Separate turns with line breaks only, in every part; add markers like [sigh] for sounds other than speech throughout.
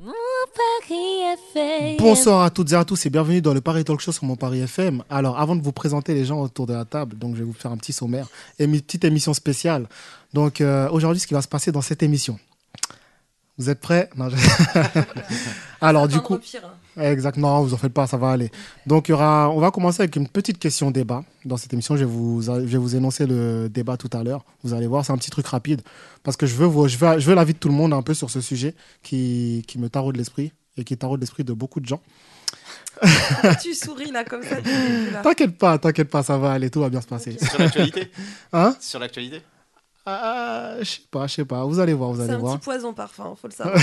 Mon Paris FM.
Bonsoir à toutes et à tous et bienvenue dans le Paris Talk Show sur mon Paris FM. Alors, avant de vous présenter les gens autour de la table, donc je vais vous faire un petit sommaire et une petite émission spéciale. Donc, euh, aujourd'hui, ce qui va se passer dans cette émission. Vous êtes prêts Non, je- [laughs] Alors, du coup,
hein.
Eh, exact. Non, vous en faites pas, ça va aller. Donc, il y aura. On va commencer avec une petite question débat dans cette émission. Je vais vous, je vais vous énoncer le débat tout à l'heure. Vous allez voir, c'est un petit truc rapide parce que je veux, vos- je veux, je veux l'avis de tout le monde un peu sur ce sujet qui, qui me taraude l'esprit et qui taraude l'esprit de beaucoup de gens.
tu souris là comme ça. depuis le début, là.
T'inquiète pas, t'inquiète pas, ça va aller, tout va bien se passer.
Sur l'actualité
[laughs] Hein
Sur l'actualité
Ah, Je sais pas, je sais pas. Vous allez voir, vous
C'est
allez
un
voir,
petit poison parfum,
[laughs]
faut le savoir.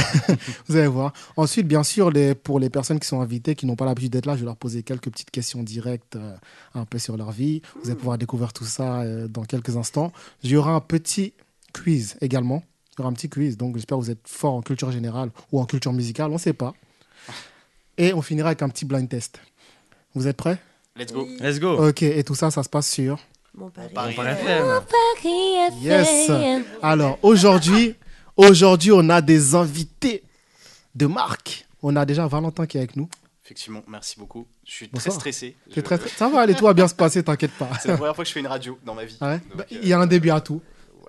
vous allez voir. Ensuite, bien sûr, les, pour les personnes qui sont invitées, qui n'ont pas l'habitude d'être là, je vais leur poser quelques petites questions directes, euh, un peu sur leur vie. Vous
Hmm.
allez pouvoir découvrir tout ça euh, dans quelques instants. Il y aura un petit quiz également. Il y aura un petit quiz, donc j'espère que vous êtes fort en culture générale ou en culture musicale, on ne sait pas. Et on finira avec un petit blind test. Vous êtes prêts
Let's go.
Oui.
Let's go.
Ok, et tout ça, ça se passe sur
Mon Paris.
Paris.
Par
hein.
FM.
Paris FM.
Yes. Alors aujourd'hui, aujourd'hui on a des invités de marque. On a déjà Valentin qui est avec nous.
Effectivement, merci beaucoup. Je suis
Bonsoir.
très stressé.
T'es
Je-
très- très- Ça va aller, tout va bien se passer, t'inquiète pas.
[laughs] C'est la première fois que je fais une radio dans ma vie.
Ouais.
Donc,
Bah,
euh,
Il y a un début à tout.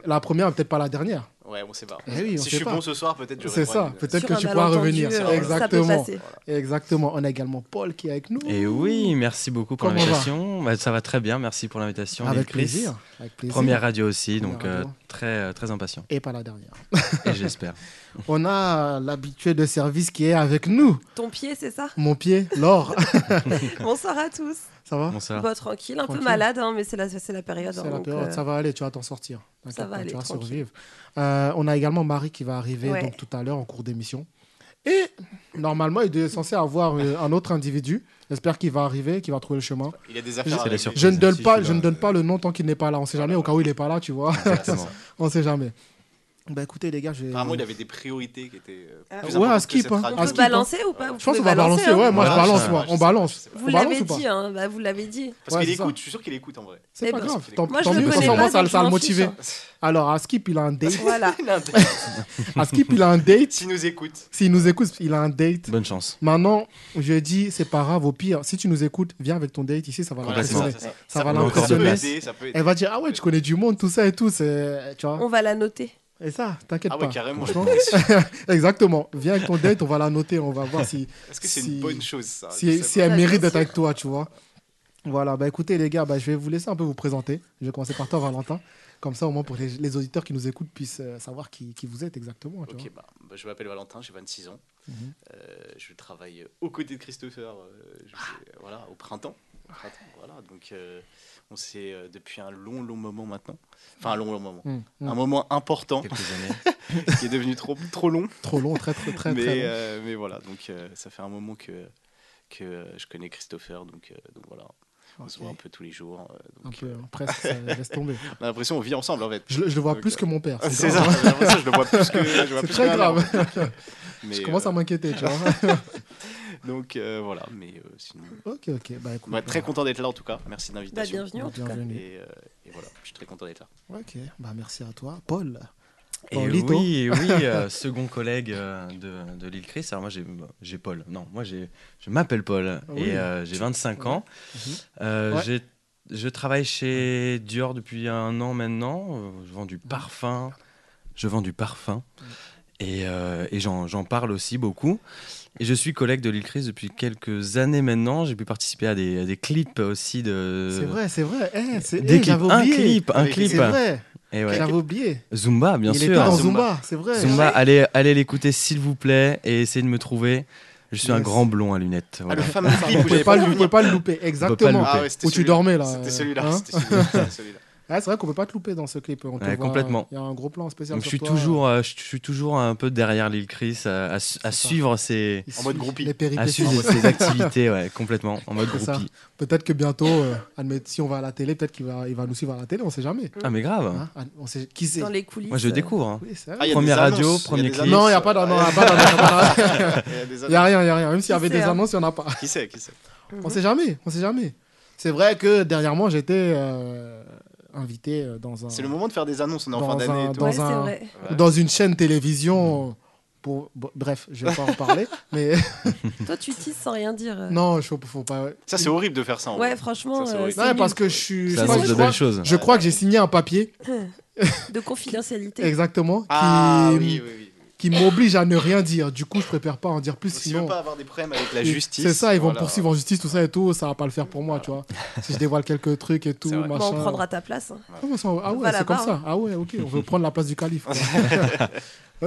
La première, peut-être pas la dernière.
Ouais, on sait pas.
Eh oui, on
si
sait
je suis
pas.
bon ce soir, peut-être je
C'est ça, peut-être
Sur
que
un
tu pourras
malentendu,
revenir.
euh, Ça peut
Exactement.
passer.
Exactement. On a également Paul qui est avec nous.
Et Eh oui, merci beaucoup pour
Comment on va
l'invitation. Bah, ça va très bien, merci pour l'invitation.
avec
Mille prises.
plaisir. Avec plaisir.
Première radio aussi,
Première
donc euh,
radio.
très, euh, très impatient.
Et pas la dernière.
Et j'espère.
On a l'habitué de service qui est avec nous.
Ton pied, c'est ça [laughs]
Mon pied,
[laughs]
Laure.
Bonsoir à tous.
Ça va
Bonsoir.
Bah, tranquille, un peu
Tranquille.
malade, hein, mais c'est la, c'est la période.
C'est
hein,
la
donc,
période,
euh,
ça va aller, tu vas t'en sortir.
ça
T'inquiète
va
pas,
aller,
tu vas
tranquille.
survivre. Euh, on a également Marie qui va arriver
Ouais.
donc, tout à l'heure en cours d'émission. Et normalement, il est censé avoir euh, un autre individu. J'espère qu'il va arriver, qu'il va trouver le chemin.
Il y a des
Je-
affaires.
C'est la
à
surprise.
Je ne donne
si
pas,
je suis
je ne
là,
donne pas le nom tant qu'il n'est pas là. On sait jamais, au cas où il n'est pas là, tu vois.
Exactement.
[laughs] on sait jamais. Bah écoutez, les gars, je vais.
Apparemment, il avait des priorités qui étaient. euh,
Ah.
plus
Ouais,
importantes
à
que
skip,
cette
hein,
radio.
On
à
peut
skip, hein.
balancer ou pas
Je pense qu'on va balancer,
hein.
ouais. Moi, je
Voilà,
balance,
ça,
moi.
je
On
sais
balance.
pas, je sais
Vous
On balance
l'avez
ou pas
dit, hein, bah, vous l'avez dit.
Parce
Ouais,
qu'il
c'est
écoute,
ça.
je suis sûr qu'il écoute en vrai.
C'est pas
Eh ben,
grave.
c'est-
Tant,
Moi, je
tant
le
mieux,
connais
comme ça, au moins,
pas,
ça,
donc
ça
je
le
m'en hein.
motiver. Alors, à Skip, il a un date.
[laughs] Voilà.
Il a un date.
À Skip, il a un date.
S'il nous écoute.
S'il nous écoute, il a un date.
Bonne chance.
Maintenant, je dis, c'est pas grave, au pire, si tu nous écoutes, viens avec ton date ici, ça va
Voilà, c'est
l'impressionner.
ça, c'est ça.
Ça va
peut-
l'impressionner.
Ça peut aider, ça peut aider.
Elle va dire, ah ouais, tu connais du monde, tout ça et tout, c'est. Tu vois
hein. On va la noter.
Et ça, t'inquiète
Ah ouais,
pas.
carrément.
Franchement, [laughs] exactement. Viens avec ton date, on va la noter, on va voir si,
[laughs] Est-ce que c'est
Si-
une bonne chose ça Je
si,
sais
si
Ah,
elle
bien
mérite d'être
sûr.
avec toi, tu vois. Voilà, bah écoutez, les gars, bah, je vais vous laisser un peu vous présenter. Je vais commencer par toi, Valentin. Comme ça, au moins, pour les, les auditeurs qui nous écoutent puissent euh, savoir qui, qui vous êtes exactement.
pas.
tu vois.
Ok, bah, bah, je m'appelle Valentin, j'ai 26 ans.
Mhm.
Euh, je travaille euh, aux côtés de Christopher euh,
Ah.
je sais, euh, voilà, au printemps. Au printemps, voilà. Donc, euh, on s'est euh, depuis un long, long moment maintenant. Enfin, un long, long moment.
Hum, hum.
Un moment important
Quelques années.
[laughs] qui est devenu trop, trop long.
Trop long, très, très, très,
mais,
très long.
euh, mais voilà, donc euh, ça fait un moment que, que euh, je connais Christopher. Donc, euh, donc voilà, on se
Ok.
voit un peu tous les jours. euh,
Un
donc,
peu,
euh,
hein, presque, ça, laisse tomber.
[laughs] on a l'impression qu'on vit ensemble en fait.
Je, le- je le vois
Ok.
plus que mon père.
Ah, C'est
grave.
ça, j'ai l'impression que je le vois plus que. je vois
[laughs] C'est
plus
très
que ma mère,
grave. [laughs]
mais,
Je commence à
euh,
m'inquiéter, tu vois.
[laughs] Donc euh, voilà, mais euh, sinon.
ok, ok. Bah écoute.
On va être très content d'être là en tout cas. Merci de
Bah,
l'invitation.
bienvenue en tout cas.
Bienvenue.
Et, euh, et voilà, je suis très content d'être là.
Ok, bah merci à toi. Paul,
Et
Paulito.
Eh oui,
[laughs]
oui, euh, second collègue euh, de, de l'île Chris. Alors moi, j'ai j'ai Paul. Non, moi, j'ai je m'appelle Paul
Oui.
et euh, j'ai 25 ans.
Mhm.
Euh,
Ouais.
j'ai- Je travaille chez Dior depuis un an maintenant. Euh, Je vends du parfum. Je vends du parfum. Et, euh, et j'en j'en parle aussi beaucoup. Et je suis collègue de l'île Chris depuis quelques années maintenant. J'ai pu participer à des, à des clips aussi de.
c'est vrai, c'est vrai. Eh, c'est-
Des
eh,
clips.
j'avais
Un
oublié.
clip, un
Oui,
clip.
C'est vrai,
Et ouais.
j'avais oublié.
Zumba, bien
Il
sûr.
était en
Zumba.
Zumba, c'est vrai.
Zumba, allez allez l'écouter s'il vous plaît et essayez de me trouver. Je suis un
Yes.
grand blond à lunettes.
Ah,
voilà.
le fameux clip
Vous
où
pouvez
j'avais
pas,
pas
le- vous
dormi.
pouvez pas le louper, exactement.
louper.
Ah ouais, c'était
Où tu
celui-là.
dormais, là.
C'était
Hein
celui-là. c'était celui-là,
[laughs]
c'était celui-là.
Ah, c'est vrai qu'on peut pas te louper dans ce clip. On te
Ouais,
voit-
complètement.
Il y a un gros plan spécial.
Donc je
sur
suis
toi.
toujours, euh, je suis toujours un peu derrière l'île Chris à, à su-
ça.
à suivre ses,
Il
en mode
suit
groupie.
Les
à
péripéties.
suivre
[laughs]
ses activités, ouais, complètement en mode
C'est ça.
groupie.
Peut-être que bientôt, euh, admettons, si on va à la télé, peut-être qu'il va, il va nous suivre à la télé, on sait jamais.
Ah mais grave.
Hein Ah, on sait qui c'est.
Dans les coulisses. euh.
Moi je découvre. hein.
Oui, c'est
Ah,
vrai.
il y a des
Première radio,
annonces,
premier
il y a des
clip.
annonces.
Non, il n'y a pas d'annonce.
Ah,
Il n'y
[laughs] il y a des
a
annonces.
rien, il n'y a rien. Même s'il y
Qui
avait
c'est,
des
hein
annonces, il n'y en a pas.
Qui c'est Qui c'est
Mhm.
On sait jamais, on sait jamais. C'est vrai que dernièrement, j'étais euh, invité euh, dans un
C'est le moment de faire des annonces. On est en
Dans
fin d'année
un-
et tout.
dans
Ouais, c'est
un-
vrai.
Ouais. Mhm.
dans une chaîne télévision. Pour... bon, bref, je vais pas en
[laughs]
parler, mais
[laughs] Toi, tu tisses sans rien dire.
non, je faut pas.
Ça, c'est horrible de faire ça. en
Ouais,
vrai.
franchement,
Ça, c'est
euh,
horrible.
c'est
Non,
nul.
parce que je suis. je
Ça
crois-
C'est vrai,
annonce
je
de
crois-
belles choses.
je crois que j'ai signé un papier,
[laughs] de confidentialité.
exactement, qui,
Ah oui, oui, oui.
qui m'oblige à ne rien dire. Du coup, je préfère pas en dire plus,
Si tu veux
sinon.
pas avoir des problèmes avec la
Et
justice.
C'est ça, ils vont
voilà.
poursuivre en justice, tout ça et tout. Ça va pas le faire pour moi, tu vois. Si je dévoile quelques trucs et tout,
C'est vrai.
machin.
Bon, on prendra ta place. hein.
Ah, mais ça- ah
On
ouais,
va
c'est
là-bas,
comme ça.
hein.
Ah ouais, ok, on veut prendre la place du calife. [laughs]
[laughs]
quoi.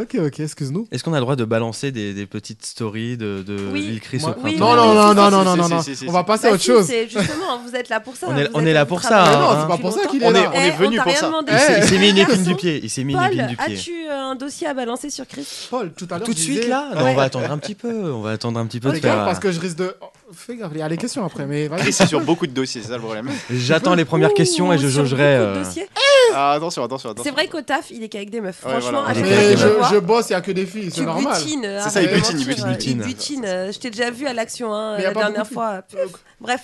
ok, ok, excuse-nous.
Est-ce qu'on a le droit de balancer des, des petites stories de, de
Oui.
l'île Chris
Moi-
au
Oui,
printemps
non, non, non,
Si,
non,
si,
non,
si,
non,
si,
non,
si,
non.
si, si,
On va
si.
passer à
Bah
autre
si,
chose.
c'est- Justement, vous êtes là pour ça.
On est-
vous
on
êtes
est là
vous
pour ça,
travaillez
hein.
Mais non, c'est pas
depuis
pour ça
longtemps.
qu'il est
On est,
là.
on est
Eh,
venu
on t'a
pour
rien
ça.
demandé.
Il s'est-
Eh,
il s'est mis une épine
façon,
du pied. Il s'est mis une
Paul,
épine du pied.
as-tu euh, un dossier à balancer sur Chris
Paul, tout à l'heure.
Tout de
tu
suite
disais-
là Non, On va attendre un petit peu. On va attendre un petit peu. de
Fais gaffe
faire-
parce que je risque de. oh, Fais gaffe, il y a les questions après, mais vas-y.
Chris, c'est [laughs] sur beaucoup de dossiers, c'est ça le problème.
J'attends les premières
Ouh,
questions et je
sur
jaugerai.
beaucoup de
euh,
dossiers.
Ah, attention, attention, attention.
C'est vrai qu'au taf, il est qu'avec des meufs.
Ouais,
Franchement,
voilà.
à chaque
Mais
fois
Mais
que
je,
je le vois,
je bosse, il y a que des filles, c'est
tu
normal.
butines.
C'est ça, il
arrête de
butine, il butine,
mentir, euh,
il
Il butine. euh, Je t'ai déjà vu à l'action hein,
Mais y a
la
pas
dernière
beaucoup de
fois. Pff, Bref.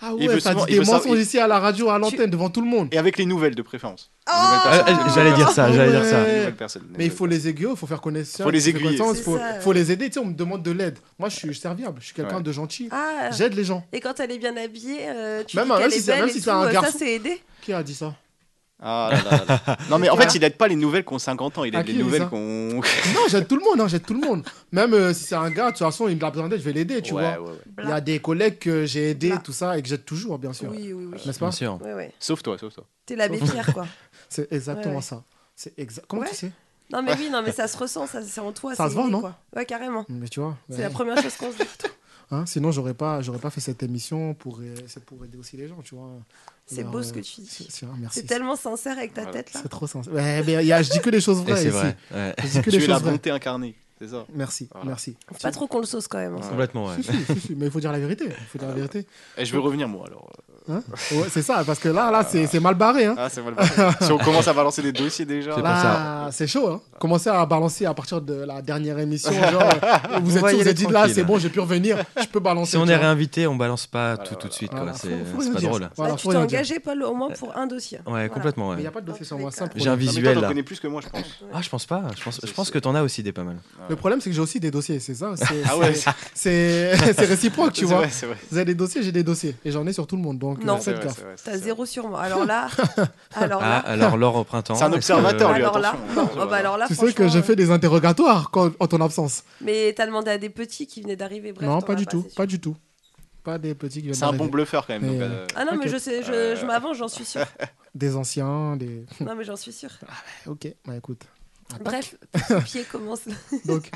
Ah
Il
ouais,
veut
t'as dit
souvent- il
des
veut savoir-
mensonges ici à la radio, à l'antenne, devant tout le monde.
Et avec les nouvelles de préférence. Les
Oh,
nouvelles
Ah,
personnes, les
ah, J'allais dire ça. J'allais dire ça.
Ouais.
nouvelles personnes, les
Mais il faut
nouvelles
les aiguiller, il faut faire connaissance.
Faut les
faire
aiguiller.
connaissance,
C'est
faut,
ça.
faut les aider. Tu sais, on me demande de l'aide. Moi, je suis serviable, je suis quelqu'un
Ouais.
de gentil.
Ah,
J'aide les gens.
et quand elle est bien habillée, euh, tu
Même
dis
un- même
qu'elle
si
est
c'est-
belle
même
et
si
tout,
c'est un
euh, ça
garçon.
c'est aidé.
Qui a dit ça
Ah là là là là.
[laughs]
Non mais en fait il aide pas les nouvelles qu'on 50 ans, il
À
aide
Ah, qui il
les
dit
nouvelles
ça
qu'on.
Non, j'aide tout le monde, hein, j'aide tout le monde. Même euh, si c'est un gars, de toute façon, il me l'a présenté, je vais l'aider, tu
Ouais,
vois.
ouais, ouais.
Il y a des collègues que j'ai aidés,
Bla.
tout ça, et que j'aide toujours, bien sûr.
Oui, oui, oui.
N'est-ce
Bien
pas
sûr.
Ouais, ouais.
Sauf toi, sauf toi.
[laughs]
T'es l'abbé Pierre, quoi.
C'est exactement
Ouais.
ça. C'est exa- Comment
Ouais.
tu sais
Non, mais oui, non, mais ça se ressent, ça, c'est en toi.
Ça
c'est
se voit,
inné,
non Mm,
quoi. Ouais, carrément.
Mais tu vois.
C'est
ouais.
la première chose qu'on se dit.
[laughs] Hein, sinon, j'aurais pas, j'aurais pas fait cette émission pour, euh, c'est pour aider aussi les gens, tu vois.
C'est
Alors,
beau
euh,
ce que tu dis.
c'est- c'est- ah, merci.
C'est tellement sincère avec ta
Voilà.
tête, là.
C'est trop sens. Ouais, mais il y a- je dis que des choses
[laughs] Et
vraies
c'est
ici.
vrai. ouais.
Je dis que
Tu
des
es la
choses vraies.
bonté incarnée, c'est ça.
Merci,
Voilà.
merci.
Faut Pas trop qu'on le sauce quand même. hein.
Ouais.
Complètement. ouais.
Si, si, si, si, mais il faut dire la vérité. Il faut dire la vérité.
Et je vais revenir moi alors.
[laughs]
Hein Ouais, c'est ça, parce que là, là, c'est c'est mal barré. Hein.
Ah c'est mal.
[laughs]
si on commence à balancer des dossiers déjà.
C'est pour
Là, c'est chaud. Hein. Commencez à balancer à partir de la dernière
[laughs]
émission. Genre, euh, vous êtes
On
sûr,
va y
vous
aller
êtes dit là,
tranquille.
c'est bon, j'ai pu revenir. Je peux balancer.
Si on
tu
est
vois.
réinvité, on balance pas tout,
Voilà,
tout de suite.
Voilà,
quoi.
faut-
C'est
faut
c'est
rien
pas
dire.
drôle.
Bah,
Voilà,
tu
faut
t'es
rien dire.
engagé, Paul, au moins pour un dossier.
Ouais,
Voilà.
complètement.
Mais il
ouais.
n'y a pas de dossier sur moi. ça, le
J'ai
J'ai un
problème.
Non, mais toi,
visuel
t'en
là.
connais plus que moi je pense.
Ah, je pense pas. Je pense,
C'est-
je pense
c'est-
que t'en as aussi des pas mal.
Le problème, c'est que j'ai aussi des dossiers, c'est ça. c'est-
Ah ouais.
c'est- C'est [laughs] c'est réciproque, tu
C'est
vois.
vrai, C'est vrai.
Vous avez des dossiers, j'ai des dossiers. Et j'en ai sur tout le monde. Donc,
Non.
euh,
C'est
faites
vrai,
gaffe.
c'est vrai, c'est
T'as
vrai.
zéro sur moi.
[laughs]
Alors là, alors
Ah,
là,
alors l'or au printemps.
C'est un
est-ce
observateur, lui.
alors là,
attention.
non, oh, bah alors là,
Tu sais que j'ai
franchement,
fait des interrogatoires quand, en ton absence.
euh, Mais t'as demandé à des petits qui venaient d'arriver. Bref,
non,
t'en
pas
as
du tout.
c'est sûr.
Pas du tout. Pas des petits qui viennent
C'est un bon
d'arriver.
bluffeur quand même. donc,
Mais,
euh,
Ah non, mais
Ok.
je sais, je,
Euh.
je m'avance, j'en
[laughs]
suis sûr.
Des anciens, des.
Non, mais j'en suis sûr.
Ok, bah écoute. [laughs]
Bref, [laughs] le pied commence.
Donc,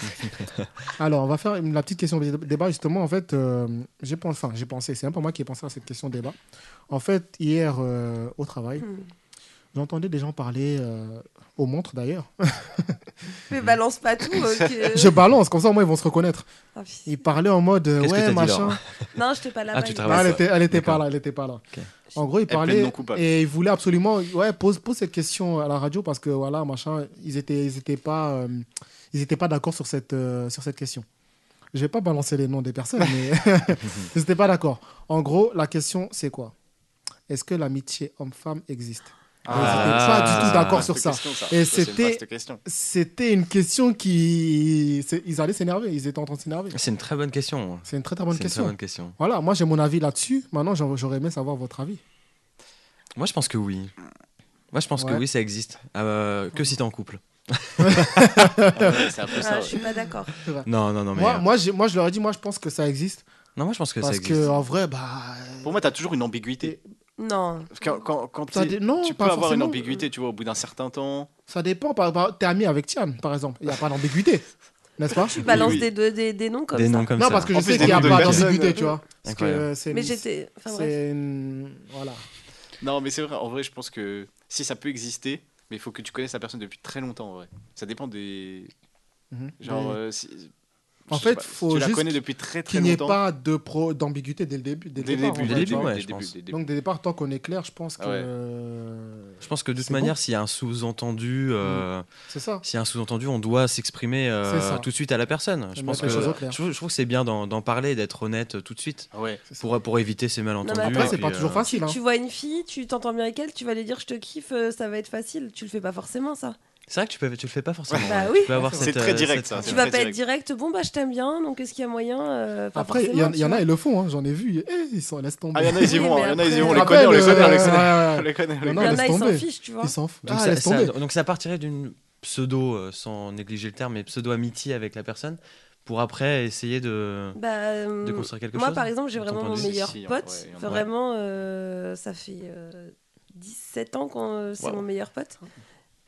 alors, on va faire une- la petite question dé- débat. Justement, en fait, euh, j'ai pensé, enfin, j'ai pensé, c'est même pas moi qui ai pensé à cette question débat. En fait, hier, euh, au travail,
Hmm.
j'entendais des gens parler euh, aux montres d'ailleurs.
[laughs]
[laughs]
Mais balance pas tout. euh, que-
Je balance, comme ça, au moins, ils vont se reconnaître.
Ah, putain.
Ils parlaient en mode, euh,
Qu'est-ce que t'as
ouais,
dit,
machin.
Laure
[laughs] Non, j'étais pas là-bas.
Ah, tu
il-
travailles.
Non, elle, était, elle était
D'accord.
pas là, elle était pas là.
Ok.
En gros, ils
plaide
parlaient
non coupable.
et ils voulaient absolument, ouais, pose, pose cette question à la radio parce que voilà, machin, ils étaient, ils étaient pas, euh, ils étaient pas d'accord sur cette, euh, sur cette question. Je vais pas balancer les noms des personnes,
[laughs]
mais [laughs] ils étaient pas d'accord. En gros, la question c'est quoi Est-ce que l'amitié homme-femme existe
Ah.
Ils étaient pas du tout d'accord sur
Vaste
ça.
question,
Et
Ça, c'est une
c'était-
vaste question.
C'était une question qui, c'est- ils allaient s'énerver, ils étaient en train de s'énerver.
C'est une très bonne question.
C'est une très très bonne
C'est une
question.
très bonne question.
Voilà, moi j'ai mon avis là-dessus. Maintenant, j'en- j'aurais aimé savoir votre avis.
Moi, je pense que oui. Moi, je pense que
Ouais.
oui, ça existe. Euh, que si t'es en couple.
Ouais, C'est un peu ça.
Ah,
ouais.
je suis
[laughs]
pas d'accord.
Non, non, non, mais.
Moi,
euh,
moi, j'ai- moi, je leur ai dit, moi, je pense que ça existe.
Non, moi, je pense que ça
parce
existe.
que, en vrai, bah.
Pour moi, t'as toujours une ambiguïté.
Non.
Parce que quand, quand
ça
t'es-
dé- Non,
tu peux
pas
avoir une
forcément.
ambiguïté, tu vois, au bout d'un certain temps.
[laughs]
Ça dépend. Par, par- t'es ami avec Tian, par exemple. Il n'y a pas d'ambiguïté. n'est-ce pas
Tu balances
Oui.
Bah, des, deux- des, des noms comme
des
ça.
noms comme
Non,
ça.
parce que je
En plus,
sais
des
qu'il n'y a
noms de
pas
personnes.
d'ambiguïté, tu vois. Parce que
Incroyable.
euh, c'est
Mais
une-
j'étais. Enfin bref.
c'est une- Voilà.
Non, mais c'est vrai, en vrai, je pense que si ça peut exister, mais il faut que tu connaisses la personne depuis très longtemps, en vrai. Ça dépend des.
Mhm.
Genre,
Mais
euh, si-
En
je sais
fait,
pas, si
faut
tu la
juste
connais depuis très très
Qu'il n'y ait
longtemps.
pas de pro- d'ambiguïté dès le début. Dès le
Dès le
départ,
début,
en
dès
fait,
le
tu
début,
vois.
ouais,
dès le
je
début,
pense.
dès le début.
Donc, dès le départ, tant qu'on est clair, je pense que.
Ah ouais.
euh,
Je pense que de toute
C'est Mm.
manière, s'il y a un sous-entendu, euh,
C'est ça.
s'il y a un sous-entendu, on doit s'exprimer euh,
C'est ça.
tout de suite à la personne. Je
mettre
pense que
les
je
choses au
trouve,
clair.
je trouve que c'est bien d'en d'en parler, d'être honnête euh, tout de suite
Ah Ouais.
C'est ça.
pour, pour éviter ces malentendus.
mais
Après,
et
c'est
puis,
pas
euh,
toujours facile. hein.
Tu vois une fille, tu t'entends bien avec elle, tu vas lui dire je te kiffe, euh, ça va être facile. Tu le fais pas forcément ça.
C'est vrai que tu, peux, tu le fais pas forcément.
Bah
ouais.
oui.
Tu peux avoir
C'est
cette,
très
euh,
direct,
cette-
ça.
Tu
C'est
vas
très
pas être direct, bon bah je t'aime bien, donc est-ce qu'il y a moyen euh, pas
Après, il y,
forcément,
en- il y en
tu
a, ils le font. hein, J'en ai vu. Eh, ils sont laisse tomber.
Ah, il y en a, ils y
Oui,
vont,
mais
il y en a, ils y
après,
vont, on
euh,
les connaît, on les connaît,
Ouais, ouais,
on les connaît. On
ouais.
les connaît, on
Il y
les
en
vois.
a,
connaît.
Il y en a, ils s'en
laisse
fichent, tu vois.
Ils s'en foutent.
Donc,
Ah,
ça,
laisse
ça-
tomber.
donc ça partirait d'une pseudo, euh, sans négliger le terme, mais pseudo-amitié avec la personne pour après essayer de,
Bah, euh,
de construire quelque
moi
chose.
par exemple, j'ai
de ton
vraiment
point de
mon
vue
meilleur
Si, si,
pote.
ouais, il y en a.
Enfin, vraiment, euh, ça fait euh, 17 ans qu'on euh, c'est
Waouh.
mon meilleur pote.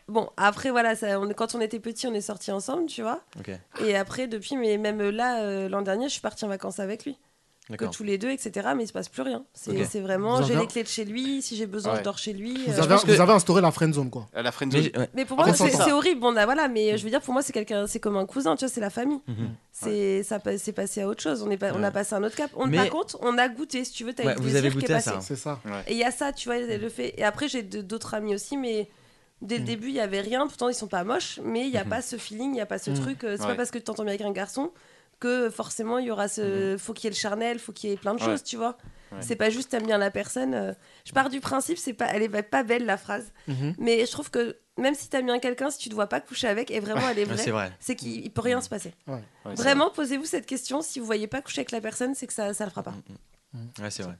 Bon, après voilà, ça, on, est- quand on était petit, on est sortis ensemble, tu vois.
Ok,
Et après, depuis, mais même là, euh, l'an dernier, je suis partie en vacances avec lui. Que
d'accord.
tous les deux, etc. Mais il se passe plus rien. C'est
Ok.
c'est vraiment,
Vous
j'ai
avez-
les clés de chez lui. Si j'ai besoin,
Ouais.
je dors chez lui. euh,
Vous
je pense que-
avez- Vous avez instauré la friend zone, quoi.
À la friend
Mais j'ai- ouais.
Mais pour
Après,
moi,
c'est
c'est
ça.
c'est horrible. Bon, là, voilà,
Mm.
mais euh, je veux dire, pour moi, c'est quelqu'un, c'est comme un cousin, tu vois, c'est la famille.
Mhm.
C'est ça, pa- c'est passé à autre chose. On est pas, on
Ouais.
a passé un autre cap. On,
Mais-
Par contre, on a goûté, si tu veux, t'as eu
Ouais,
le
vous
plaisir
avez
qui
goûté à
est passé.
ça. Mm.
C'est ça.
Et il y a ça, tu vois, le fait. Et après, j'ai de- d'autres amis aussi, mais dès le
Mhm.
début, il y avait rien. Pourtant, ils sont pas moches, mais il y a
Mhm.
pas ce feeling, il y a pas ce
Mhm.
truc. euh, C'est
Ouais.
pas parce que tu t'entends bien avec un garçon que euh, forcément il y aura
Mmh.
ce. Faut qu'il y ait le charnel, faut qu'il y ait plein de
Ouais.
choses, tu vois.
Ouais.
C'est pas juste t'aimes bien la personne. euh. Je pars du principe, c'est pas, elle est pas belle la phrase.
Mmh.
Mhm.
Mais je trouve que même si t'as bien quelqu'un, si tu te vois pas coucher avec, et vraiment elle est
Ouais,
vraie,
c'est vrai. Mmh.
c'est qu'il il peut rien se passer.
Ouais, c'est
Vraiment, posez-vous cette question. Si vous voyez pas coucher avec la personne, c'est que ça, ça le fera
Mmh,
pas.
Ouais, c'est vrai.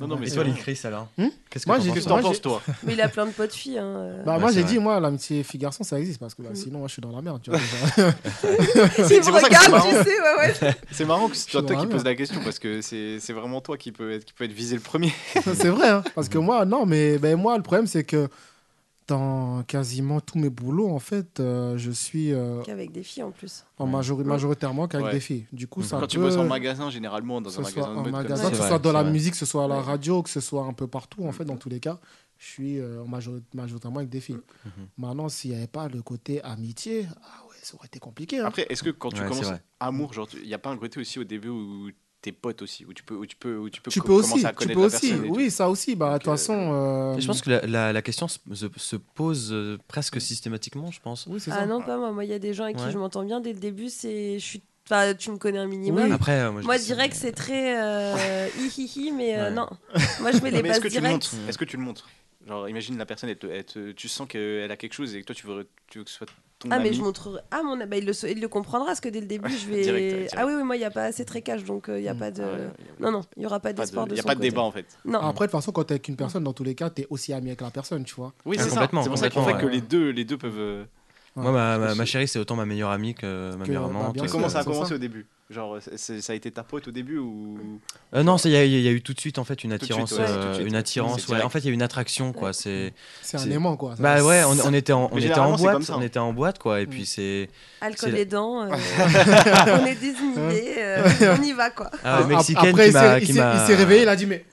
Non, non, mais
Et
C'est
toi,
vrai.
les Chris, alors
Hmm
Qu'est-ce que
Moi,
t'en
j'ai
vrai. Qu'est-ce
penses,
que
toi
Moi,
t'en penses, toi
Mais il a plein de potes filles. hein, euh.
Bah,
Ouais,
moi,
c'est
j'ai
vrai.
dit, moi, l'amitié fille-garçon, ça existe parce que bah, sinon, moi, je suis dans la merde. Tu vois, déjà.
S'il me
c'est pour ça que c'est
regarde,
marrant.
tu sais, ouais, ouais.
[laughs] C'est marrant que
Je
c'est
suis
toi, toi
dans
qui
la
poses la question parce que c'est c'est vraiment toi qui peut être, qui peut être visé le premier.
[laughs] c'est vrai, hein, parce que moi, non, mais ben, moi, le problème, c'est que dans quasiment tous mes boulots, en fait, euh, je suis euh,
Avec des filles en plus.
en majori- majoritairement qu'avec
Ouais.
des filles. Du coup, ça
Quand tu
peut-
bosses en magasin, généralement, dans
que ce
un
soit
magasin de
en
mode comme
magasin,
ça.
que
C'est
ce
vrai,
soit dans la
c'est vrai.
musique, que ce soit à la
Ouais.
radio, que ce soit un peu partout, en fait, dans tous les cas, je suis euh, en majori- majoritairement avec des filles.
Mm-hmm.
Maintenant, s'il n'y avait pas le côté amitié, ah ouais, ça aurait été compliqué. hein.
Après, est-ce que quand tu
Ouais, c'est
commences
vrai.
amour, genre, il n'y a pas un côté aussi au début où t'es pote aussi, où tu peux, où tu peux, où tu peux,
tu
co-
peux aussi,
commencer à
tu
connaître
peux
la
aussi,
personne et tout.
oui, ça aussi. Bah, de
Donc,
toute
euh,
façon, euh,
Je pense que la, la- la question se, se- se pose euh, presque systématiquement, je pense.
oui, c'est ça.
Ah non, pas moi. Moi, il y a des gens avec
Ouais.
qui je m'entends bien dès le début. C'est, je suis, enfin, tu me connais un minimum.
Oui.
Après, euh, moi, je
Moi,
dis-
direct, c'est très euh, [laughs] hi-hi-hi, mais euh,
[laughs]
Ouais.
non. Moi, je mets les
Non, mais est-ce
passes
que tu le
directes.
montres Est-ce que tu le montres Genre, imagine la personne, elle te- elle te- tu sens qu'elle a quelque chose et que toi, tu veux, tu veux que ce soit ton
Ah mais
ami.
je montrerai. Ah mon bah, il le sa- il le comprendra parce que dès le début je vais.
Direct, ouais, direct.
Ah oui oui moi il y a pas assez trécage donc euh, il y a
Mm.
pas de.
Ah ouais, y a-
Non non il y aura pas
pas
d'espoir
de-
de.
y a
son
pas de
côté.
débat en fait.
Non.
Après, de toute façon, quand t'es avec une personne, dans tous les cas, t'es aussi ami avec la personne, tu vois.
Oui,
Ah,
c'est ça. C'est
complètement,
pour ça qu'on fait
complètement,
que
ouais.
les deux, les deux peuvent. euh,
Moi, ma, ma-
que
ma
c'est-
chérie, c'est autant ma meilleure amie que ma
Que,
meilleure
bah,
amante.
bien
euh,
Mais
sûr.
comment ça a
c'est ça.
commencé au début Genre, c'est- c'est- ça a été ta pote au début ou
Euh, non, c'est- il y, a- il y a eu tout de suite en fait une
de suite,
attirance,
ouais,
euh,
tout de suite.
une
C'est
attirance. ouais.
direct.
En fait, il y a eu une attraction quoi. C'est
C'est un
C'est-
aimant, quoi. Ça-
bah ouais, on, on était en, on
Mais
était
généralement,
en
c'est comme
boîte,
ça,
on
hein.
était en boîte quoi. Et
Mm.
puis c'est
Alcool
C'est-
les dents.
[laughs]
euh, on est désinhibés. euh,
[laughs]
on y va quoi.
ah,
Ah,
la mexicaine
après,
qui
il
m'a
s'est-
qui
il s'est-
m'a-
il s'est réveillé, il a dit, mais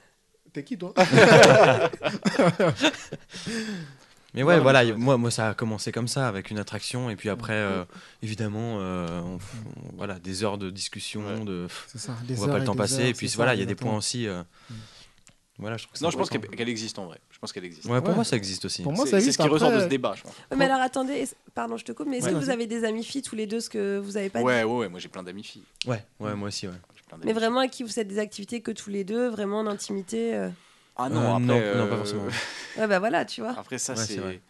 t'es qui, toi
[laughs] Mais ouais,
Non,
voilà,
mais c'est vrai.
moi, moi ça a commencé comme ça avec une attraction et puis après
Mm.
euh, évidemment euh, on f- on- voilà des heures de discussion,
Ouais.
de pff,
C'est ça,
on
des
voit
heures
pas le temps
des
passer.
heures,
et puis
c'est
voilà,
ça,
il y a des
exactement.
points aussi. euh, Voilà, je trouve que c'est
Non, je pense qu'elle
important.
qu'elle existe en vrai. Je pense qu'elle existe.
Ouais, pour
Ouais.
moi ça existe aussi.
Pour moi,
C'est-
ça
C'est
existe.
ce qui ressort de
après-
ce débat, je pense.
Mais alors attendez, est-ce- pardon je te coupe, mais est-ce
Ouais.
que vous avez des amis filles tous les deux ce que vous avez pas
Ouais,
dit
ouais, ouais. Moi, j'ai plein d'amis filles.
Ouais, ouais, moi aussi ouais.
J'ai plein
Mais
d'amis.
vraiment à qui vous faites des activités que tous les deux, vraiment en intimité. euh.
Ah
Euh,
non, après,
non,
euh,
non,
[laughs]
pas forcément.
Ouais bah voilà tu vois.
Après ça,
Ouais,
c'est.
c'est vrai.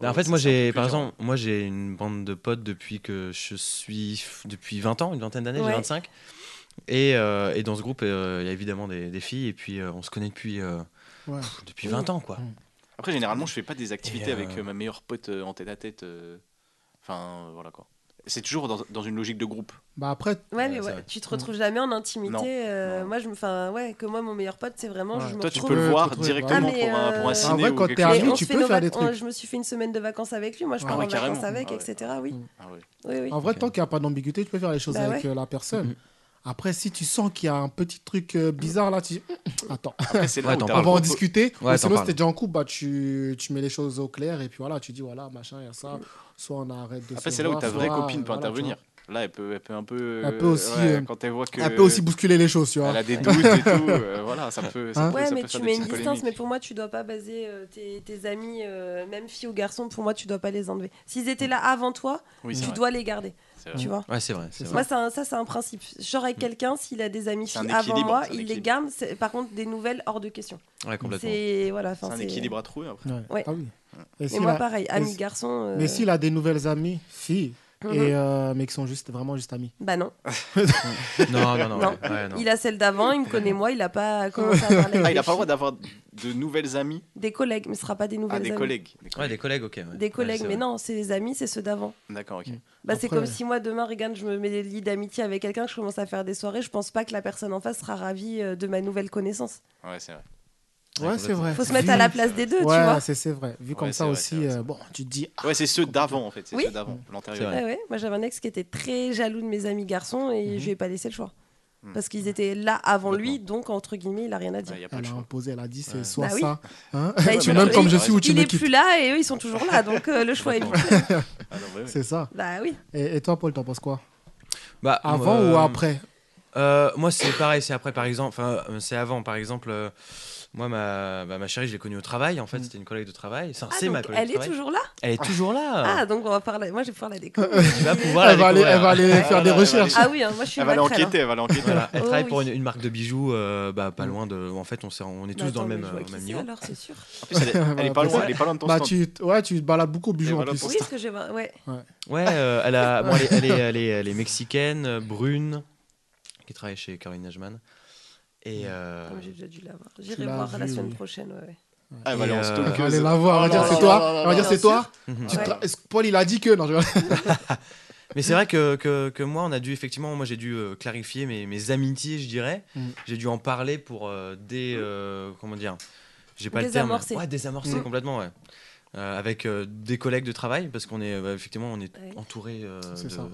Bah,
Ouais,
en fait,
ça,
moi,
c'est un peu
j'ai,
plus
par
dur.
exemple, moi, j'ai une bande de potes depuis que je suis, f- depuis 20 ans, une vingtaine d'années,
Ouais.
j'ai 25. Et, euh, et dans ce groupe, euh, il y a évidemment des, des filles, et puis euh, on se connaît depuis, euh,
Ouais. Mm.
pff, depuis 20 ans, quoi.
Après, généralement, je fais pas des activités
euh,
avec euh, ma meilleure pote euh, en tête à tête. euh, Enfin, euh, voilà quoi. C'est toujours dans, dans une logique de groupe.
Bah après,
Ouais, mais
Ouais,
ouais,
c'est vrai.
Mm.
tu te retrouves
Mm.
jamais en intimité.
Non.
euh,
Non.
Moi, je me. Enfin, ouais, que moi, mon meilleur pote, c'est vraiment.
Ouais.
Je me
Toi, tu
retrouve-
peux le
Ouais,
voir
retrouve-
directement
Ah, mais,
pour un,
euh,
pour un
En
ciné
vrai,
ou
quand
quelque
t'es à
Mais
chose.
Lyon,
on
tu
se fait
peux
nos
faire des
vac- on-
trucs.
Je me suis fait une semaine de vacances avec lui. Moi, je
Ah
pars
ouais,
en vacances
carrément.
avec,
Ah ouais.
etc. Oui,
Ah ouais.
oui, oui.
en vrai, tant qu'il n'y a pas d'ambiguïté, tu peux faire les choses
Bah
avec
ouais.
euh, la personne.
Mm-hmm.
Après, si tu sens qu'il y a un petit truc euh, bizarre là, tu [clears throat] attends,
Après, c'est
[laughs]
là
Ouais,
où
t'en
t'as
on
le
va en
repos-
discuter. mais
Ouais,
sinon,
t'en
si
parles.
t'es déjà en couple, bah, tu, tu mets les choses au clair et puis voilà, tu dis voilà, machin, il y a ça. Soit on arrête de
Après,
se
c'est là où
voir,
ta vraie
soit,
copine peut
voilà, tu vois.
intervenir. Là, elle peut, elle peut un peu.
Elle peut
euh,
aussi,
ouais,
euh,
quand elle voit que.
Elle peut aussi bousculer les choses, tu vois.
Elle a
[laughs]
des doutes et tout. euh, voilà, ça peut. Ça
Hein
peut
Ouais,
ça
mais
peut
tu
faire des
mets une
petites
distance. Mais
polémiques.
pour moi, tu dois pas baser euh, tes, tes amis, euh, même filles ou garçons, pour moi, tu dois pas les enlever. S'ils étaient là avant toi,
Mm. Oui, c'est
tu
vrai,
dois les garder.
c'est vrai.
Tu vois
Ouais, c'est vrai.
C'est
C'est
ça.
vrai.
Moi, c'est un- ça, c'est un principe. Genre, avec quelqu'un, s'il a des amis
C'est un
filles avant
équilibre,
moi,
c'est un
il les
équilibre.
garde. C'est- Par contre, des nouvelles hors de question.
Ouais, complètement.
C'est. Voilà.
C'est
enfin,
un équilibre à trouver après.
Ouais.
Ouais.
Ah oui. Et
Mais
s'il
moi,
a-
pareil, amis,
si-
garçons. euh,
Mais s'il a des nouvelles amies, filles,
Mhm.
et, euh, mais qui sont juste, vraiment juste amies.
[laughs]
Bah non.
Non, non, non.
Non.
ouais, ouais, non.
Il a celle d'avant, il me connaît moi, il a pas commencé
[laughs]
à parler.
Ah, il
avec
a pas le
des
droit d'avoir de nouvelles amies
filles. Des collègues, mais ce sera pas des nouvelles
à des
amies.
collègues.
Ouais, des collègues, ok. ouais.
Des collègues,
Ouais, c'est
mais
vrai.
non, c'est les amis, c'est ceux d'avant.
D'accord, ok.
Bah, c'est
Après-
comme si moi demain, regarde, je me mets des lits d'amitié avec quelqu'un, que je commence à faire des soirées, je pense pas que la personne en face sera ravie euh, de ma nouvelle connaissance.
Ouais, c'est vrai.
Ouais, c'est vrai.
Faut se mettre à la
Vu-
place des deux, tu
Ouais,
vois.
c'est c'est vrai. Vu comme
Ouais,
ça
c'est vrai,
aussi,
c'est vrai,
euh,
c'est vrai.
bon, tu te dis,
Ouais, c'est ceux d'avant en fait. C'est
Oui.
ceux d'avant, l'antérieur.
C'est vrai.
Ouais, ouais. Moi j'avais un ex qui était très jaloux de mes amis garçons et je lui ai pas laissé le choix.
Mhm.
Parce qu'ils étaient là avant lui, donc entre guillemets, il a rien à dire.
Ouais, y a pas
elle
le
a
choix.
imposé, elle a dit, c'est
Ouais.
soit
Bah oui.
ça. hein,
Bah,
ils
tu
sont
m'aimes
tous-
comme je
ils-
suis ou tu
il
me
est
quittes.
plus là et eux ils sont toujours là, donc euh, le
[laughs]
choix est vite
Complètement.
fait.
Ah, non, ouais, ouais.
C'est ça.
Bah oui.
Et, et toi, Paul, t'en penses quoi
Bah,
Avant
euh,
ou après
Euh, moi, c'est pareil, c'est après, par exemple. Enfin, euh, c'est avant, par exemple. euh, moi, ma, bah, ma chérie, je l'ai connue au travail, en fait.
Mm.
C'était une collègue de travail. Enfin,
Ah,
c'est ma
donc,
collègue
elle
de
est
travail.
toujours là
Elle est toujours là.
Ah, donc on va parler. Moi je vais pouvoir la découvrir.
tu vas
[laughs]
pouvoir la
elle, va aller,
découvrir.
elle va aller faire
Ah,
des
non, elle va
recherches.
aller-
Ah oui, hein, moi je suis
Elle
une
va aller
matrelle, hein.
enquêter, elle va aller enquêter.
Voilà, elle
Oh
travaille
oui. Mm.
pour une, une marque de bijoux, euh, bah, pas loin de. En fait, on, s'est- on est tous
Mais
dans
attends,
le
mais
même,
je vois
euh,
qui
même
c'est,
niveau.
alors c'est sûr.
En plus, elle, est-
[laughs]
elle est pas loin, elle est pas loin de ton
Bah,
stand.
tu, te- ouais, tu te balades beaucoup au
Et
bijou en
voilà
plus.
pour-
Oui, ce que j'ai. Ouais.
Ouais, euh, elle, a, bon, elle, est, elle, est, elle, est, elle est mexicaine, euh, brune, qui travaille chez Caroline Najman. Et. euh,
Ah, mais J'ai déjà dû la voir.
Tu
J'irai
l'as
voir la
vu,
semaine
oui.
prochaine. ouais, ouais.
Ah, elle va aller
Et,
en
euh,
Elle va
stalkeuse.
aller la voir, elle va
Oh
dire
là
c'est
là
toi.
là là
Elle va dire
là.
c'est toi.
mhm.
Tu te
Ouais.
tra- Est-ce que Paul il a dit que non je-
Mais c'est vrai que, que, que moi, on a dû effectivement, moi j'ai dû euh, clarifier mes, mes amitiés, je dirais.
Mm.
J'ai dû en parler pour euh, dé- euh, comment dire J'ai pas le terme.
Désamorcer.
Ouais, désamorcer
Mm.
complètement, ouais. Euh, avec euh, des collègues de travail, parce qu'on est euh, bah, effectivement on est
Ouais.
entouré. euh,
C'est
de...
ça.
Moi,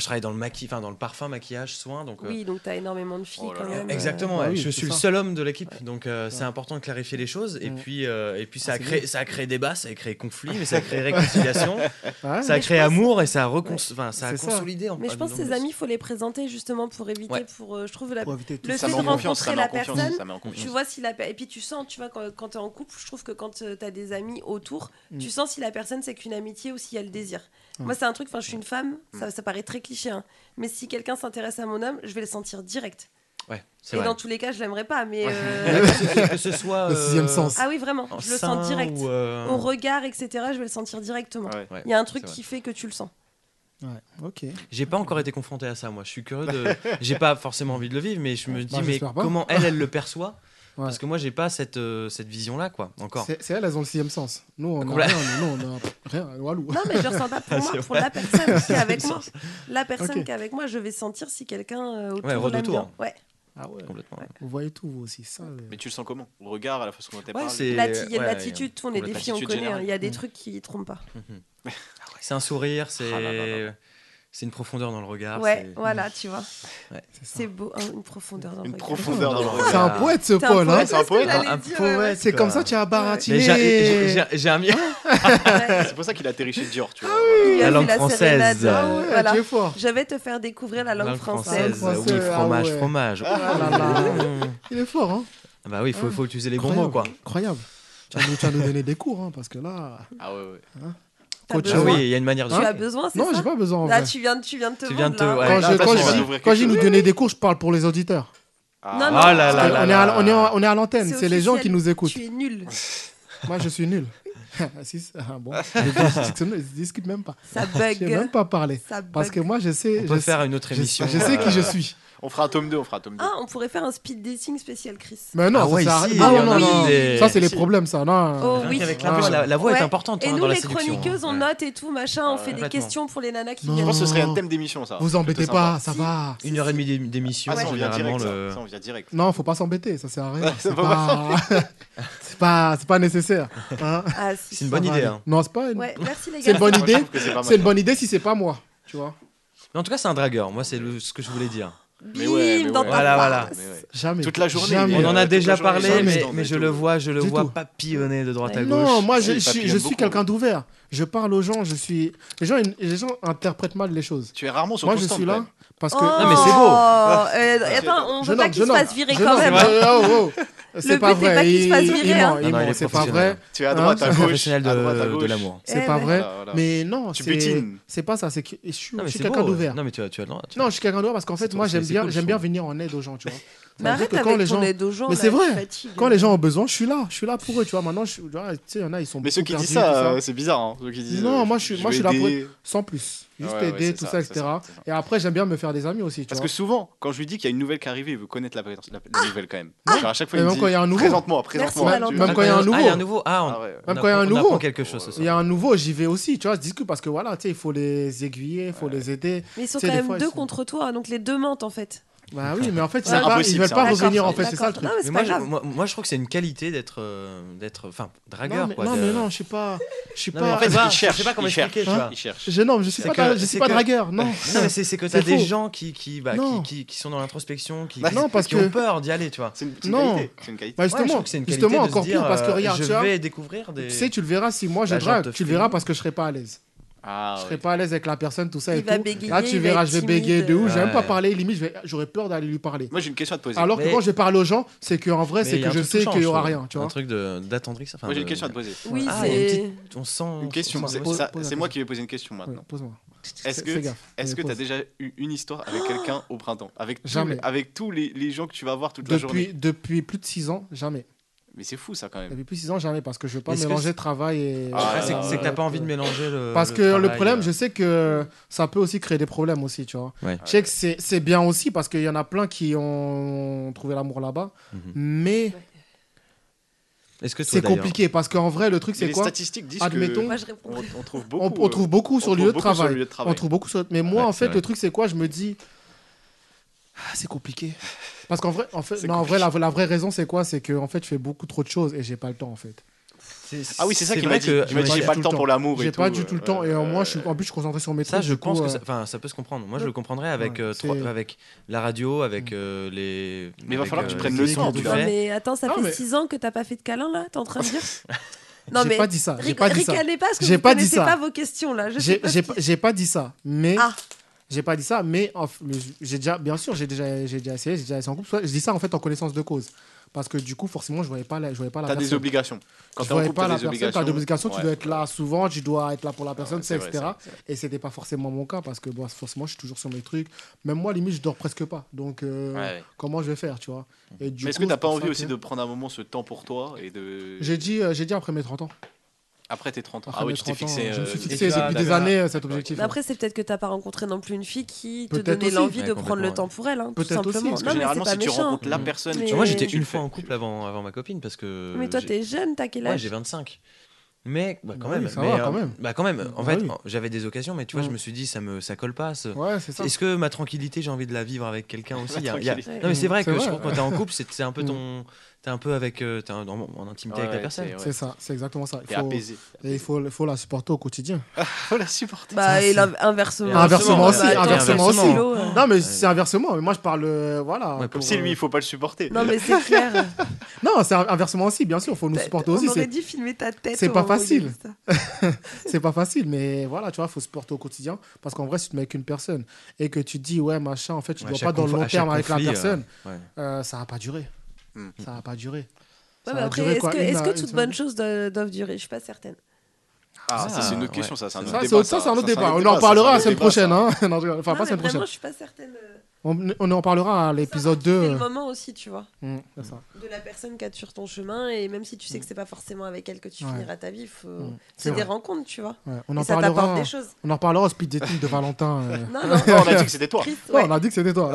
je travaille dans le maquis, enfin dans le parfum, maquillage, soin, donc. euh,
Oui, donc t'as énormément de filles
Oh là
quand
là.
même.
Exactement,
Ah
ouais,
oui,
je
c'est
suis le
ça.
seul homme de l'équipe,
Ouais.
donc euh, c'est
Ouais.
important de clarifier les choses. Et
Mm.
puis, euh, et puis ça,
Ah,
a
c'est
créé,
bien.
ça a créé débat, ça a créé conflit, mais
[laughs]
ça a créé réconciliation,
Ouais.
ça a
Mais je
créé
pense-
amour et ça a, recon- enfin, ça a
C'est ça.
consolidé. en-
Hein. Mais je pense que
dans-
ces amis, faut les présenter justement pour éviter,
Ouais.
pour euh, je trouve la.
Pour éviter tout
Le
ça.
Ça met
fait
en
de
confiance, ça
rencontrer
met en
la
confiance.
personne,
Ça met en
Tu
confiance.
vois si la per- et puis tu sens, tu vois quand, quand t'es en couple, je trouve que quand euh, t'as des amis autour,
Mm.
tu sens si la personne c'est qu'une amitié ou si elle désire.
Mm.
Moi c'est un truc, enfin je suis une femme,
Mm.
ça, ça paraît très cliché, hein, mais si quelqu'un s'intéresse à mon homme, je vais le sentir direct.
Ouais,
Et
c'est vrai.
dans tous les cas, je l'aimerais pas, mais
Ouais. [laughs]
euh,
que
[laughs]
ce soit
Le
euh,
sixième sens.
ah oui vraiment,
en
je le
sein
sens direct.
ou, euh,
Au regard, etc. Je vais le sentir directement.
Ouais.
ouais.
Il y a un truc
c'est vrai.
qui fait que tu le sens.
Ouais, ok.
J'ai pas encore été confronté à ça, moi. Je suis curieux
[laughs]
de. J'ai pas forcément envie de le vivre, mais je me
Bah,
dis, mais
j'espère pas.
comment elle, elle le perçoit
[laughs] Ouais.
Parce que moi, j'ai pas cette, euh, cette vision-là, quoi. Encore.
C'est c'est elles, elles ont le sixième sens. Nous, on
Complet-
a rien, nous, on a rien, walou.
Non, mais je le ressens pas pour moi,
Ah, C'est
pour la personne qui
[laughs]
est avec moi. La personne
Ok.
qui est avec moi, je vais sentir si quelqu'un euh, autour
Ouais, rôde
l'aime
autour.
bien. Ouais.
Ah ouais.
Complètement.
Vous voyez tout, vous aussi. Ça, euh,
Mais tu le sens comment Le regard, la façon dont elle
Ouais,
parle.
c'est- Et
L'atti- Il y a de
ouais,
l'attitude, on est des
complètement.
filles, on
L'attitude
connaît. hein.
générale.
Il y a des
Mm.
trucs qui
[laughs]
trompent pas.
Ah C'est un sourire, c'est.
Ah là là là.
C'est une profondeur dans le regard.
ouais,
Ah, c'est-
voilà,
[laughs]
tu vois.
c'est ça.
C'est beau, hein, une profondeur dans le
Une
regard.
profondeur
[laughs]
dans le
C'est
regard.
un poète, ce
T'es un
Paul. hein.
poète,
c'est un
c'est ce que
poète.
j'allais
Un
dire,
poète.
ouais,
C'est
quoi.
comme ça, tu as
Mais
baratiner.
j'ai- j'ai- j'ai- J'ai un mien. Ah
ouais.
[laughs] C'est pour ça qu'il a atterri chez Dior, tu vois.
Il a
La
vu
langue
sérénade,
française.
euh,
Ah ouais,
voilà.
tu es fort.
Je vais te faire découvrir la langue, française.
Langue
Oui,
française, ah
fromage,
ouais.
fromage.
Ah là là.
Mmh.
Il est fort, hein.
Bah oui, il faut,
Ah.
faut utiliser les bons mots, quoi.
Incroyable. Tu vas, nous, tu vas nous donner des cours, hein, parce que là. hein.
Ah ouais, ouais.
T'as
Coach, hein.
Ah
besoin,
oui, il y a une manière de.
Tu as besoin, c'est
Non, j'ai
ça
pas besoin. En
Là,
vrai.
tu viens, de- tu viens de te
Tu
vendre.
viens de te-
là.
ouais.
Quand
Ouais, là,
je,
là,
quand
tu vas
je-
ouvrir
quand
quelque
je dis nous
chose.
donner des cours, je parle pour les auditeurs.
Non, non.
Ah là là
Parce
là
qu'on est
là
à-
là.
on est en- on est à l'antenne, c'est les gens
officiel.
qui nous écoutent.
Tu es nul.
Moi, je suis nul. [laughs] Si, c'est- ah,
[laughs]
bon, je discute même pas.
Ça
Je sais
bug.
même pas parler.
Ça bug.
Parce que moi, je sais.
On
je
peut
sais-
faire une autre
je, sais-
émission.
je sais qui je
euh,
suis.
On fera un tome 2, on fera un tome 2.
Ah, on pourrait faire un speed dating spécial Chris.
Mais non,
Ah
ça
ouais,
sert à
ici,
rien. Ah
il y
ouais,
en
non,
a
non.
des-
Ça, c'est les
Si.
problètes, ça. Non.
Oh
Rien
oui.
qu'avec
Ah,
la voix, la, la voix
ouais.
est importante.
Et
hein,
nous,
dans la
les
séduction, hein.
chroniqueuses, on
Ouais.
note et tout, machin, on
Ouais,
fait des
complètement.
questions pour les nanas qui
Non.
Je
viennent.
pense que ce serait un thème d'émission, ça.
Vous embêtez
Plutôt
pas,
sympa.
ça
Si.
va.
Une heure et demie d'é- d'émission,
Ah, ça,
c'est
on vient
généralement
direct.
le.
Ça, Ça, on vient direct.
Non, faut pas s'embêter, ça sert à rien.
Ouais,
C'est
ça va
pas... [laughs] c'est pas... c'est pas nécessaire. hein.
Ah, si.
C'est une bonne
Ça va
idée.
aller.
hein.
Non, c'est pas une...
Ouais, merci les gars.
C'est une bonne
Moi, je
idée.
trouve que c'est pas
C'est une
mal.
bonne idée si c'est pas moi, tu vois.
Mais en tout cas, c'est un dragueur. Moi, c'est le- ce que je voulais dire.
Bim
Mais ouais, mais
dans
ouais.
ta
Voilà,
face.
voilà.
Mais ouais.
Jamais.
Toute la journée,
Jamais.
On en a
toute la
déjà
journée,
parlé,
jamais.
mais,
Jamais.
mais je le vois, je le
Du tout.
vois papillonner de droite à gauche.
Non, moi, je,
Il
je-
papillonne
je suis
beaucoup.
quelqu'un d'ouvert. Je parle aux gens, je suis. Les gens, les gens interprètent mal les choses.
Tu es rarement sur
Moi,
ton
je
stand,
suis
quand
là
même. Ah,
parce que.
mais c'est beau.
Euh, Oh, attends, on
Je
veut pas
nomme,
qu'il
je
se fasse
nomme,
virer
je
quand
nomme.
même.
Oh, oh, oh.
Le
C'est
but
pas
n'est pas
vrai.
qu'il se fasse
il-
virer,
il ment,
hein.
Non,
il
non, il
ment,
est
C'est pas
professionnel.
vrai.
Tu es à
Hein,
droite, à
c'est
C'est un
gauche.
professionnel
à
de,
droite, à
de
gauche.
l'amour.
Eh
C'est pas
ouais.
vrai.
Voilà, voilà.
Mais non,
Tu
c'est
butines.
c'est pas ça. C'est que je suis,
Non,
je
mais
suis
c'est
quelqu'un
beau, ouais.
d'ouvert.
Non, mais tu as, tu as le droit. tu
Non, je suis quelqu'un d'ouvert parce qu'en fait,
C'est
moi,
trop-
j'aime
c'est
bien,
cool, je
j'aime bien
trouve.
venir en aide aux gens, tu vois. Ça
Mais
veut dire
arrête
que quand les
avec ton
gens,
aide aux gens.
Mais
là,
c'est
je
vrai.
fatigue.
quand les gens ont besoin, je suis là, je suis là pour eux, tu vois. Maintenant, je suis- tu vois, tu sais, il y en a, ils sont.
Mais ceux qui
beaucoup
disent
perdus, tout
ça, euh, c'est bizarre. hein, ceux qui disent,
Non,
euh,
moi, je suis- moi,
vais
je suis là pour-
aider.
sans plus, juste
Ouais, ouais,
aider,
c'est
tout
ça,
ça,
c'est
etc.
ça, c'est ça.
Et après, j'aime bien me faire des amis aussi, tu
Parce
vois.
que souvent, quand je lui dis qu'il y a une nouvelle qui arrive, il veut connaître la, présent- la- la nouvelle quand même. Alors à chaque fois,
Et
il me
même
dit
quand il y a un nouveau.
Présente-moi,
Ah Merci,
présente-moi.
Valentin.
tu
vois.
vois.
Même quand il y a un nouveau.
Ah, il y a un nouveau. Ah, on,
Ah ouais, ouais.
Même quand il
on
y a un
apprend- on
nouveau.
apprend quelque chose ce
Il y
soir.
a un nouveau, j'y vais aussi, tu vois. Je discute parce que voilà, tu sais, il faut les aiguiller, il faut les aider.
Mais ils sont
Tu sais,
quand
des
même
fois, ils
deux
sont-
contre toi, hein, donc les deux mentent en fait.
Bah oui, mais en fait, ils
Ouais,
veulent pas- ils
impossible,
veulent
ça.
pas
D'accord,
revenir, en fait, c'est
d'accord.
ça le truc.
Non, mais
Mais
c'est
moi,
pas
je,
grave.
moi, moi, je trouve que c'est une qualité d'être, euh, d'être, enfin, dragueur.
Non, mais
quoi,
non,
de-
mais non, je suis pas. Je suis
Non, mais
pas.
en fait,
Il
bah,
cherche,
je sais pas comment
il cherche.
expliquer, tu vois.
Il cherche.
Je, non, je suis
C'est
pas,
que-
dra- je suis
c'est
pas
que-
dragueur, non.
Non, mais c'est c'est que
C'est
t'as des
faux.
gens qui, qui, bah,
Non.
qui, qui, qui sont dans l'introspection, qui,
Bah, non, parce
qui
que-
ont peur d'y aller, tu vois.
C'est une, c'est une
Non.
qualité. C'est une qualité.
Bah
Ouais, je
justement,
trouve que c'est une qualité
justement
de se
encore
dire,
pire parce que
euh,
regarde,
je
tu vois,
vais découvrir des. Bah,
tu sais, tu le verras si moi je
La
drague,
jante
tu le verras
féline.
parce que je serai pas à l'aise.
Ah,
Je
ouais.
serai pas à l'aise avec la personne, tout ça
Il
et
va
tout.
bégayer,
Là, tu
il va
verras,
être
je vais
timide.
bégayer de ouf, j'aime
Ouais.
pas parler, limite, je vais- j'aurais peur d'aller lui parler.
Moi, j'ai une question à te poser.
Alors que
Mais-
quand je parle aux gens, c'est que en vrai,
Mais
c'est
il y
que
a un
je
truc
sais
touchant,
qu'il y aura
je trouve.
rien, tu
Un
vois.
truc de- d'attendrissant. enfin,
Moi, j'ai une
de-
question à te poser.
Oui,
Ah, il y a une
c'est.
petite- On sent.
Une question.
pose-
C'est
pose-
ça-
pose la
c'est moi
question.
qui vais poser une question
Oui,
maintenant.
pose-moi.
Est-ce
Fais
que
gaffe.
est-ce que
Vas-y, pose.
t'as
Ah.
déjà eu une histoire avec quelqu'un au printemps Avec tous
Jamais.
les- Avec tous les les gens que tu vas voir toute la journée.
depuis, depuis plus de 6 ans, jamais.
Mais c'est fou, ça, quand même.
Depuis plus de 6 ans, jamais, parce que je veux pas
Est-ce que
mélanger
c'est-
travail et.
Ah,
Ah, c'est
là,
c'est que t'as pas envie de mélanger le.
Parce que le
travail,
problème,
euh,
je sais que ça peut aussi créer des problèmes aussi, tu vois.
Ouais.
Je sais que c'est c'est bien aussi parce qu'il y en a plein qui ont trouvé l'amour là-bas,
Mhm.
mais
Est-ce que toi,
c'est
d'ailleurs,
compliqué parce qu'en vrai, le truc,
Mais
c'est
Les
quoi
statistiques disent
Admettons.
Moi
que.
je réponds.
On on trouve
on,
beaucoup. euh,
on trouve beaucoup
on
sur le
trouve
lieu de
beaucoup sur le
travail.
lieu de travail.
On trouve beaucoup sur. Mais moi,
Ouais,
en
c'est
fait,
vrai.
le truc, c'est quoi Je me dis. Ah, c'est compliqué. Parce qu'en vrai, en fait,
C'est
non, en vrai, la, la vraie raison, c'est quoi C'est que en fait, je fais beaucoup trop de choses et j'ai pas le temps, en fait.
c'est-
Ah oui, c'est ça qui
vrai
m'a dit.
que-
Il m'a dit,
ouais,
j'ai pas
tout
le
le
temps
temps.
pour l'amour et
J'ai pas
tout,
du tout le
euh,
temps. Et
euh,
en moi, je suis, en plus, je suis concentré sur mes
Ça,
trucs,
je
du
pense
coup,
que
euh,
ça, enfin, ça peut se comprendre. Moi, je
ouais.
le comprendrais avec,
Ouais,
euh, trois-
c'est-
avec la radio, avec euh, les.
Mais il va
avec,
falloir que tu
euh,
prennes
les
le
émissions
temps,
que
tu
tu
Non,
vois.
fais.
mais attends, ça
Non,
fait
mais-
6 ans que t'as pas fait de câlin là T'es
[laughs]
en train de dire Non,
J'ai
mais.
pas dit ça. J'ai
ric-
pas dit ça.
Ricalez pas parce que
J'ai
vous
pas dit
connaissez
ça.
pas vos questions là. Je sais
J'ai
pas ce
j'ai
qui-
pas, j'ai pas dit ça, mais
Ah.
j'ai pas dit ça, mais en f- le- j'ai déjà, bien sûr, j'ai déjà, j'ai déjà essayé, j'ai déjà essayé en couple. Soit- Je dis ça en fait en connaissance de cause, parce que du coup, forcément, je voyais pas la, je voyais pas la
T'as des
personne.
obligations. Quand
je
t'es en
voyais
couple,
pas la
t'as des
personne,
obligations.
t'as des obligations, tu
Ouais.
dois être là souvent, tu dois être là pour la personne,
c'est
c'est-
vrai,
etc.
c'est
Et c'était pas forcément mon cas parce que bon, forcément, je suis toujours sur mes trucs. Même moi, limite, je dors presque pas. Donc, euh,
Ouais.
comment je vais faire, tu vois Et du
Mais est-ce
coup,
que t'as
c'est
pas
pour
envie
ça
aussi
que-
de prendre un moment ce temps pour toi et de.
J'ai dit, euh, j'ai dit après mes 30 ans.
Après tes 30 ans.
Après
Ah oui,
mes
tu t'es
30 ans,
fixé.
Je me
euh,
suis
et
fixé
tu vas-
depuis des
t'as-
années euh, cet objectif.
Mais après, c'est peut-être que t'as pas rencontré non plus une fille qui te
Peut-être
donnait
aussi.
l'envie de
Ouais,
prendre le
complètement,
temps
ouais.
pour elle. hein, tout
Peut-être aussi.
simplement.
Parce
Parce
Non,
que
mais c'est
généralement,
pas
si tu
méchant.
rencontres la
Mmh.
personne.
Mais-
tu-
Moi,
Et-
j'étais
tu
une
le
fois
fais,
en
tu
couple
le
avant, avant ma copine parce que.
Mais, toi,
j'ai-
t'es jeune, t'as quel
Ouais,
âge
j'ai 25. Mais bah, quand
Bah oui,
même.
ça
mais,
va, quand
euh,
même.
Bah quand même. En
Bah
fait,
oui.
j'avais des occasions, mais tu vois, je
Mm.
me suis dit, ça me, ça colle pas. ce-
Ouais, c'est ça.
Est-ce que ma tranquillité, j'ai envie de la vivre avec quelqu'un
[laughs]
aussi Il y a- il y a-
tranquillité.
Non, mais c'est vrai
C'est
que je
vrai.
trouve que quand t'es en couple, c'est c'est un peu
Mm.
ton. T'es un peu avec. euh, T'es en, en- en intimité avec la
Ouais,
personne.
t'es- ouais.
C'est ça, c'est exactement ça. Il
T'es
faut,
apaisé. Ah,
et il faut, il faut la supporter au quotidien.
Faut la supporter.
Bah,
Ça, c'est-
et l'in- inversement.
Et
Inversement
Bah,
aussi,
attends,
inversement
sur
aussi.
l'eau, euh.
Non, mais c'est inversement. Mais moi, je parle. euh, voilà.
Ouais,
pour,
Comme si lui,
euh,
il faut pas le supporter.
Non, mais c'est clair.
[laughs] Non, c'est inversement aussi, bien sûr. Il faut nous supporter aussi.
On aurait
C'est
dû filmer ta tête.
c'est
au
pas
moment où il
facile.
dit ça.
[laughs] c'est pas facile, mais voilà, tu vois, il faut supporter au quotidien. Parce qu'en vrai, si tu te mets avec une personne et que tu te dis, ouais, machin, en fait, tu
Ouais,
ne dois
chaque
pas dans le
conf- à
long
chaque
terme avec la
conflit, euh,
personne,
ouais.
euh, ça va pas durer.
Mm.
Ça va pas durer.
Ouais,
Ça
mais
va
après,
durer,
est-ce
quoi,
que,
une
est-ce
à-
que
une
toutes
semaine.
bonnes choses do- doivent durer Je suis pas certaine.
Ah, ça, c'est une autre
Ah,
question, ça. C'est un
ouais.
autre
Ça,
débat.
c'est autre- ça, c'est un autre
c'est
débat. On
débat,
en
ça,
parlera
c'est un
la
autre
semaine
débat, ça.
prochaine. hein. Non, je rigole. Enfin,
non,
pas la
mais
semaine prochaine.
vraiment, je suis pas certaine. euh.
On, on en parlera à l'épisode 2.
C'est le
euh,
moment aussi, tu vois,
hmm, c'est ça.
de la personne qui a sur ton chemin. Et même si tu sais que c'est pas forcément avec elle que tu
Ouais.
finiras ta vie, faut-
Mm. C'est
c'est des
vrai.
rencontres, tu vois.
Ouais, on,
Et
en
ça t'apporte
parlera,
des choses.
on en parlera au speed dating de Valentin. euh.
[laughs] Non,
[laughs]
non,
Non, on a dit que c'était toi.
Chris,
Ouais,
ouais.
on a dit que c'était
[laughs]
toi.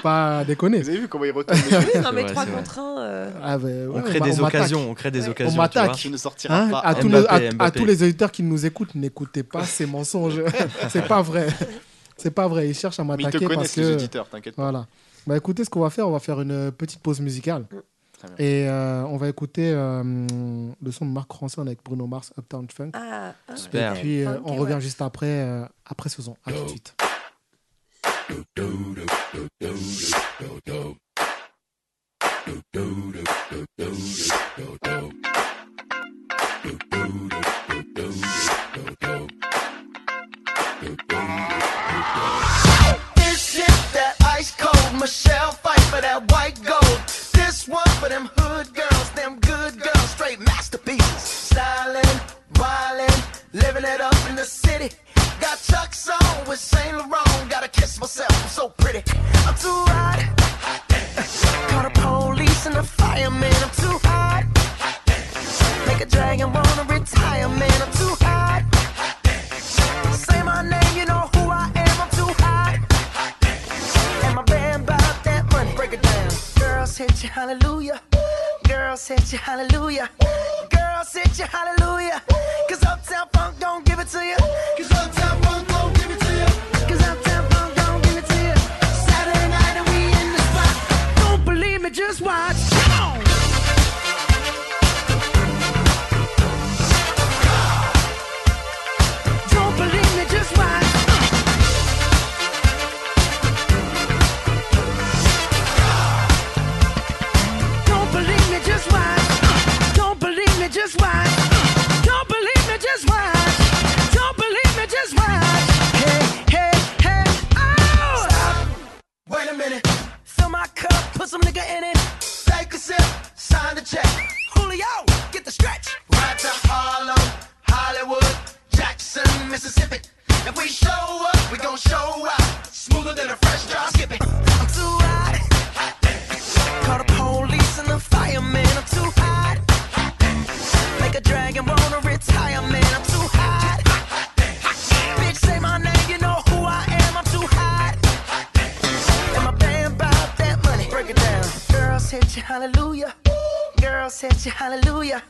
Pas déconner.
Vous avez vu comment il retourne les
Oui,
choses
non, mais
vrai,
3
c'est vrai.
contre 1.
Ah, bah, ouais,
On crée
bah,
des
m'attaque.
occasions, on crée des
Ouais.
occasions.
On
tu
m'attaque.
vois.
Tu ne sortiras
Hein,
pas.
à, tous
Mbappé,
nos- à- à
Mbappé.
tous les auditeurs qui nous écoutent, n'écoutez pas ces
[laughs]
mensonges. c'est pas vrai. C'est pas vrai. Ils cherchent à
Mais ils te
m'attaquer parce
connaissent, les
que.
auditeurs, t'inquiète pas.
Voilà. Bah écoutez, ce qu'on va faire, on va faire une euh, petite pause musicale.
Très bien.
Et euh, on va écouter euh, le son de Mark Ronson avec Bruno Mars, Uptown Funk.
Ah, ah,
Super.
Et puis euh,
Funky,
on revient
ouais.
juste après, euh, après ce son. À tout de suite.
This shit, that ice cold. Michelle fight for that white gold. This one for them hood girls, them good girls, straight masterpieces. Stylin', wildin', living it up in the city. Got Chuck's on with Saint Laurent. Gotta kiss myself, I'm so pretty. I'm too hot. Call the police and the fireman. I'm too hot. Make a dragon wanna retire, man. I'm too hot. Say my name, you know who I am. I'm too hot. And my band bought that money. Break it down. Girls hit you, hallelujah. Girls hit you, hallelujah. Girls hit you, hallelujah. Cause Uptown Funk don't give it to you. Cause Uptown Funk don't give it to you. Cause Uptown Funk don't give it to you. Saturday night and we in the spot. Don't believe me, just watch. Come on. Don't believe me, just watch. Don't believe me, just watch. Don't believe me, just watch. Don't believe me, just watch. Don't believe me, just watch. Hey, hey, hey, oh! Wait a minute. Fill my cup, put some nigga in it. Take a sip, sign the check. Julio, get the stretch. Right to Harlem, Hollywood, Jackson, Mississippi. If we show up, we gon' show out. Smoother than a fresh drop. Skip it. I'm too hot. Call the police and the fireman. I'm too hot. Make a dragon wanna retire, man. I'm too hot. Bitch, say my name, you know who I am. I'm too hot. And my band bought that money. Break it down. Girls hit you, hallelujah. Girls hit you, hallelujah.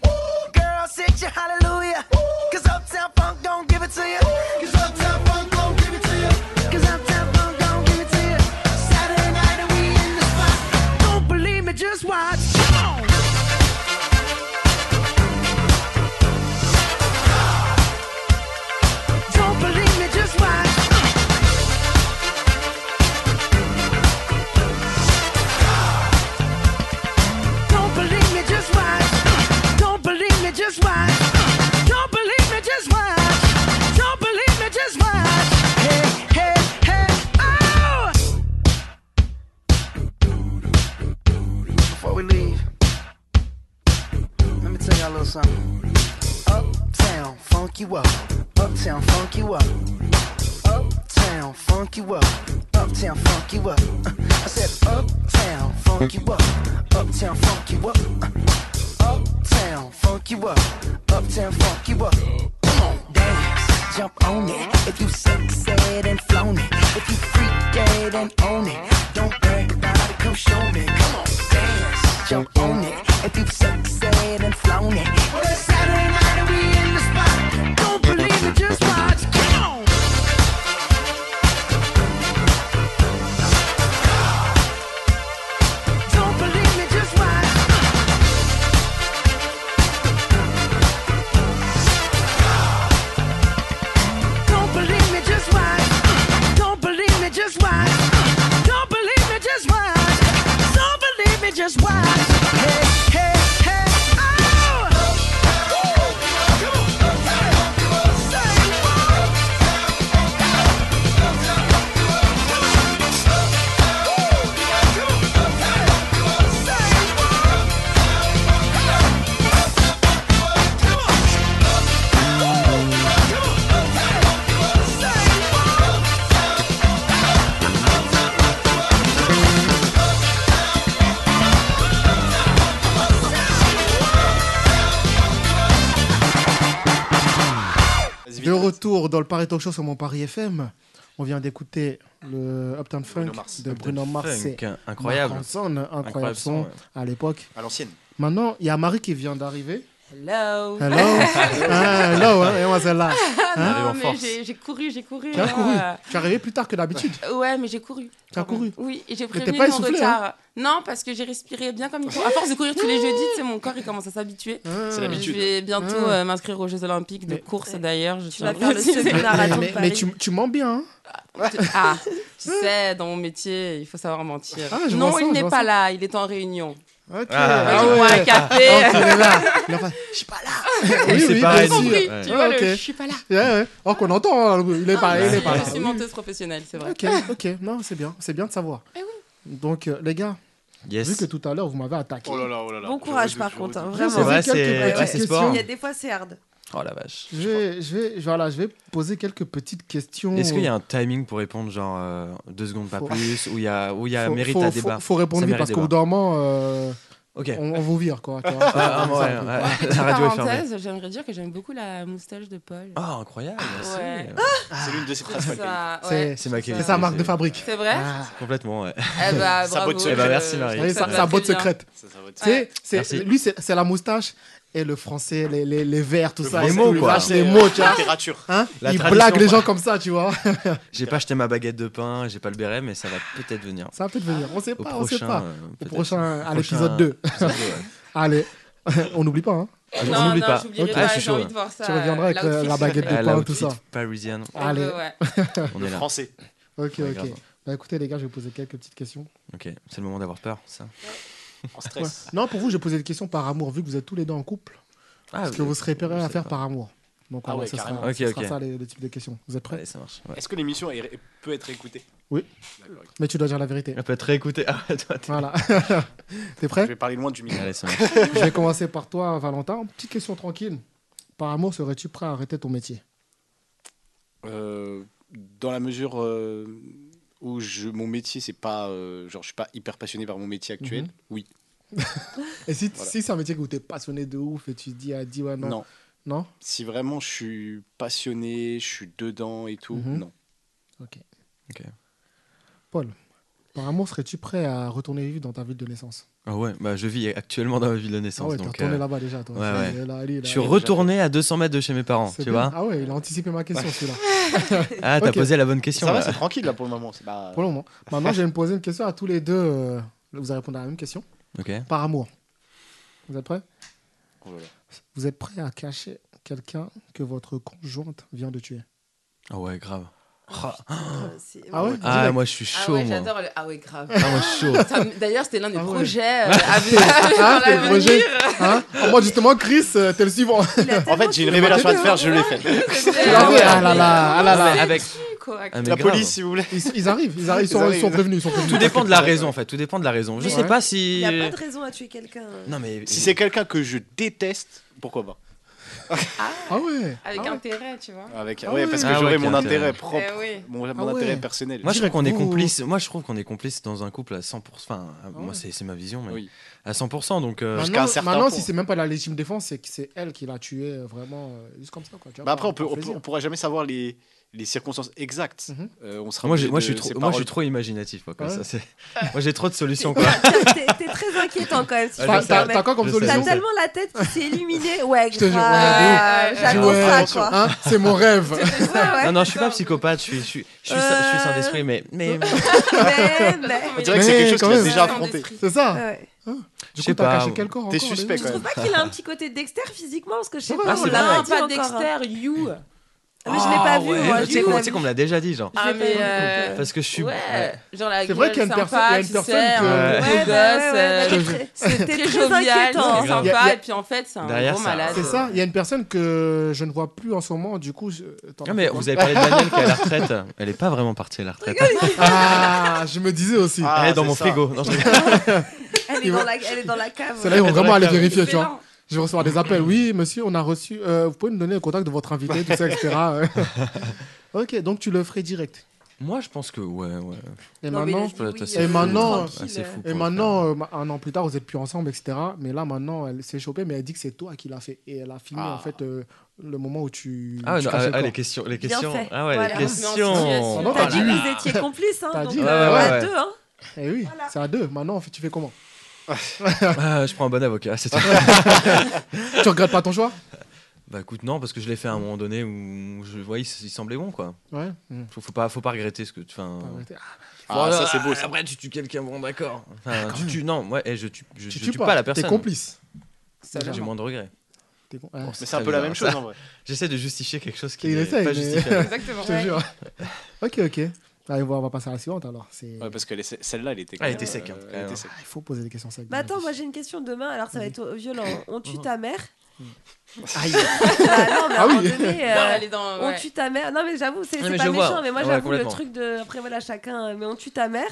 Girls hit you, hallelujah. Cause Uptown Funk don't give it to you. Cause Uptown Funk don't give it to you. Cause Uptown Funk don't give it to you. Saturday night and we in the spot. Don't believe me, just watch. Come on. Don't believe me, just watch. Don't believe me, just watch. Don't believe me, just watch. Don't believe me, just watch. Don't believe me, just watch. Hey, hey, hey, oh! Before we leave, let me tell y'all a little something. Uptown, funk you up. Uptown, funk you up. Uptown, funk you up. Uptown, funk you up. [laughs] Uh, I said, Uptown, funk you up. Uptown, funk you up. Uh, Uptown, funk you up. Uptown, funk you up. Come on, dance, jump on it. If you succeed and flown it. If you freak dead and own it. Don't brag about it, come show me. Come on, dance, jump on it. If you succeed and flown it. Well, it's Saturday night and we in the spot. Don't believe it, just watch. Come on. Don't believe me, just watch. Don't believe me, just watch. Don't believe me, just watch. Don't believe me, just watch. Don't believe me, just watch. Hey, hey, hey, oh! Say what?
retour dans le Paris Talk Show sur mon Paris FM. On vient d'écouter le Uptown Funk
Bruno Mars.
de Bruno Mars. et
Funk, incroyable.
Mark Ronson, incroyable,
Incroyable
son
son, ouais.
à l'époque.
À l'ancienne.
Maintenant, il y a Marie qui vient d'arriver.
[laughs]
Hello.
Hello, Ah, hello, hein, et moi celle-là. Hein
arrive en
Ah, non, mais
force.
j'ai- j'ai couru, j'ai couru.
Tu as
là.
couru. Tu es arrivé plus tard que d'habitude.
Ouais, mais j'ai couru.
Tu as couru.
Oui, et j'ai
t'es
prévenu
pas
mon
essoufflée, hein
retard. Non, parce que j'ai respiré bien comme il faut. À force de courir tous les jeudis, tu sais, mon corps il commence à s'habituer.
C'est
Ah.
la vie.
Je
Habitude.
vais bientôt
Ah.
euh, m'inscrire aux Jeux Olympiques de
Mais-
course d'ailleurs. Je
Tu
suis
vas
un peu
faire le
obsédée.
[laughs]
Mais,
semi-marathon de
mais-
Paris.
mais tu, tu mens bien. hein. [laughs]
Ah, tu sais, dans mon métier, il faut savoir mentir.
Ah, je
non,
vois ça,
il
je
n'est
vois
pas
ça.
là, il est en réunion.
Ok.
Ah,
Moi,
ah
je bois un café.
Ok, il est
[laughs]
là. Il a fait- Je suis pas là. Oui, oui,
pareil.
J'ai
bien sûr.
compris,
Ouais.
tu vois,
Ah, ok.
le, je suis pas là. Ah,
Ouais, ouais. Oh, qu'on entend, hein, il est pas, il est pas là.
Je suis menteuse professionnelle, c'est vrai.
Ok, ok, non, c'est bien, c'est bien de savoir.
Eh
Donc, euh, les gars, vu
Yes.
que tout à l'heure vous m'avez attaqué,
Oh là là, oh là là.
Bon
Je
courage
redouble,
par
je
contre, hein,
redouble.
vraiment.
C'est vrai,
Quelques
c'est
petites
ouais, c'est
questions.
sport.
Il y a des fois c'est hein. hard.
Oh la vache.
je vais, je, vais, voilà, je vais poser quelques petites questions.
Est-ce qu'il y a un timing pour répondre, genre euh, deux secondes pas
Faut-
plus, où il y a, où il y a
faut,
mérite
faut-
à
faut-
débat
Faut répondre
Ça
vite
mérite
parce qu'au bout
débat.
d'un moment, euh,
Ok.
on, on vous vire quoi. tu vois.
Ah, ouais,
Ça,
ouais,
ça,
ouais.
Moi, petite
La radio est fermée.
parenthèse, j'aimerais dire que j'aime beaucoup la moustache de Paul.
Ah, incroyable. Ah.
Ouais.
c'est-
C'est l'une de ses
C'est
principales qualités.
ça,
C'est-
ouais.
C'est ma qualité.
C'est sa marque de fabrique.
C'est vrai
Ah,
Complètement, ouais.
Eh
[laughs]
bah,
Sa
bravo.
botte
Eh
secrète.
ben,
je-
merci,
vous
Marie.
voyez,
Ça
sa,
me
sa
va
botte
très bien.
secrète.
Ça, ça va être-
Tu sais, c'est-
Merci.
lui, c'est c'est la moustache et le français, les, les, les verts, tout
Le
ça.
français,
et
mots,
il
quoi.
lâche les mots, tu vois.
Littérature.
Hein
La
il
tradition,
blague les
quoi.
gens comme ça, tu vois. [laughs]
J'ai pas acheté ma baguette de pain, j'ai pas le béret, mais ça va peut-être venir.
Ça peut devenir, on sait
Au
pas, on sait
prochain.
pas.
euh,
Au
peut-être.
prochain, à
Prochain-
l'épisode 2.
épisode
[laughs]
deux, ouais.
[laughs] Allez, on n'oublie pas, hein.
Ah,
Non,
on n'oublie
non,
pas.
j'oublierai
Ok.
pas,
Ah, je suis
j'ai
chaud,
envie
ouais.
de voir ça.
Tu reviendras avec euh,
l'outfit.
la baguette de
Ah, la
pain, tout ça.
outfit Parisienne.
Allez,
Ouais.
On
Le
est là.
français.
ok,
Ouais,
ok.
grave.
Bah écoutez, les gars, je vais vous poser quelques petites questions.
Ok, c'est le moment d'avoir peur, ça.
En
Ouais.
stress.
Non, pour vous, je vais poser des questions par amour, vu que vous êtes tous les deux en couple.
Ah,
Parce que vous serez repérés
je
à
sais
faire
pas.
par amour. Donc,
Ah
on-
ouais,
ce sera,
carrément.
Ok,
ce sera
ok.
ça les- le type de questions. Vous êtes prêts
Allez, ça marche. ouais.
Est-ce que l'émission est- peut être écoutée
Oui.
D'accord.
Mais tu dois dire la vérité.
On peut être réécouté. Ah, ouais, toi, t'es- [laughs]
Voilà. T'es
Je
prêt
vais parler loin du micro.
Allez, ça marche.
Je vais commencer par toi, Valentin. Petite question tranquille. Par amour, serais-tu prêt à arrêter ton métier
Euh, dans la mesure euh, où je, mon métier, c'est pas. euh, genre, je suis pas hyper passionné par mon métier actuel.
Mhm.
Oui.
Et si,
Voilà.
si c'est un métier où t'es passionné de ouf et tu te dis, ah, dis ouais, non.
Non.
Non,
Si vraiment je suis passionné, je suis dedans et tout,
Mhm.
non.
Ok.
Ok.
Paul, par amour, serais-tu prêt à retourner vivre dans ta ville de naissance
Ah ouais, bah, je vis actuellement dans ma ville de
Ah
naissance.
ouais, t'es
donc,
retourné
euh,
là-bas déjà, toi.
ouais,
Ça y
ouais.
est, là, allez, là,
je suis
allez.
retourné à 200 mètres de chez mes parents,
C'est
tu
bien.
vois.
Ah ouais, il a anticipé ma
[laughs]
question, celui-là.
Ah, t'as
Ok.
posé la bonne question.
Ça va,
là.
c'est tranquille là pour le moment. C'est pas.
Pour le moment. Maintenant, je vais me poser une question à tous les deux. euh, Vous allez répondre à la même question.
Ok.
Par amour. Vous êtes prêts
Oh là là.
Vous êtes prêts à cacher quelqu'un que votre conjointe vient de tuer
Ah ouais, grave.
Euh, c'est-
Ah ouais
Ah,
Direct.
moi, je suis
Ah
chaud,
ouais,
moi.
j'adore le. Ah ouais, grave.
Ah, moi, je suis chaud.
[laughs] Ça me- D'ailleurs, c'était l'un des
Ah ouais.
projets euh, à venir.
[laughs] Ah,
dans
t'es le
l'avenir.
projet hein En mode, justement, Chris, euh, t'es le suivant.
Il a
En fait,
tellement
j'ai une
fait-
révélation à te faire, je l'ai faite.
C'était-
Ah,
Ah ouais.
là là, ah là là.
Avec
Quoi.
Ah, mais
La
grave.
police, si vous voulez.
Ils, ils arrivent, ils arrivent, ils sont,
Ils
ils
arrivent.
sont prévenus. Ils sont prévenus.
Tout dépend de la raison, en fait. Tout dépend de la raison. Je
Ouais.
sais pas si.
Il a pas de raison à tuer quelqu'un.
Non, mais.
Si c'est quelqu'un que je déteste, pourquoi pas
Ah ouais.
Avec
Ah ouais.
intérêt, tu vois.
Avec,
Ah
ouais,
oui.
parce que
Ah
j'aurais
ouais,
mon
carrément.
intérêt propre,
Eh oui.
mon, mon
Ah ouais.
intérêt personnel.
Moi je trouve
Direct,
qu'on est
vous-
complice. Moi je trouve qu'on est complice dans un couple à 100%. Enfin, à- moi
Ah ouais.
c'est c'est ma vision, mais
Oui.
à 100%. Donc euh,
Jusqu'à
Maintenant,
un certain
maintenant,
point.
si c'est même pas la légitime défense, c'est que c'est elle qui l'a tué euh, vraiment euh, juste comme ça. Quoi. Tu vois,
Bah après, on
par- par
ne
plaisir.
pourra jamais savoir les, les circonstances exactes.
Mhm.
Euh, on sera
moi, j'ai-
obligé
moi,
de
je suis trop,
ces
moi je
paroles.
suis trop imaginatif. Quoi, comme
Ah Ouais.
ça, c'est-
[laughs]
moi j'ai trop de solutions. Quoi.
T'es- t'es- T'es très inquiétant quand même. Si je
Enfin,
peux me
T'as
permettre.
t'as quoi comme
Je sais.
T'as
solution
T'as
tellement la tête qui s'est [laughs] illuminée. Ouais,
te jure,
grave.
ouais, de ouf.
J'adore
Ouais.
Euh, ça, quoi.
Hein C'est mon rêve.
Ouais, ouais. Euh.
non, non, je suis pas psychopathe, je suis, je suis, je suis, sa- je suis sain d'esprit, mais, mais
Mais- mais-
On dirait que c'est
Mais
quelque chose
quand
qu'il a
même.
déjà
Sans
affronté.
d'esprit.
C'est ça. Hein.
ouais.
Du
Je
coup,
sais
t'as
pas,
caché
vous-
quel corps encore
T'es
les
suspect
gars
quand
Je trouve
même.
[laughs] pas qu'il a un petit côté Dexter physiquement parce que je sais
Ouais,
pas,
c'est
on l'a
vrai.
pas
Non,
dit
pas
encore, hein.
Dexter, you.
Mais je l'ai pas vu,
Ah ouais,
moi.
tu
je
sais
l'ai
qu'on
pas
tu sais
vu.
qu'on me l'a déjà dit, genre.
Ah,
Je l'ai
mais.
pas vu,
euh,
Parce que je suis.
Ouais, genre la
C'est vrai qu'il y a une
gueule
personne- il y a
sympa,
une
tu
personne
sais,
que-
un
Ouais,
beau gosse, euh,
[laughs]
ouais, ouais,
je-
ouais, ouais.
C'est
très
très jovial,
inquiétant.
c'est
Grave.
Y a- y a-
sympa, et puis en fait, c'est un
Derrière,
gros
ça-
malade.
C'est ça, il y a une personne que je ne vois plus en ce moment, du coup. je- t'en as
Non, Ah, mais
fait quoi
vous avez parlé de Daniel
[laughs]
qui est à la retraite. Elle est pas vraiment partie à la retraite.
Ah, je me disais aussi.
Ah,
elle est dans
c'est
mon
ça.
frigo. Non, je rigole.
[laughs] Elle est dans la- elle est dans la cave.
C'est là où
Elle est
vraiment
dans la
aller
cave.
vérifier, tu vois.
Excellent.
Je vais recevoir des appels. Oui, monsieur, on a reçu. euh, vous pouvez nous donner le contact de votre invité, tout ça, etc.
[laughs]
[laughs] ok, donc tu le ferais direct.
Moi, je pense que. Ouais, ouais.
Et
Non, mais
maintenant,
laisse- Oui,
Peut-être
oui,
assez
et
fou,
maintenant-
ouais. Assez fou
et
pour
maintenant euh, ma- un an plus tard, vous êtes plus ensemble, etc. Mais là, maintenant, elle s'est chopée, mais elle dit que c'est toi qui l'as fait. Et elle a filmé,
Ah.
en fait, euh, le moment où tu.
Ah,
tu
non,
caches
ah,
le
ah,
corps.
les questions, les
Bien
questions.
fait.
Ah ouais,
Voilà.
les questions.
Ah
non,
T'as
t'as
dit
dit.
vous étiez complices, hein
T'as
donc,
dit.
euh,
Ouais, ouais,
à
ouais.
deux, hein
Eh oui,
Voilà.
c'est à deux. Maintenant, en fait, tu fais comment [laughs]
Ah, je prends un bon avocat, c'est tout.
Tu regrettes pas ton choix
bah écoute, non, parce que je l'ai fait à un moment donné où je voyais, il, il semblait bon, quoi.
Ouais. Mmh.
Faut, faut pas, faut pas regretter ce que. Enfin,
Pas regretter.
Ah, ça c'est beau ça.
Après, tu tues quelqu'un, bon, d'accord. Enfin,
quand
tu
même.
tues, non, ouais, et je tue, je,
Tu
je
tues
tue
pas,
pas, la personne.
T'es complice. Ça,
J'ai
j'avoue.
moins de regrets.
T'es con- ouais.
Mais c'est un
très
peu la
bizarre,
même chose en vrai.
[laughs] J'essaie de justifier quelque chose qui
Il
n'est
essaie,
pas
mais-
justifiable.
Exactement.
[laughs] Je te jure. ok, ok. Allez, on va- on va passer à la suivante alors. C'est-
Ouais, parce que les- celle-là, elle était.
Elle était sec, hein.
euh, elle était sec.
Ah, il faut poser des questions ça.
Bah attends, moi j'ai une question demain, alors ça va être violent. On
Mmh.
tue ta mère
Aïe.
[laughs] Bah non, mais à
Ah
un
oui.
moment donné, euh,
Ouais, Bah, elle est dans-
on
ouais.
tue ta mère. Non mais j'avoue, c'est
Ah,
c'est
mais
pas
je vois.
méchant, mais moi
Ouais,
j'avoue le
complètement.
truc de... Après voilà, chacun, euh, mais on tue ta mère,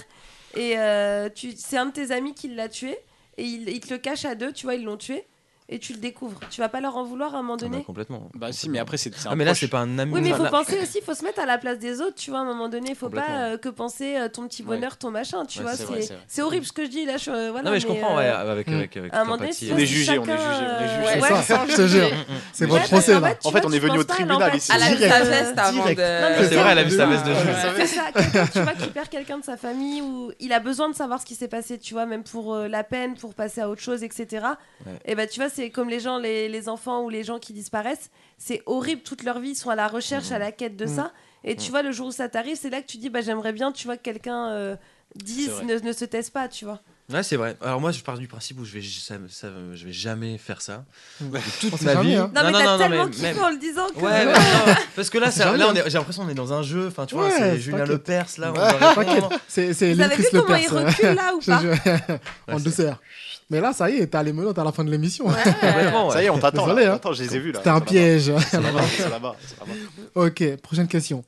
et euh, tu... c'est un de tes amis qui l'a tué, et il... il te le cache à deux, tu vois, ils l'ont tué, et tu le découvres. Tu vas pas leur en vouloir à un moment
Ah, bah,
donné
complètement.
Bah si, mais après, c'est c'est un.
Ah, mais là,
proche.
c'est pas un ami.
Oui, mais il faut
Là-
penser aussi, il faut se mettre à la place des autres, tu vois, à un moment donné, il faut
Complètement.
pas euh, que penser euh, ton petit
Ouais.
bonheur, ton machin, tu
Ouais,
vois,
c'est vrai,
c'est
c'est vrai.
c'est horrible ce que je dis, là, je, euh, voilà,
Non, mais je comprends,
euh,
ouais, avec,
hmm.
avec, avec
à un moment donné,
empathie.
si
On est
si
jugé, on est
chacun,
jugé, on est
euh,
jugé.
Ouais,
C'est ça,
sans
je te
juger.
jure. C'est
Ouais,
votre
parce
procès
qu'en
là.
tu
En fait,
vois,
on
tu
est venu
penses
au
pas à
tribunal
l'empathie.
ici.
Elle a vu
Direct.
sa veste avant
Direct.
Non, mais
de.
c'est vrai, elle a vu sa
Ouais.
veste de
Ouais.
juge.
C'est ça, quelqu'un, tu vois, qui perd quelqu'un de sa famille ou il a besoin de savoir ce qui s'est passé, tu vois, même pour euh, la peine, pour passer à autre chose, etc.
Ouais.
Et ben tu vois, c'est comme les gens, les, les enfants ou les gens qui disparaissent, c'est horrible, toute leur vie, ils sont à la recherche, à la quête de
Mhm.
ça. Et tu vois, le jour où ça t'arrive, c'est là que tu dis, bah j'aimerais bien, tu vois, que quelqu'un euh, dise,
C'est vrai.
ne, ne se teste pas, tu vois.
Ouais, c'est vrai. Alors moi, je pars du principe où je vais, ça, ça- je vais jamais faire ça. De
On
toute
sait
ma
jamais,
vie.
hein.
Non, mais t'as tellement kiffé
même-
en le disant que.
Ouais, ouais, non, [laughs] parce que là,
sait
ça-
jamais,
là, on
hein.
est- j'ai l'impression qu'on est dans un jeu. Enfin, tu vois,
Ouais,
c'est
c'est
Julien
t'inquiète.
Lepers là. On va
T'inquiète,
répondre.
c'est c'est
Vous avez vu
Lepris le
comment il
perse. [laughs]
recule là
[laughs]
ou
Je
pas
Oh,
jure. en
c'est-
douceur. Mais là, ça y est, t'as les menottes à la fin de l'émission. [laughs]
Complètement, ouais.
Ça y est, on t'attend.
Désolé,
là.
hein.
Attends, je les ai vus là.
C'était un
C'est
piège.
là-bas, C'est là-bas, c'est là-bas, c'est là-bas.
ok, prochaine question.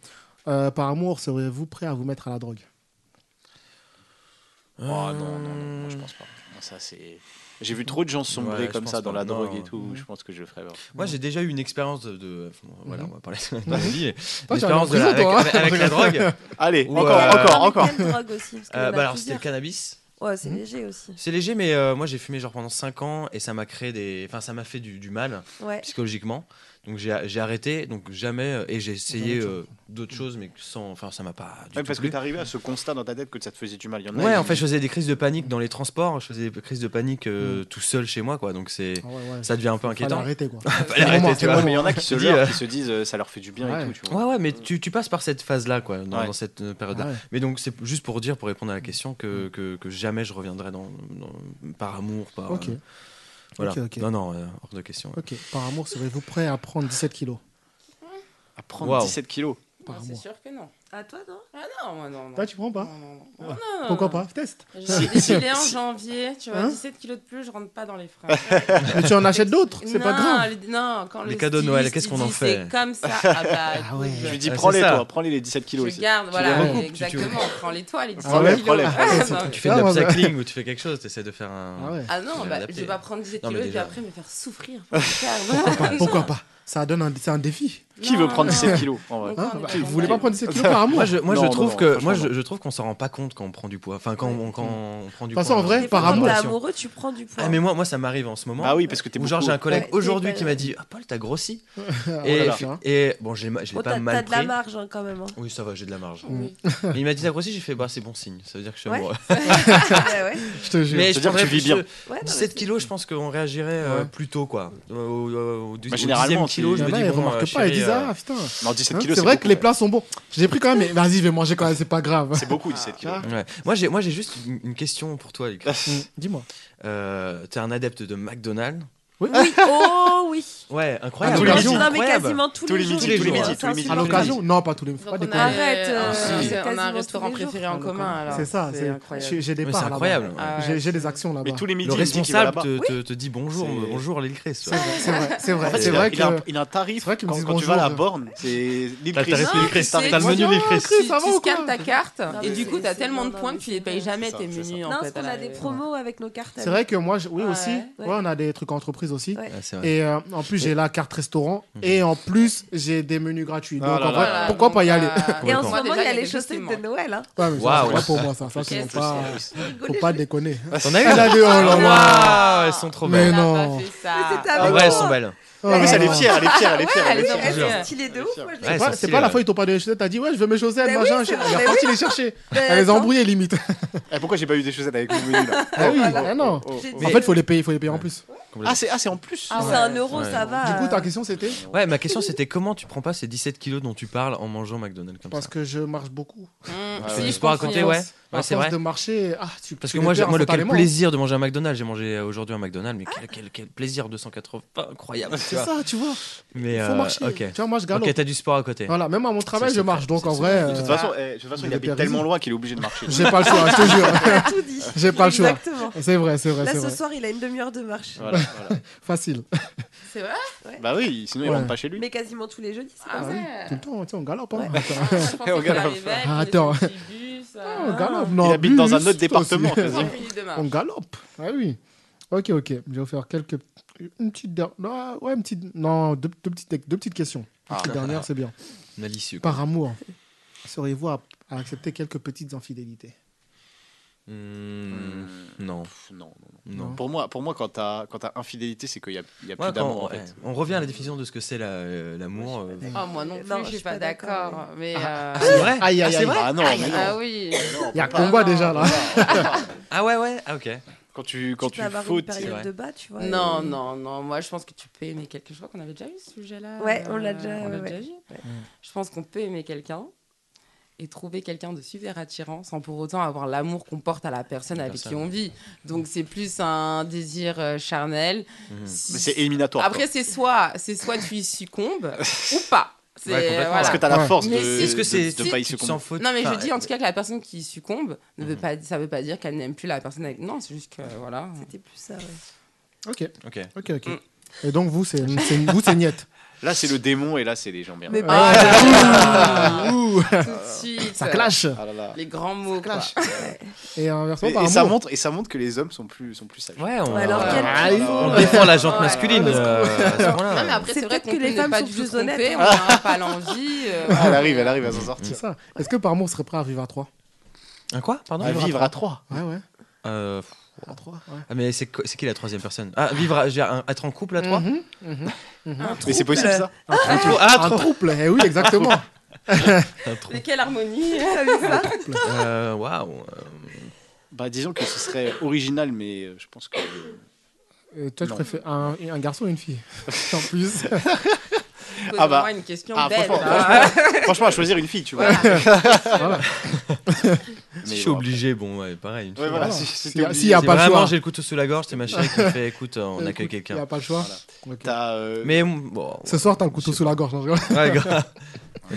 Euh, par amour, seriez-vous prêt à vous mettre à la drogue
Oh non, non, non, moi, je pense pas. Non, ça, c'est. J'ai vu trop de gens sombrer
Ouais, je
comme ça
pense
dans
pas.
la
Non.
drogue et tout. Je pense que je le ferai. alors.
Moi, j'ai déjà eu une expérience de. de- enfin, voilà, on va parler de la vie.
Toi, tu
Une
vas aller en
expérience de la-
prison, toi,
avec, avec la [laughs] drogue.
[laughs] Allez,
Ou,
encore,
euh,
encore,
Mais
encore.
quelle drogue aussi parce qu'il y en
Euh,
a
bah, alors, c'était
plusieurs.
le cannabis.
Ouais,
Mmh.
c'est léger aussi.
C'est léger, mais euh, moi, j'ai fumé genre pendant 5 ans et ça m'a créé des. Enfin, ça m'a fait du, du mal
Ouais.
psychologiquement. Donc, j'ai j'ai arrêté. Donc, jamais. euh, Et j'ai essayé
Jamais de
euh, d'autres choses, mais sans. Enfin, ça m'a pas du
Ouais,
tout
parce que
plu.
t'es arrivé à ce constat dans ta tête que ça te faisait du mal. Il y en a.
Ouais,
ils- Mm.
en fait, je faisais des crises de panique dans les transports, je faisais des crises de panique euh, tout seul chez moi, quoi. Donc c'est,
Ah ouais, ouais.
ça devient un peu
Fallait
inquiétant.
arrêter
[laughs]
quoi.
Fallait arrêter,
Vraiment,
tu
Ouais,
vois.
mais il y en a qui se
Je [laughs] dis,
leurrent,
euh,
qui se disent euh, ça leur fait du bien et
Ouais.
tout. Tu vois.
Ouais, ouais, mais tu, tu passes par cette phase-là, quoi, dans,
Ouais.
dans cette euh,
Ah
période-là.
ouais. Mm.
Mais donc, c'est juste pour dire, pour répondre à la question,
Mm.
que, que, que jamais je reviendrai dans, dans- par amour, par.
Ok.
euh, voilà.
Ok, ok.
Non, non, euh, hors de question.
Ok, par amour, seriez-vous prêt à prendre 17 kilos
À prendre
Waouh.
17 kilos.
par
[laughs]
Non, C'est
mois.
sûr que non.
À toi, non
Ah non, moi non. non.
Toi, tu prends pas
Non, non, non.
Ouais.
Non, non,
Pourquoi
non.
pas Test.
J'ai
[laughs]
[laughs]
défilé en janvier, tu vois,
Hein
17 kilos de plus, je rentre pas dans les frais.
[laughs] Mais tu en achètes d'autres, c'est pas
Non,
grave.
les- non, quand
Les
le
cadeaux de Noël,
styliste,
qu'est-ce
il
qu'on en
dit,
fait
C'est
[laughs]
comme ça. Ah bah,
Ah ouais.
écoute,
Je
je-
lui dis
Ah, c'est
prends-les
ça.
toi, prends-les les 17 kilos
Je
aussi.
garde, voilà,
les recoupes, tu-
exactement. Prends les toiles, les 17
Prends-les,
kilos.
prends-les,
[laughs]
Ah,
prends-les.
bah,
Tu fais
Ah,
de
ouais,
l'upcycling ou tu fais quelque chose, tu essaies de faire un.
Ah ouais.
Ah non,
J'ai
bah,
adapté.
je vais pas prendre 17
Non, mais
kilos et puis
déjà.
après me faire souffrir.
Pourquoi pas, pourquoi pas Ça donne un, c'est un défi.
Qui veut prendre 17 kilos en vrai
Hein Vous voulez pas prendre 17 kilos par amour
Moi, je, moi,
Non,
je
non,
trouve
non,
que, moi,
franchement,
je, je trouve qu'on s'en rend pas compte quand on prend du poids. Enfin, quand, on, quand on prend
De toute
du poids.
façon, en vrai,
Des
par
fois, quand
amour.
t'es amoureux, tu prends du poids.
Ah, mais moi, moi, ça m'arrive en ce moment.
Ah oui, parce que t'es
Ou genre j'ai un
beaucoup.
collègue
Ouais, t'es
aujourd'hui
pas-
qui m'a dit ah Paul t'as grossi
[laughs] Oh là
et,
là, hein.
et bon je l'ai ma- je l'ai
Oh,
pas
t'as, t'as
mal
de la
pris
marge hein, quand même. hein.
oui ça va j'ai de la marge
Oui.
Mais il
[laughs]
m'a dit t'as grossi j'ai fait bah c'est bon signe ça veut dire que je suis
[laughs] Ouais.
amoureux
Ouais, ouais.
[laughs] Je te jure.
Ça
mais je
veut dire que
prendrais
tu vis
plus
bien.
Ouais, non, mais
17 kilos je pense qu'on réagirait euh,
Ouais.
plus tôt quoi au, au, au, au
Bah, généralement,
10e kilo
Il
je
y
me
en a,
dis
ils
bon euh,
remarquent pas, ils
chérie,
disent
euh,
Ah putain.
Non, 17
Hein,
kilos,
C'est vrai
beaucoup,
que les
ouais.
plats sont bons. Je l'ai pris quand même, mais vas-y, je vais manger quand même, c'est pas grave.
C'est beaucoup 17
Ah,
kilos.
ouais. moi j'ai moi j'ai juste une, une question pour toi
[laughs]
Luc
Mm, Dis-moi.
euh, t'es un adepte de McDonald's
Oui, oh oui.
ouais
À
incroyable
l'occasion.
non, mais
incroyable.
quasiment tous,
Tous les
jours,
midis,
il
tous
faut,
les midis,
hein,
Ah,
c'est
tous les
un
midis.
À
sujet.
l'occasion,
l'occasion Non, pas tous les. Faut pas
on a,
déconner.
Arrête, euh,
un-
si.
on a
Quasiment
un
tous
restaurant
les jours.
préféré en commun. alors.
hein. C'est ça, c'est-
c'est
Ah,
j'ai-
incroyable.
J'ai des
Mais
parts.
c'est
là-bas.
incroyable
Ah ouais.
J'ai- J'ai des actions là-bas.
Mais tous les midis,
le
il dit qu'il va
responsable
là-bas.
te, te, te dit bonjour
C'est-
bonjour l'île Chris
C'est
Ah.
vrai, c'est vrai, c'est
En
vrai.
fait,
C'est
il a-
vrai
il a un-
que. euh,
il a un tarif.
c'est vrai qu'ils me
Quand
disent
quand tu vas à la
bonjour.
borne, c'est l'île
T'as le
Chris.
tarif l'île Chris,
c'est-
t'as le menu l'île Chris.
Tu,
Chris, Ah, ça
tu
va ou
scannes
quoi
ta carte
Non,
et
mais
du coup
c'est-
t'as
c'est
tellement de
bon,
points
non,
que tu les
mais
payes
c'est
jamais
ça,
tes
c'est
menus.
Non,
en
parce
fait,
qu'on
à
a
la-
des promos avec nos cartes.
C'est vrai que moi, je- oui
Ah
aussi.
ouais.
Ouais, on a des trucs entreprises aussi.
Ouais.
Ah, c'est vrai.
Et euh, euh, en plus, j'ai la carte restaurant et en plus, j'ai des menus gratuits.
Ah
Donc,
là
en
là
vrai,
là là.
pourquoi pas y aller
Et en
Complètement.
ce
Moi,
moment, il
déjà,
y a les
choses qui
chaussettes
me
de
manquent.
Noël. hein.
Ouais, mais ça,
Waouh.
c'est pas pour moi, ça. Ça, c'est
Qu'est-ce
pas... Faut
Rigolez,
pas
je-
déconner.
T'en as eu
Elle a des- oh là
Waouh,
là.
elles sont trop
Mais
belles.
Elle a
non.
pas fait ça.
Mais c'était
Ah
avant.
ouais, elles sont belles.
Oh là
En plus, elle
là.
est fière, elle est fière, elle est
Ouais,
fière.
elles
elle est
sont
fière.
belles.
Elle est stylée de ouf. moi, je l'ai-
Ouais,
C'est pas-
c'est
C'est
stylé,
pas la
ouais.
fois où ils t'ont pas donné les chaussettes, t'as dit ouais, je veux mes chaussettes,
Ben oui,
machin.
c'est
Il
vrai,
a
ben
parti les
[laughs]
chercher.
Ben,
Elle les a
attends.
embrouillées limite.
Eh, pourquoi j'ai pas eu des chaussettes avec le menu là
Ah oui,
Oh,
ah non.
oh, oh, oh.
En fait, faut les payer, faut les payer en plus.
Ah, c'est ah, c'est en plus
Ah,
Ouais.
c'est un euro,
Ouais.
ça va.
Du coup, ta question c'était
Ouais, ma question c'était comment tu prends pas ces 17 kilos dont tu parles en mangeant McDonald's comme
Parce
ça
que je marche beaucoup.
Ah
Mmh, si,
ouais.
Du
je
sport à
confirme.
côté, ouais.
À
Ouais, c'est
force
vrai.
de marcher, ah, tu.
Parce
tu
que moi,
les
j'ai-
perds
moi le quel
instantanément.
plaisir de manger un McDonald's. J'ai mangé euh, aujourd'hui un McDonald's, mais quel, quel, quel plaisir 280, incroyable. tu
C'est
vois.
ça, tu vois.
Mais
Faut
euh,
marcher.
ok,
Tu vois, moi je galope.
ok, t'as du sport à côté.
Voilà, même à mon travail,
C'est-
je
c'est-
marche. Donc
c'est-
en
c'est-
vrai,
De toute
euh,
façon, eh, de toute façon,
il
il
a
habite
bien
tellement loin qu'il est obligé de marcher.
j'ai pas le choix, je te
[laughs]
jure.
Il a tout dit.
J'ai pas le choix.
Exactement.
C'est vrai, c'est vrai,
Là,
c'est
ce
vrai.
soir, il a une demi-heure de marche.
Voilà, voilà.
[laughs] Facile.
C'est vrai
Bah oui, sinon il
Ouais.
rentre pas chez lui.
Mais quasiment tous les jeudis, c'est
Ah
comme ça.
ouais.
Tout le temps, tu sais, on galope. hein. Ah,
Ah, [laughs] je pensais
[laughs]
qu'il
Regarde,
arrivait,
enfin.
qu'il
Attends.
faisait son petit bus, euh,
Ah, on
ah.
galope, non.
Il habite dans un autre
bus, toi aussi.
département,
Trois
quasi.
minutes de marche.
On galope. Ah oui. Ok, ok. Je vais vous faire quelques. Une petite. der- Non, ouais, une petite. Non, deux, deux petites, deux petites questions.
Ah,
Une petite dernière, c'est bien.
Malicieux.
Par amour, seriez-vous à, à accepter quelques petites infidélités
Hmm,
Hmm,
non,
pff, Non, non, non.
non.
Pour moi, pour moi, quand t'as quand t'as infidélité, c'est qu'il y a, il y a
Ouais,
plus
quand-
d'amour en
ouais.
fait.
On revient à la définition de ce que c'est la- euh, l'amour. euh,
Ah, moi non
Non,
plus, je suis pas
d'accord,
d'accord. Mais.
Ah,
euh,
c'est vrai
Aïe, aïe,
Ah, c'est
aïe.
vrai
Ah non, mais
Ah
non.
oui.
Non,
Il y a
on peut
con-
combat
non.
déjà là.
[laughs]
pas.
Ah ouais, ouais, ah, ok.
Quand tu quand tu
tu peux avoir une
fautes,
c'est vrai.
période de bas, tu vois.
Non,
et-
non, non. Moi, je pense que tu peux aimer quelqu'un. Je crois qu'on avait déjà eu ce sujet-là.
Ouais,
euh,
on l'a déjà-
on l'a
ouais, ouais.
déjà eu.
Mm.
Je pense qu'on peut aimer quelqu'un et trouver quelqu'un de super attirant sans pour autant avoir l'amour qu'on porte à la personne
La
avec qui
personne.
on vit. Donc, c'est plus un désir euh, charnel.
Mhm.
mais c'est éliminatoire.
Après, c'est soit, c'est soit tu
[laughs]
y succombes ou pas. C'est-
Ouais, complètement.
Parce
voilà.
que t'as la
Ouais.
force de,
Mais si-
Est-ce que c'est
de, de pas y
tu te
succomber.
sens faute
Non, mais je
Enfin,
dis en tout cas que la personne qui y succombe ne veut
Mhm.
pas, ça veut pas dire qu'elle n'aime plus la personne avec. Non, c'est juste que euh, voilà.
C'était plus ça, ouais.
Ok,
Ok.
ok, ok.
Mm.
Et donc vous, c'est c'est- vous, c'est niette.
Là, c'est le démon et là, c'est les gens bien.
Mais
Ah,
[laughs]
bah,
là, là,
Ouh,
là, tout de suite.
ça clash.
Ah là là.
Les grands mots. quoi.
Et
Et,
inversement,
et
par
ça
amour.
montre et ça montre que les hommes sont plus sont plus sages.
Ouais, on,
Ouais, alors
on-
quel-
Ah, il
on
faut-
défend la jante
Ouais.
masculine
Ouais,
euh, à ce
Non, mais
moment-là.
après,
C'est
c'est vrai
peut-être
qu'on
que les
peut ne
femmes
pas
sont
du tout
plus
se tromper,
honnêtes. hein.
on n'a pas l'envie. euh,
Ah, [laughs] elle arrive, elle arrive à s'en
C'est
[laughs] sortir.
ça. Est-ce que par amour, on serait prêt à vivre à trois
Un quoi Pardon
À vivre à trois.
Ouais, ouais.
Euh,
À trois, ouais.
ah, mais c'est quoi- c'est qui la troisième personne Ah, vivre, à, j'ai un- être en couple à trois
Mhm,
[laughs]
mhm.
Mais c'est possible ça
Un trou- ah,
Un
trop
trouble, eh oui, exactement.
[laughs] Un trou.
Mais quelle harmonie
[laughs]
Euh, Waouh euh,
Bah disons que ce serait original, mais euh, je pense que
Euh, toi, tu
Non.
préfères un, un garçon ou une fille [laughs] En plus.
Ah
bah.
une question
Ah,
belle.
franchement,
Ah,
franchement à choisir une fille, tu vois.
[laughs] voilà.
Mais
Si je suis
bon,
obligé, bon, ouais, pareil. Une
Ouais,
fille.
voilà,
Voilà.
si- si
S'il
t'es
y a-
obligé,
s'il y a
Si
pas le
vraiment
choix.
j'ai le couteau sous la gorge, c'est ma chérie qui me fait écoute, euh, on
[laughs] Euh,
accueille
écoute, Il n'y
quelqu'un.
a pas le choix. Ok.
t'as, euh,
Mais mm, bon,
Ce soir, t'as le couteau sous la gorge. non, je rigole.
ouais, grave. Ma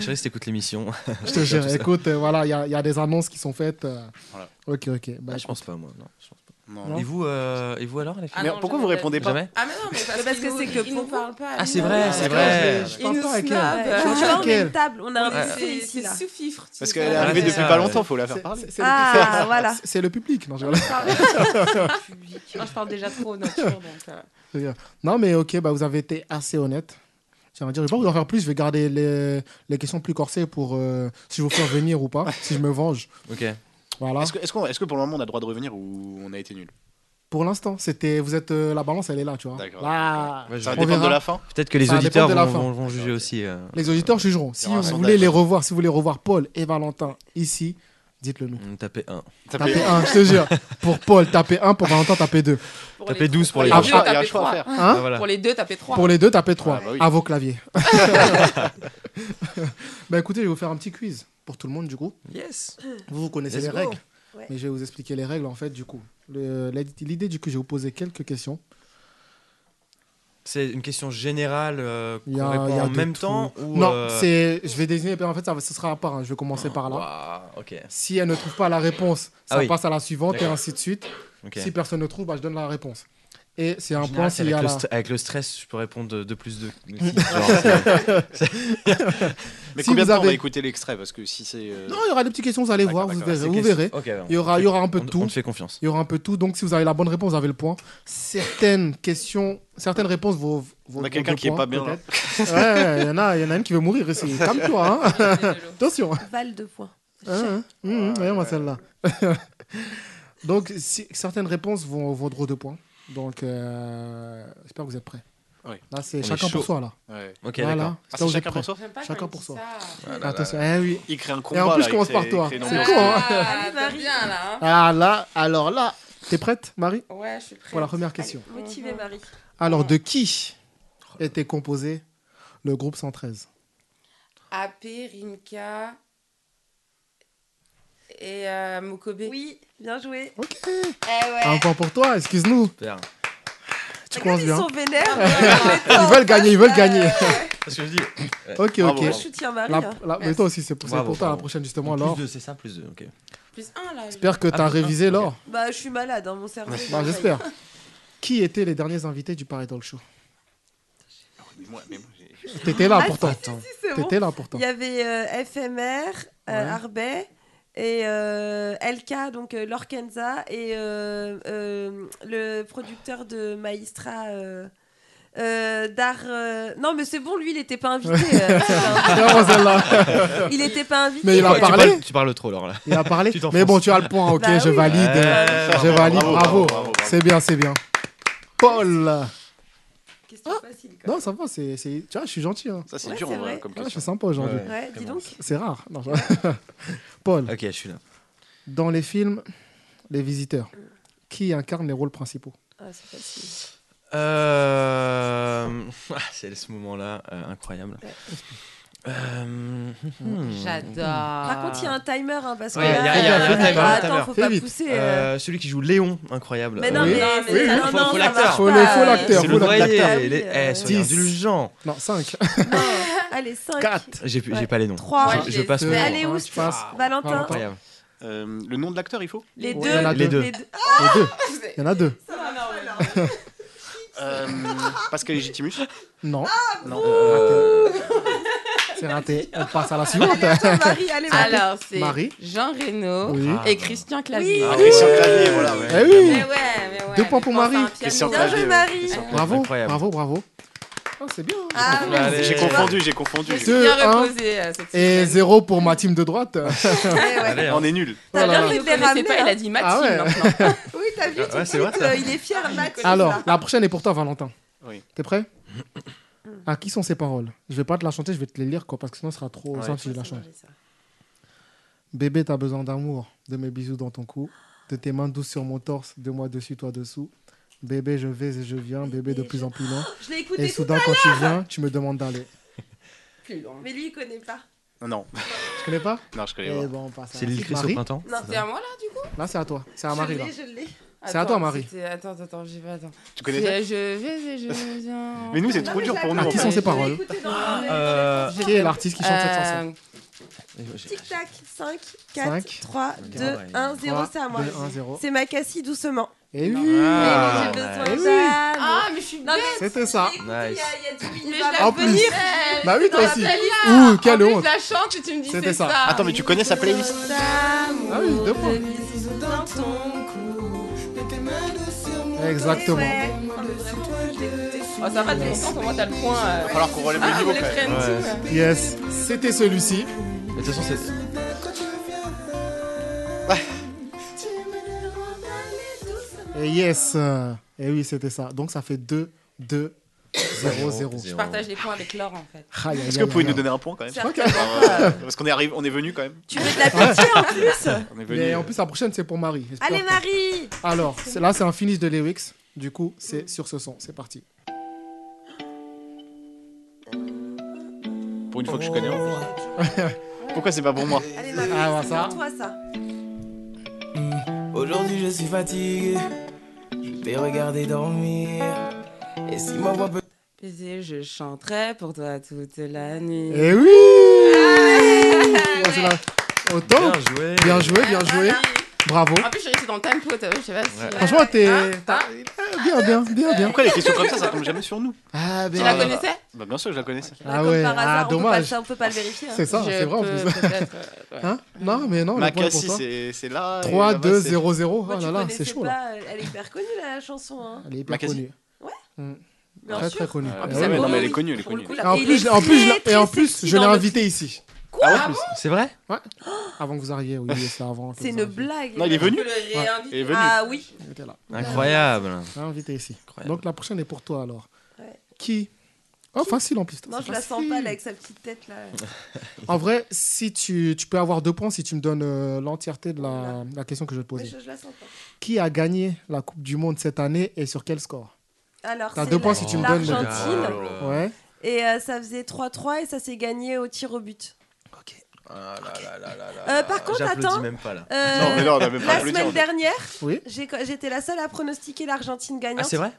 [laughs]
chérie, si t'écoutes l'émission, [laughs]
Je te
[laughs]
jure. Écoute, euh, voilà, il y, a- il y a des annonces qui sont faites. euh.
Voilà.
Ok, ok. Bah,
Ah, je pense pas, moi. Non, je pense pas.
non.
Non.
Et, vous, euh, et vous alors, les filles
Ah
Mais
non,
pourquoi vous
jamais.
répondez pas
Jamais
Ah, mais non, mais parce,
Parce que
qu'il
c'est
nous-
que
il nous
pour
parle pas.
Ah,
il
c'est
nous-
vrai,
Ah,
c'est
d'accord,
vrai.
je
Il
parle
nous
pas avec
snob.
elle.
tu
Je parle
vois, on
avec
est une
elle.
table, on a un
C'est
lycée ici,
c'est
là.
sous-fifre. tu
Parce
sais.
qu'elle est
Ah,
arrivée
c'est
depuis
ça,
pas
ouais.
longtemps, faut la faire
C'est-
parler.
c'est- c'est-
Ah, voilà.
C'est le public. Non, je rigole. [laughs]
Je parle- Ah, Non, je parle déjà trop au nature, donc... euh,
Non, mais ok, bah, vous avez été assez honnête. J'aimerais dire, je vais pas vous en faire plus. Je vais garder les, les questions plus corsées pour euh, si je vous fais venir ou pas, si je me venge.
Ok.
Voilà.
Est-ce que, est-ce qu'on- est-ce que pour le moment on a le droit de revenir ou on a été nul
Pour l'instant, c'était, vous êtes euh, la balance, elle est là, tu vois.
D'accord.
Là,
Ouais, je-
Ça va
on
dépendre de
verra.
la fin
Peut-être que les
Ça va
auditeurs
dépendre de
vont,
la fin.
vont- vont juger aussi. euh,
Les auditeurs jugeront. Si
Il y aura
vous
un
voulez
sondage.
les revoir, si vous voulez revoir Paul et Valentin ici, dites-le nous.
on tapait un.
T'as
Tapez
payé-
1, je te jure. Pour Paul, tapez 1, pour Valentin, tapez 2.
pour
Tapez
les-
12 pour
les
Il
les
y a un
deux,
gens.
choix- il y a un
tapez
choix à
trois.
faire.
Ah,
Hein
voilà.
Pour les deux, tapez 3.
pour les deux, tapez 3.
Ah, bah oui.
À vos
[laughs]
claviers. [laughs] bah écoutez, je vais vous faire un petit quiz pour tout le monde du coup.
Yes.
Vous, vous connaissez
Let's
les
go.
règles.
Ouais.
Mais je vais vous expliquer les règles en fait du coup. Le- la- L'idée du coup, je vais vous poser quelques questions.
[laughs] C'est une question générale euh,
Il y
qu'on
a- il
répond
y a
en
de
même
tout.
temps ou,
Non,
euh,
c'est, je vais désigner, en fait ça, va- ce sera à part. hein. Je vais commencer par là.
Waouh, ok.
Si elle ne trouve pas la réponse, ça
Ah oui.
passe à la suivante et
D'accord.
ainsi de suite.
ok.
Si personne ne trouve, bah, je donne la réponse. Et c'est
En
un point
général,
s'il
avec,
y a
le
la-
st- avec le stress, je peux répondre de, de plus de.
[laughs]
Genre, c'est- c'est-
Mais
Si
combien
vous
de temps on va
avez-
écouter l'extrait Parce que si c'est. euh,
Ah, Non, il y aura des petites questions, vous allez
D'accord,
voir, vous
d'accord,
verrez,
c'est
vous
question.
verrez.
Ok, on
Il y aura, il y aura un peu de
on-
tout.
On te fait confiance.
Il y aura un peu de tout. Donc, si vous avez la bonne réponse, vous avez le point. Certaines questions, certaines réponses vont. vont-
On
vont
a quelqu'un
deux
qui est
points,
pas bien là.
peut-être. Ouais, il y en a, il y en a une qui veut mourir ici. Comme
[laughs]
toi, hein. Attention.
Val de points.
Hein, hein. Hum, hum, ouais, moi, celle-là. [laughs] Donc, si- certaines réponses vont vaudre deux points. Donc, euh, j'espère que vous êtes prêts.
Ouais.
Là,
On est
c'est chacun
chaud.
pour soi, là.
Ouais.
Ok, d'accord.
Voilà.
Ah,
J'espère que
c'est
vous êtes
chacun
prêt.
pour soi
Chacun pour soi.
Ah là là.
Attention. Eh oui.
Il crée un
Et
combat.
en plus,
là,
je
il
commence
crée-
par
il
toi.
crée une
C'est
ambiance.
con, hein.
Ah,
Ah,
Marie.
bien là. hein.
Ah là, alors là, t'es prête, Marie
Ouais, je suis prête.
Pour la première question. Mhm.
Motivée, Marie.
Alors, de qui était composé le groupe 113
AP, Rimka et euh, Mokobe.
Oui, bien joué.
Ok.
Eh ouais.
Un point pour toi, excuse-nous.
[laughs] Super.
Tu
Regarde,
commences
ils
bien. Ah, bah,
sont vénères.
Ils veulent gagner, ils veulent
Euh,
gagner.
Parce que je dis.
[laughs] Ok,
Bravo,
ok.
Moi, je soutiens Marie.
La-
hein.
la- mais toi aussi, c'est pour, c'est
Bravo,
pour toi la
bravo.
prochaine, justement,
Plus
Laure.
deux, c'est ça, plus deux. Ok.
Plus un là.
J'espère que
Ah,
tu as
plus un,
révisé,
ok.
Laure.
Bah, je suis malade, hein, mon cerveau. est
Bah,
pareil.
J'espère. Qui étaient les derniers invités du Paris Talk Show
Mais moi, mais moi, j'ai-
T'étais là
Ah,
pourtant.
Si, c'est bon.
T'étais là pourtant.
Il y avait euh, FMR, euh,
Ouais.
Arbet et euh, LK, donc euh, Lorkenza, et euh, euh, le producteur de Maestra. euh, euh, Dar. euh, Non, mais c'est bon, lui, il n'était pas
[laughs]
invité. euh, c'est
Vraiment, celle-là.
un- il n'était pas invité.
Mais il a
Ouais, tu,
parlé
parles, tu parles trop, Laure, là.
Il a parlé.
[laughs] Tu Euh, t'enfonces.
Mais bon, tu as le point, ok,
Bah
je
oui.
valide.
Ouais,
je valide,
Eh, bravo,
bravo.
bravo, bravo, bravo.
C'est bien, c'est bien. Paul Oh.
Question facile, quoi.
Non, ça va, c'est. c'est- Tu vois, je suis gentil. Hein.
Ça, c'est
Ouais,
dur
c'est
en vrai,
vrai.
comme
Ah, je suis
question.
sympa aujourd'hui.
Ouais.
Ouais, dis donc.
C'est rare. Non, je- [laughs] Paul,
Ok, je suis là.
dans les films, les visiteurs, qui incarne les rôles principaux
Ah, c'est facile.
Euh... [laughs] ah, c'est ce moment-là euh, incroyable. Euh, hmm.
J'adore.
Par contre, il y a un timer, hein, parce que.
Ouais,
là,
y a- y a- y a un
euh,
timer,
bah,
un timer.
Attends, faut
Fais
pas
vite.
pousser. euh.
Euh, celui qui joue Léon, incroyable.
Mais non,
oui.
mais.
Oui, oui,
mais-
faut-
non,
faut
ça
l'acteur.
marche
Faut le-
pas,
faut
euh,
l'acteur.
c'est le
Faut
voyer.
l'acteur.
les-
Oui,
eh,
euh,
soyez
Dix.
indulgents.
Non, 5,
non. euh, Allez, 5.
4,
J'ai j'ai
Ouais.
pas les noms.
Trois.
Je, je passe.
Deux.
mon
Mais
temps.
allez, où
Ouais, tu passes.
Valentin.
Valentin.
Incroyable.
Ah, Euh, le nom de l'acteur, il faut
Les
Ouais,
deux.
il y en a
Les deux.
Les deux.
et 2. Il y en a deux.
[laughs] Euh, Pascal Legitimus
Non,
Non. euh,
c'est raté. On passe à la suivante.
Attends, Marie,
[laughs]
allez, Marie.
Alors, c'est
Marie.
Jean Reno
Oui.
et Christian Clavier.
Ah, Christian Clavier, voilà. ouais.
Eh oui
Mais ouais, mais ouais.
Deux points
mais
pour
quand
Marie.
c'est
Christian
un piano-
Bien
Clavier.
joué,
ouais,
Marie.
Christian Clavier.
Bravo,
Incroyable.
bravo, bravo. Oh, c'est bien.
Ah,
Allez.
merci.
J'ai confondu, j'ai confondu.
Deux,
Bien
un,
reposé euh, cette
Et
semaine.
0 pour ma team de droite. [laughs]
Eh
Allez, hein.
On est nuls.
T'as
Voilà.
bien fait
Il ne
de les
connaissait
ramener.
pas, il a
hein.
dit Mathilde
Ah ouais.
maintenant.
Oui, t'as vu,
Ouais,
Ah
tout de
c'est vrai,
suite,
ça.
euh, il est fier, Matt.
Alors, la prochaine est pour toi, Valentin.
Oui.
T'es prêt À qui sont ces paroles Je vais pas te la chanter, je vais te les lire, quoi, parce que sinon, ce sera trop.
Ouais.
sinon, tu la chantes. Bébé, t'as besoin d'amour, de mes bisous dans ton cou, de tes mains douces sur mon torse, de moi dessus, toi dessous. Bébé, je vais et je viens, bébé de
Bébé,
plus
je-
en plus loin.
Je l'ai
Et
écouté tout
soudain, quand tu viens, tu me demandes d'aller.
Plus loin.
mais lui, il connaît pas.
Non,
Tu connais pas
non, je connais
Eh
pas.
ben, on passe à
C'est l'île Christ au
Marie.
printemps.
Non,
C'est à moi là, du coup
Là, c'est à toi. C'est à
je
Marie, là.
l'ai, je l'ai.
C'est à toi, Marie.
c'était- Attends, attends, j'ai pas. Attends.
Tu connais ça
C'est Je vais et
[laughs]
je viens.
Mais nous, c'est
Non,
trop
mais
dur
je
pour
l'ai
nous.
Qui sont ces paroles
écouté dans
Ah,
le-
Euh,
Qui est l'artiste qui chante cette chanson
Euh,
Tic-tac, 5, 4,
Cinq,
3, 2,
ouais.
1, 0, c'est à moi.
2, 1, 0.
C'est Macassi doucement.
Et Eh oui
Ah.
Mais oui,
ouais.
j'ai
Eh oui.
besoin d'amour.
Ah, mais je suis
Non,
bête.
mais
Eh C'était ça.
je l'ai écouté
Nice.
il y a- il y a 10 minutes
Mais je
avant.
la
En plus.
connais.
Bah oui,
C'est
toi
dans la
aussi.
playlist.
Ouh, quelle
En plus,
honte.
je la chante et tu me dis
C'était
c'est
ça.
ça.
Attends, mais tu connais sa playlist
Ah oui, deux points.
Dans ton
Exactement.
Ouais.
Oh, ça va, t'es contente, au moins t'as le point. euh.
falloir qu'on relève
Ah,
le niveau
vous les
quand même.
prenne
Ouais.
tout.
Yes, c'était celui-ci.
Mais De toute façon, c'est.
Et yes. euh, Et oui, c'était ça. Donc ça fait 2, 2, 0, 0.
Je partage les points avec Laure en fait.
Est-ce que vous pouvez nous donner un point quand même Euh,
Certainement.
Parce qu'on est arrivé, on est venu quand même.
Tu veux de la pitié
[laughs]
en plus
On est euh. venu.
Mais en plus, la prochaine, c'est pour Marie. J'espère
Allez
que-
Marie
Alors, c'est- là, c'est un finish de lyrics. Du coup, c'est sur ce son. C'est parti.
Pour une fois que je connais en plus. Pourquoi c'est pas pour moi
Allez Marie,
Ah, bah,
c'est
ça.
pour toi ça.
Aujourd'hui je suis fatigué, je t'ai regardé dormir. Et si ma voix peut
Baiser, je chanterai pour toi toute la nuit. Ah
Et oui Eh Ouais, c'est là. Autant.
Bien joué.
Ah,
Bien joué, bien joué. Bravo.
En plus, je suis restée dans le tempo, t'as vu, je sais pas si.
Ouais.
Franchement, t'es.
Hein
t'as- Ah, bien, bien, bien, bien.
Pourquoi les questions comme ça, ça tombe jamais sur nous
Ah,
Tu
bien.
la
Ah,
connaissais
Bah bien sûr, que je la connaissais.
Ah
Comme
ouais,
par
ah,
hasard, on peut pas
dommage.
le- On peut pas le vérifier. hein.
C'est ça,
Je
c'est vrai en
peux
plus.
peut-être,
[laughs]
euh, ouais.
Hein Non, mais non, le point est pour
Macassi,
toi.
c'est c'est là. et
3,
là-bas,
2,
c'est-
0, 0.
Moi,
Ah
tu
là là,
connaissais
c'est chaud là.
pas, euh, Elle est hyper connue la chanson. hein.
Elle est hyper
Macassi.
connue.
Ouais.
Mm.
Bien
Très
sûr.
très connue.
Ah,
Ah
mais
ouais,
ça,
ouais.
mais non,
oui,
mais elle est
oui,
connue, elle est
pour le
connue.
coup,
Ah,
là.
en
Et
plus,
il
je
est
l'ai- en plus, je l'ai-
très,
et en
très
plus,
sexy
je l'ai
dans le
invité ici.
Ah ouais C'est vrai
[gasps]
Avant que vous arriviez, oui, c'est avant. que
C'est
vous
une
arriviez.
blague.
Non, il est venu.
Je l'ai
Ouais.
invité.
Il est venu.
Ah oui.
Il était là.
Incroyable.
Je l'ai invité Hein, ici.
Incroyable.
Donc la prochaine est pour toi alors.
Ouais.
Qui Oh, facile en plus.
Non,
c'est
je la sens
facile.
pas là, avec sa petite tête là.
En vrai, si tu, tu peux avoir deux points si tu me donnes euh, l'entièreté de la, la question que je vais te
Ouais,
poser.
Je je la sens pas.
Qui a gagné la Coupe du Monde cette année et sur quel score
Alors,
T'as
c'est
deux
la-
points si tu me donnes le-
L'Argentine.
Oh là là.
Ouais.
Ah,
Et euh, ça faisait 3-3 et ça s'est gagné au tir au but.
Ah là là là là là.
Euh, par contre,
J'applaudis
attends.
même pas là.
euh,
Non, mais là, on a même pas
La
applaudi.
semaine dernière,
Oui.
j'ai- j'étais la seule à pronostiquer l'Argentine
Ah
gagnante.
c'est vrai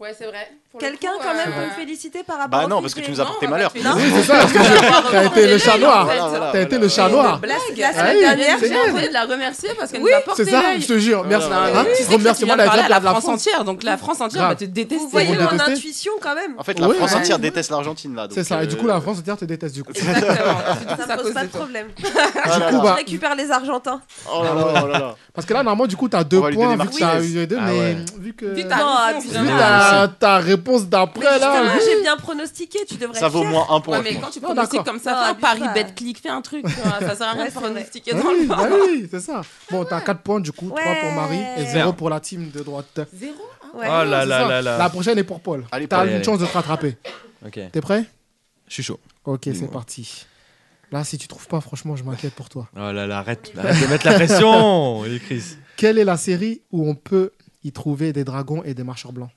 Ouais, c'est vrai. Pour le
Quelqu'un
coup,
quand même
euh,
peut me féliciter par rapport
Bah
au
non,
fait
parce que
j'ai-
tu nous as
Non,
porté
on va
malheur.
pas
Non.
Oui, c'est ça.
[laughs]
parce que je- T'as été le chat noir.
Voilà, voilà,
T'as été
voilà.
le Ah chat noir.
Blague.
La
Ouais,
semaine dernière,
c'est
J'ai
vrai.
j'ai
envie de la remercier parce qu'elle
Oui,
nous a porté
C'est ça,
l'œil.
je te jure. Merci.
Voilà,
Un
voilà.
petit
Tu sais que tu viens
remerciement
de
de la
parler à
clap
la
de la
France
France.
entière, donc la France entière
Grave.
va te détester.
Vous voyez
Ils vont
mon
détester.
intuition quand même.
En fait, la
Ouais.
France
Ouais.
entière déteste l'Argentine là. donc,
C'est ça. Et du coup,
euh, Oh
la France entière te déteste du
[laughs]
coup.
Exactement. C'est tout
Ça
à
me
cause
pose pas
de
de
toi. [laughs]
problème.
Ah là
coup,
là.
Je
bah-
récupère les Argentins.
Oh là là, oh là là.
Parce que là, normalement, du coup, t'as deux
On va lui
points
donner
vu que t'as
Martinez.
eu les deux,
Ah
mais
ouais.
vu que. Bah,
Vite,
Vu
ta
Non,
réponse,
abusé.
vraiment.
ta, ta réponse
Ah, Mais
d'après
justement,
là.
j'ai bien pronostiqué, tu devrais
Ça
être
vaut au
fier.
moins un point.
Ouais,
je
mais
pense.
quand tu
Non,
pronostiques
d'accord.
comme
Non,
ça, fais un
abuse
pari
pas.
bet click, fais un truc. tu vois, Ça sert à rien
Ouais,
de
c'est
pronostiquer
Bah
dans le
oui,
vent.
bah oui, c'est ça. Bon, t'as 4 points du coup, 3
Ouais.
pour Marie et 0 pour la team de droite.
Zéro hein.
Ouais.
Oh là
C'est
là
ça.
là là.
La prochaine est pour Paul.
Allez,
T'as
Paul,
une
allez.
chance de te rattraper.
Ok.
T'es prêt
Je suis chaud.
Ok, c'est
Dis-moi.
parti. Là, si tu trouves pas, franchement, je m'inquiète pour toi.
Oh là
[laughs]
là, arrête, arrête de mettre la pression, [laughs] les Chris.
Quelle est la série où on peut y trouver des dragons et des marcheurs blancs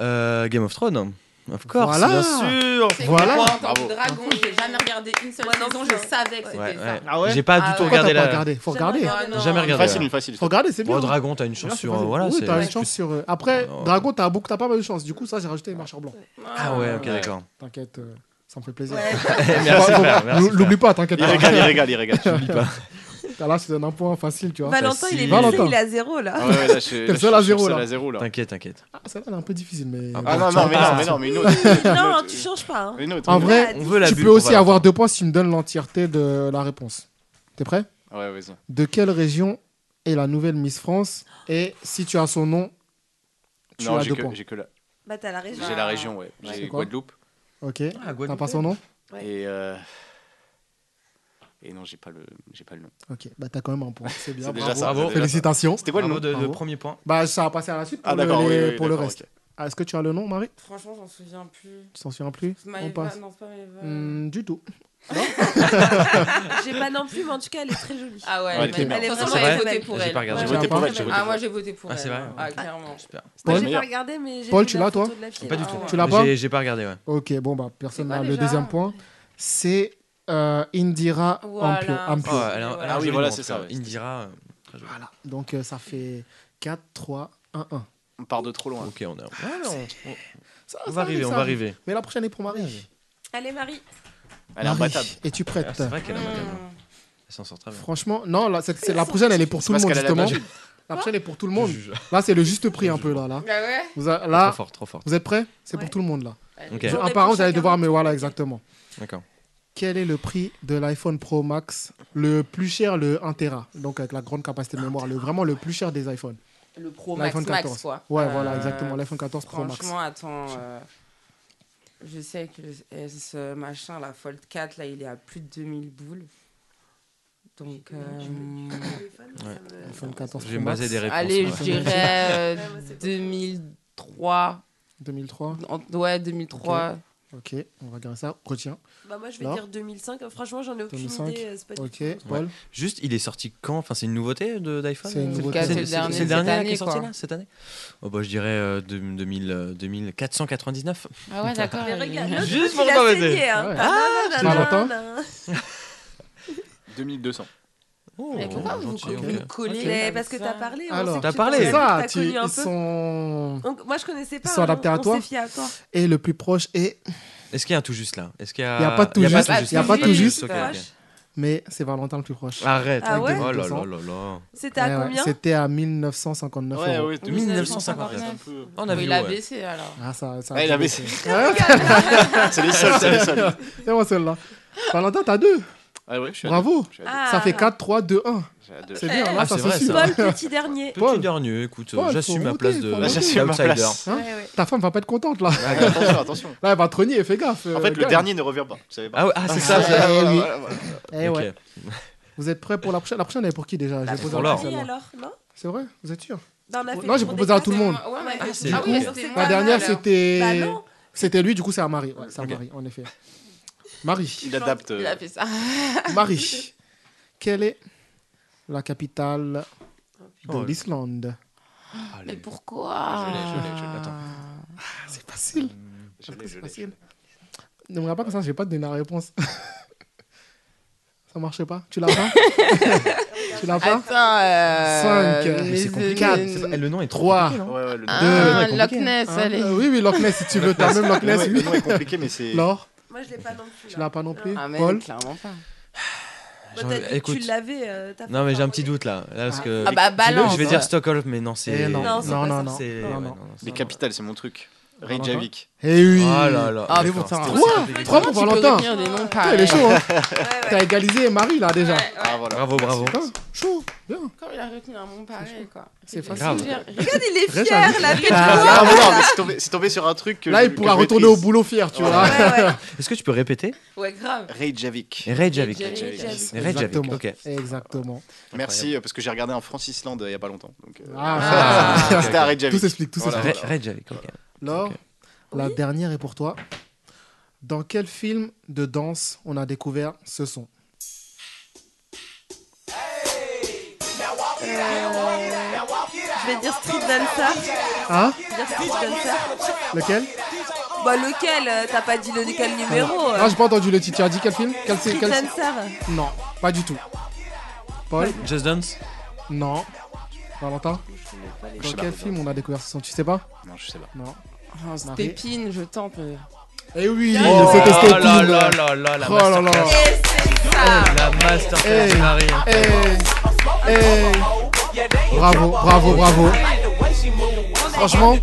Euh, Game of Thrones, of course,
Voilà.
bien sûr.
C'est
Voilà.
que moi, en tant
Bravo.
que dragon, j'ai jamais regardé une seule
Moi non
saison,
plus,
je
hein.
savais que
Ouais.
Ouais,
c'était
ouais.
ça.
Ah ouais
J'ai pas
Ah
du tout
ouais.
Pourquoi t'as
regardé
pas
la.
regardé Faut
J'aimerais
regarder.
bien.
Ouais, non.
Jamais regardé.
Facile, facile.
Faut regarder, c'est
Bon,
bien.
Dragon, t'as une
Là,
chance
c'est
sur.
facile.
euh, voilà,
oui,
c'est-
t'as une
c'est
chance
plus-
sur. euh, Après,
Oh.
Dragon, t'as beaucoup, t'as pas mal de chance. Du coup, ça, j'ai rajouté les marcheurs blancs.
Ah ouais, ok, d'accord.
T'inquiète, euh, ça me fait plaisir.
[laughs]
Ouais.
Merci, frère, merci, frère.
L'oublie pas, t'inquiète
Il
pas.
régale, il régale,
[laughs]
il régale.
T'as Là, je te donne un point facile, tu vois.
Valentin, il est
Facile.
blessé, il est à zéro là.
Ah ouais, ouais,
[laughs]
là, je suis-
T'es
là,
le
je
seul à
suis
zéro,
seul
là.
à zéro là.
T'inquiète, t'inquiète.
Ah, celle-là, elle est un peu difficile, mais.
Ah
Ah
Bon,
non,
tu
non,
vas
mais
pas
non, mais
sortir.
non, mais
[laughs]
une autre.
Non, tu changes pas. hein.
Une autre.
En
une
vrai,
Ouais,
On veut la
tu
bulle
peux
pour
aussi
Valentin.
avoir deux points si tu me donnes l'entièreté de la réponse. T'es prêt
autre. Ouais, vas-y.
De quelle région est la nouvelle Miss France Et si tu as son nom, tu
Non,
as
j'ai
deux
que,
points.
j'ai que la,
Bah t'as la région.
j'ai la région, ouais.
Ouais.
J'ai
C'est quoi
Guadeloupe
Ok.
Ah,
T'as
Guadeloupe.
pas son nom
Ouais.
et euh, et non, j'ai pas le, j'ai pas le nom.
Ok. Bah t'as quand même un point. C'est bien.
C'est déjà
bravo.
ça.
Bravo.
c'est déjà ça.
Félicitations.
C'était quoi le nom
Bravo de, de
Bravo.
premier point
Bah ça va passer à la suite pour,
Ah d'accord,
le, les-
oui, oui,
pour le
d'accord,
reste.
ok.
Ah, Est-ce que tu as le nom, Marie
Franchement, j'en souviens plus.
Tu t'en souviens plus On
Maëva,
passe.
non, c'est pas Maëva.
euh,
Hmm, du tout. [laughs]
[laughs]
J'ai pas non plus, mais en tout cas, elle est très jolie.
Ah
Ouais,
ouais,
elle était
mais-
bien.
de toute
C'est
façon, j'avais
vrai
voté pour
J'ai
elle.
pas regardé.
J'ai
Ouais,
voté pour elle, j'ai voté
Ah,
pour
moi
elle.
j'ai voté pour
Ah,
elle.
c'est vrai.
Ah, clairement.
Super.
Moi,
Paul
j'ai pas
Meilleur.
regardé, mais j'ai
Paul,
vu
tu
la
l'as,
photo
toi
de la fille.
Pas du tout.
Ah ouais.
Tu l'as
Mais
pas
J'ai j'ai pas regardé, ouais.
Ok. Bon bah personne
C'est quoi
n'a le
déjà
deuxième point. C'est euh, Indira Ampio.
Voilà.
Ampio.
Oh,
Ah, elle a- elle a
voilà.
un
Ah oui,
joli
voilà,
nom, en
c'est
tout
ça,
cas.
ouais.
Indira. euh, très joli.
Voilà. Donc euh, ça fait 4, 3, 1, 1.
On part de trop loin.
Ok, on est. ouais, on- on- On va arriver, on va arriver.
Mais la prochaine est pour Marie.
Allez, Marie.
Elle est
Marie,
imbattable.
Es-tu prête
Ah, C'est vrai qu'elle a mal,
Hmm.
hein. Elle s'en sort très bien.
Franchement, non, là, cette- c'est- la prochaine, elle est pour tout le
Parce
monde,
qu'elle a la
justement.
magie.
La prochaine est pour tout le monde. Là, c'est le juste prix, un peu, là. là.
Bah ouais.
Vous, a-
Trop
là,
fort, trop fort.
vous êtes prêts C'est
Ah Ouais.
pour tout le monde, là.
Ok,
J'en
Un
ai
par un,
pour
vous allez
chacun.
devoir, mais voilà, exactement.
d'accord.
Quel est le prix de l'iPhone Pro Max Le plus cher, le 1 Tera. Donc, avec la grande capacité de mémoire. Le, vraiment le plus cher des iPhones.
Le Pro Max
L'iPhone
Max
14.
quoi.
Ouais,
Euh,
voilà, exactement. L'iPhone 14 Pro Max.
Franchement, attends. euh, je sais que le- euh, ce machin, la Fold 4, là, il est à plus de 2000 boules. Donc. euh,
iPhone 14
Je
Pro
vais me
Max.
baser des réponses. [laughs]
allez,
ouais.
je dirais
Ouais,
euh,
moi, c'est pas
2003.
2003.
en- ouais, 2003.
Ok, on va regarder ça. Retiens.
Bah, moi, je vais
Là.
dire 2005. Franchement, j'en ai aucune
2005.
idée. euh, c'est pas du
Ok,
tout.
Paul.
Juste, il est sorti quand Enfin, c'est une nouveauté de- d'iPhone
C'est une
euh,
nouveauté. C'est le dernier
c'est le
cette
dernier là,
année,
qui est sorti
quoi.
là, cette année Oh, bah, je dirais euh, deux- 2000, euh, 2499.
Ah ouais, d'accord.
Mais regarde, l'autre,
Juste
il
pour
a
t'embêter.
saigné, hein.
Ouais.
Ah,
c'est
nanana.
important.
2200.
Oh,
Mais pourquoi vous
gentil,
vous
ok.
collez
Mais
comme
parce que
ça
t'as parlé. on
Alors,
sait hein, que
T'as
tu
parlé.
t'en-
C'est ça,
t'as
tu-
connu un
ils
peu.
sont.
Donc, moi, je connaissais pas.
Ils sont
hein,
adaptés à
on
toi.
s'est fié à toi.
Et le plus proche est
[laughs] Est-ce qu'il y a un tout juste là Est-ce qu'il y a...
Il n'y a pas de tout
il y
juste.
tout
Il y a pas de
juste.
tout juste.
ok,
Pas
ok.
mais c'est Valentin le plus proche.
Arrête.
Ah ouais
oh là
200.
là là là.
C'était à
Ouais, ouais,
combien
C'était à 1959
Ouais,
euros.
ouais, de 1959.
1959.
C'est un peu-
On
il a baissé alors.
Ah, ça, ça
Ah, il a baissé.
[laughs]
[laughs] C'est les seuls, c'est les
C'est
seuls.
bon celle-là. Valentin, t'as deux.
Ah ouais, je suis à
Bravo.
deux. Je suis à
Ça
Ah.
fait 4, 3, 2, 1.
deux. Je suis à deux.
C'est bien, là,
Ah,
ça
c'est
se
vrai,
suit.
ça.
[laughs]
Paul, petit dernier.
Petit
Paul.
dernier, écoute, euh,
Paul, faut
j'assume ma
monter,
place
faut
de
monter.
J'assume ma
d'outsider.
place.
Hein
Ouais, ouais.
Ta femme va pas être contente, là.
Ah, Attention, attention.
[laughs] Là, elle va te renier, fais gaffe. euh,
En fait, le dernier ne revient pas. Vous savez pas.
Ah, ouais, ah, c'est ça.
Ah,
c'est-
ouais,
Voilà,
oui.
voilà, voilà.
Eh
Ok.
ouais. Vous êtes prêts pour la prochaine La prochaine, elle est pour qui déjà J'ai
c'est
posé
pour
un
Laure.
truc,
Et
celle-là.
alors Non,
C'est vrai Vous êtes sûr
Non, on a fait
Non,
le
j'ai
tour
proposé
des
à tout le
classes.
monde.
Ouais, ouais,
Ah,
c'est-
ah
du
oui,
coup,
alors c'est moi,
La dernière,
alors.
Bah
c'était.
non
C'était lui, du coup, c'est à Marie. Ouais, c'est à
Ok.
Marie, en effet. Marie.
Il adapte.
Il
euh,
a
[laughs]
fait ça.
Marie. Quelle est la capitale de
Oh,
l'Islande
Mais
allez.
pourquoi Ah.
Je l'ai, je l'ai, je l'ai, attends.
Ah,
C'est facile.
je l'ai,
C'est
je l'ai.
facile. Ne me regarde pas comme ça, je vais pas te donner la réponse. [laughs] ça marchait pas Tu l'as pas
[laughs]
Tu l'as pas
Attends, euh...
Cinq, mais
C'est
les-
compliqué.
les-
c'est pas- Eh, Le nom est trop.
Trois.
compliqué, non
Ouais, ouais, le nom-
Ah,
Deux,
Loch Ness,
Hein
allez.
Euh, oui, oui, Loch Ness, si tu veux. T'as même Loch
le nom
Ness,
est- le
oui.
nom est compliqué, mais c'est.
Laure,
Moi, je l'ai pas non plus.
tu
là.
l'as pas non plus
Ah, mais
Paul
clairement pas.
Ah,
Bah,
J'en-
t'as dit que
écoute.
Tu l'avais. euh, t'as
Non,
fait
mais j'ai un
parler.
petit doute là. là parce que...
Ah bah, balance.
Je vais dire Stockholm, mais non,
Eh
c'est.
non,
Non, c'est
non,
pas
non,
ça.
non.
C'est.
Non,
ouais,
non.
non, non, c'est-
Les capitales, c'est mon truc.
Valentin
Reykjavik.
Eh oui
Oh là là.
Ah, mais
d'accord.
putain.
C'est-
Trois,
c'est-
trois pour
Tu peux
Valentin.
retenir des noms
Putain, Il est
pareils.
chaud, hein.
euh, Ouais, ouais.
T'as égalisé Marie, là, déjà.
Ouais, ouais.
Ah voilà.
Bravo, bravo.
Putain, chaud, bien.
Comme il a retenu un bon pareil, quoi.
C'est
Il a
facile.
dit, j'ai-
Regarde, il est
Très
fier,
jaloux.
la paix de
Ah,
quoi,
non, mais non,
là.
mais c'est tombé, c'est tombé sur un truc que
Là,
je-
il
que
pourra
je
retourner au
maîtrise.
boulot fier, tu vois.
Ouais, ouais.
Est-ce que tu peux répéter
Ouais, grave.
Reykjavik.
Reykjavik.
Reykjavik.
Reykjavik,
Exactement.
ok.
Exactement.
Merci, euh, parce que j'ai regardé un France-Islande euh, il y a pas longtemps. donc, euh,
Ah,
Ah.
C'était à Reykjavik.
Tout s'explique, tout
Voilà.
s'explique.
Re- Reykjavik, ok.
Laure,
Ok.
la dernière est pour toi. Dans quel film de danse on a découvert ce son
Je vais dire Street Dancer.
Hein
Je vais dire Street Dancer.
Lequel
Bah, lequel euh, T'as pas dit le- lequel numéro
oh.
euh.
Ah, j'ai pas entendu le titre. Tu as dit quel film quel,
Street
quel-
Dancer.
Non, pas du tout. Paul
Just Dance
Non. Valentin
Je
Dans
sais pas.
quel film on a découvert ce son Tu sais pas
Non, je sais pas.
Non.
Oh, Stépine, je tente. euh. mais-
Eh oui,
Oh
c'était
là là
Stépine.
là là là, la
Oh là là.
masterclass.
Et c'est ça
La masterclass de
Eh.
Marie.
Eh, eh. Bravo, bravo, bravo. Franchement,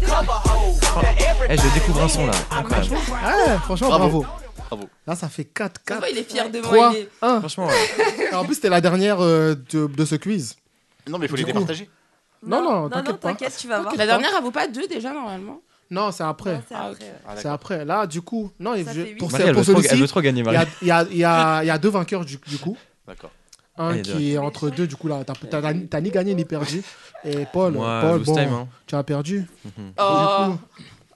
Eh, je découvre un son là.
Ah,
Incroyable.
ouais, Ah, franchement, bravo.
Bravo. Bravo.
Là, ça fait 4,
Ça
4,
va, il est fier de moi.
3,
il est-
1.
Franchement,
[laughs]
ouais.
En plus, c'était la dernière euh, de, de ce quiz.
Non, mais il faut
Du
les
coup.
départager.
Non, non,
non,
t'inquiète pas.
t'inquiète, tu vas voir.
La dernière, elle vaut pas deux déjà, normalement.
Non, c'est après.
Non, c'est après, ouais.
Ah,
C'est
d'accord.
après. Là, du coup, non,
Ça
je-
fait huit.
pour,
Marie,
ce-
elle
pour
veut, trop, elle
celui-ci,
veut trop gagner,
il y a,
Marie.
il y a- il y a- il y a deux vainqueurs du, du coup.
D'accord.
Un
Ah, il y a deux.
qui est entre deux, du coup, là, t'as t'as- t'as ni- t'as ni gagné ni perdu. Et Paul,
Moi,
Paul
lose
bon,
time, hein. Mhm.
tu as perdu.
Oh.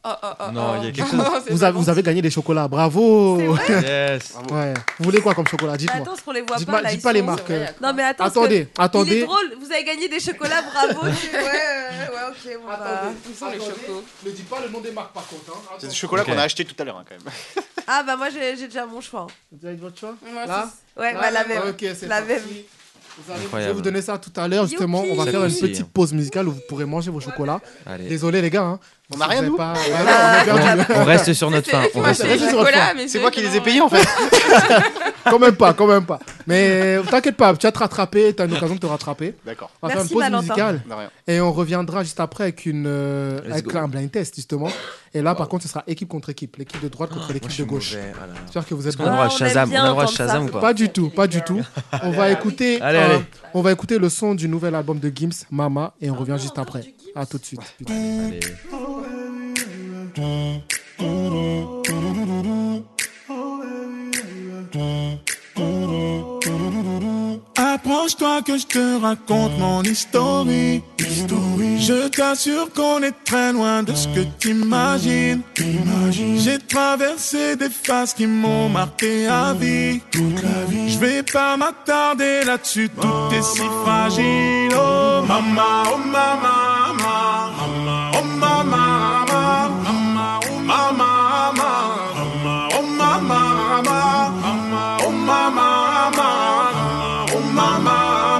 Oh, oh, oh,
Non,
oh.
[laughs]
il y a quelque chose.
C'est
Vous avez,
vraiment-
vous avez gagné des chocolats, bravo
C'est
[laughs]
vrai
Yes.
Ouais. Vous voulez quoi comme chocolat
Bah,
Dites-moi.
Attends, ce qu'on les voit
Dites
pas
pas-
là.
dites
ils
pas les
sont- euh,
marques. euh.
Ouais,
Non, mais attends. parce que
Attendez,
Il est
attendez.
drôle, vous avez gagné des chocolats, bravo.
[laughs]
tu- ouais, ouais, ouais, ok, bon, bah.
Attendez, Où sont les chocos
Ne dites pas le nom des marques par contre. hein.
C'est du chocolat
Ok.
qu'on a acheté tout à l'heure, hein, quand même.
Ah, bah, moi, j'ai j'ai déjà mon choix. hein.
Vous avez votre choix
Moi,
Là
c'est-
Ouais, bah, la même.
Ok, c'est
La
parti.
même.
Vous allez- Je vais
Incroyable.
vous donner ça tout à l'heure, justement. On va
Ça
faire une
croustille.
petite pause musicale où vous pourrez manger vos chocolats.
Allez.
Désolé, les gars. hein.
On a rien,
Vous avez
nous
pas- Ouais, ouais, on a perdu.
On reste sur notre fin. On reste
c'est- c'est-
les
c'est-
chocolats, mais
C'est moi qui les ai
vraiment-
payés, en fait.
[laughs] Quand même pas, quand même pas. Mais t'inquiète pas, tu vas te rattraper, t'as une occasion de te rattraper.
D'accord.
On va
Merci,
faire une pause
Valentin.
musicale
De rien.
et on reviendra juste après avec, une, euh,
Let's
avec
go.
un blind test, justement. Et là, par contre, ce sera équipe contre équipe, l'équipe de droite contre
Oh, Moi,
l'équipe de
je suis
gauche.
mauvais, voilà.
J'espère que vous êtes
Est-ce qu'on
bons.
a le droit à
Ah, on aime
Shazam On a
bien
le droit à
entendre
Shazam
ça.
ou pas
Pas du tout, pas du tout. On va écouter.
Allez,
euh,
allez.
On va écouter le son du nouvel album de Gims, Mama, et on revient juste après. À tout de suite.
Allez.
Approche-toi que je te raconte mon histoire. Je t'assure qu'on est très loin de ce que t'imagines. J'ai traversé des phases qui m'ont marqué à vie. Je vais pas m'attarder là-dessus, tout est si fragile. Oh maman, oh maman, maman, oh maman, maman, oh maman, maman, oh maman, maman, oh maman, maman. Oh mama,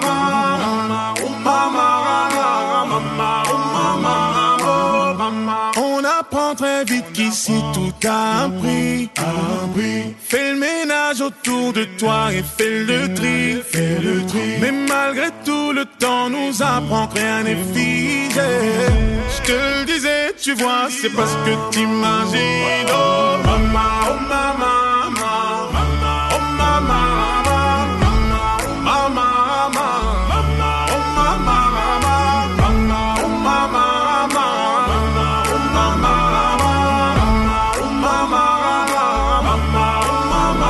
mama, oh mama, mama, oh mama, mama. On a
apprends très vite qu'ici tout a un prix. Fais le ménage autour de toi et fais le tri. Mais malgré tout, le temps nous apprend que rien n'est figé. Je te le disais, tu vois, c'est parce que t'imagines. Oh maman, oh maman. oh maman, maman, maman, oh maman, maman, oh maman, oh maman, oh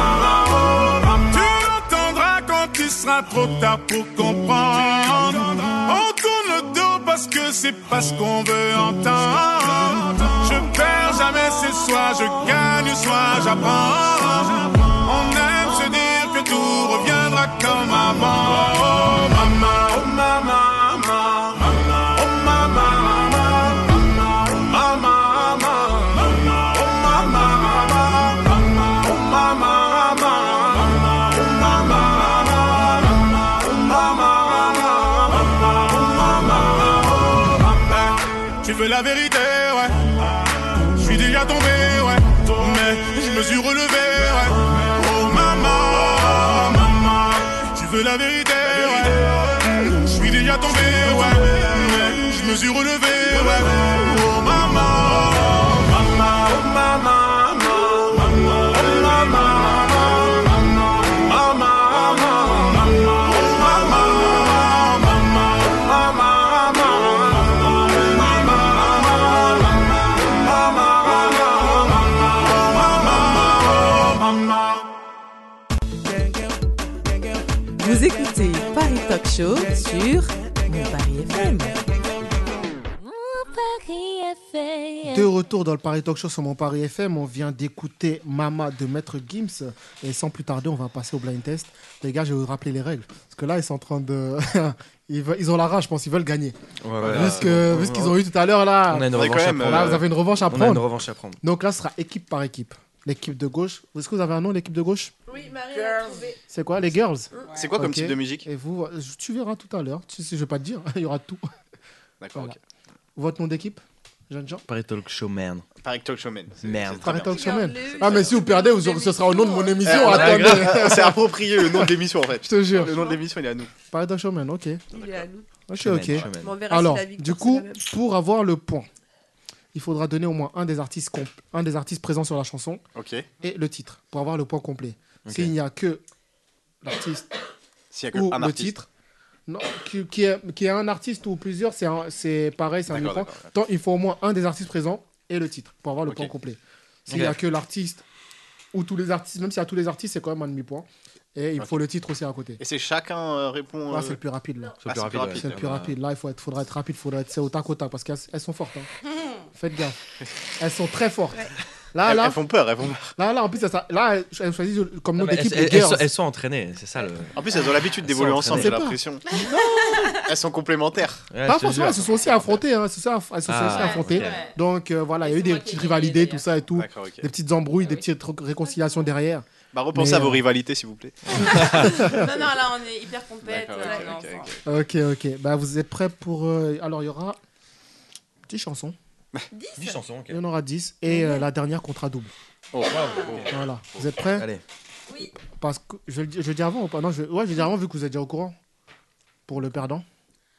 maman. Tu l'entendras quand il sera trop tard pour comprendre. On tourne le dos parce que c'est pas ce qu'on veut entendre. Je perds jamais, c'est soit je gagne, soit j'apprends. On aime se dire que tout reviendra comme avant. Oh maman, oh maman, maman, oh maman, maman, oh maman, maman, oh maman, maman, oh maman, maman, oh maman, maman, oh maman, maman, oh maman. Eh, Tu veux la vérité, ouais. Je suis déjà tombé, ouais. Mais je me suis relevé, ouais. Oh maman, maman, tu veux la vérité, ouais. Je suis déjà tombé, ouais. Mais je me suis relevé, ouais. Oh maman, maman, oh maman.
Vous écoutez Paris Talk Show sur Mon Paris FM.
De retour dans le Paris Talk Show sur mon Paris FM, on vient d'écouter Mama de Maître Gims. Et sans plus tarder, on va passer au blind test. Les gars, je vais vous rappeler les règles. Parce que là, ils sont en train de. [laughs] ils, veulent- ils ont la rage, je pense, ils veulent gagner.
Ouais, ouais,
vu
là,
ce que-
on-
vu ce qu'ils ont eu tout à l'heure, là.
On a une revanche à prendre.
Là, vous
euh,
avez une revanche à
On a
prendre.
une revanche à prendre.
Donc là, ce sera équipe par équipe. L'équipe de gauche. Est-ce que vous avez un nom, l'équipe de gauche
Oui, Marie l'a trouvé.
C'est quoi, les girls
C'est quoi comme
Ok.
type de musique
Et vous, je- tu verras tout à l'heure. Tu sais, je vais pas te dire, [laughs] il y aura tout.
D'accord,
Voilà. Votre nom d'équipe, jeunes gens
Paris Talk Show Man.
Paris Talk Show Man.
Merde.
Paris Talk Show Man. Ah, mais si vous perdez, vous aurez- ce sera au nom de mon émission.
Eh, on a
attendez.
grave- [laughs] on s'est approprié le nom de l'émission en fait.
Je te jure.
Le nom de l'émission il est à nous.
Paris Talk Show Man, ok.
Il est à nous.
Ok,
Chemin,
ok.
chemin.
On verra si
Alors,
la victoire,
du
c'est
coup,
la même.
pour avoir le point, il faudra donner au moins un des artistes, comp- un des artistes présents sur la chanson
Ok.
et le titre pour avoir le point complet.
Ok.
S'il n'y a que l'artiste
S'il y a que
ou
un
le
artiste.
titre, non, qui, qui est, qui est un artiste ou plusieurs, c'est un- c'est pareil, c'est un
D'accord,
point.
d'accord,
Tant il faut au moins un des artistes présents et le titre pour avoir le
Ok.
point complet. S'il n'y a
Ok.
que l'artiste ou tous les artistes, même s'il y a tous les artistes, c'est quand même un demi-point. Et il
Ok.
faut le titre aussi à côté.
Et c'est chacun euh, répond.
Ah,
euh,
c'est le plus rapide là.
Ah, C'est le plus rapide. ouais.
C'est le plus rapide. Là, il faut être, faudra être rapide, faudra être c'est au tac au tac parce qu'elles elles sont fortes. [laughs] hein. Faites gaffe. Elles sont très fortes. Là,
Elles-
là,
elles font peur, elles font peur.
Là, là, en plus, elles, là, elles elles choisissent
Ah,
comme nom
Elles,
d'équipe
elles-
les
elles
girls.
sont, elles sont entraînées, c'est ça le.
En plus, elles ont l'habitude
Elles
d'évoluer
sont
ensemble,
entraînées.
j'ai l'impression. [laughs] Elles sont complémentaires.
Pas forcément, elles se sont aussi affrontées. hein, elles se sont aff- elles se sont
Ah,
aussi
ouais,
affrontées.
ok.
Donc euh, voilà, il y a eu des petites rivalités, tout ça et tout.
D'accord, ok. Ah
Des petites embrouilles, des petites rec- réconciliations derrière.
Bah, repensez
Mais,
à vos
euh,
rivalités, s'il
[laughs]
vous plaît. [laughs]
non, non, là, on est hyper compète.
D'accord,
ouais,
ok,
non,
ok,
enfin.
Ok, ok. Bah, vous êtes prêts pour. euh, alors, il y aura 10 chansons.
10 10 chansons, ok.
Il y en aura 10. Et euh, la dernière comptera double.
Oh,
Voilà. Vous êtes prêts
Allez.
Oui. Parce que je le dis, je le dis avant ou pas Non, je, ouais, je le dis avant vu que vous êtes déjà au courant. Pour le perdant.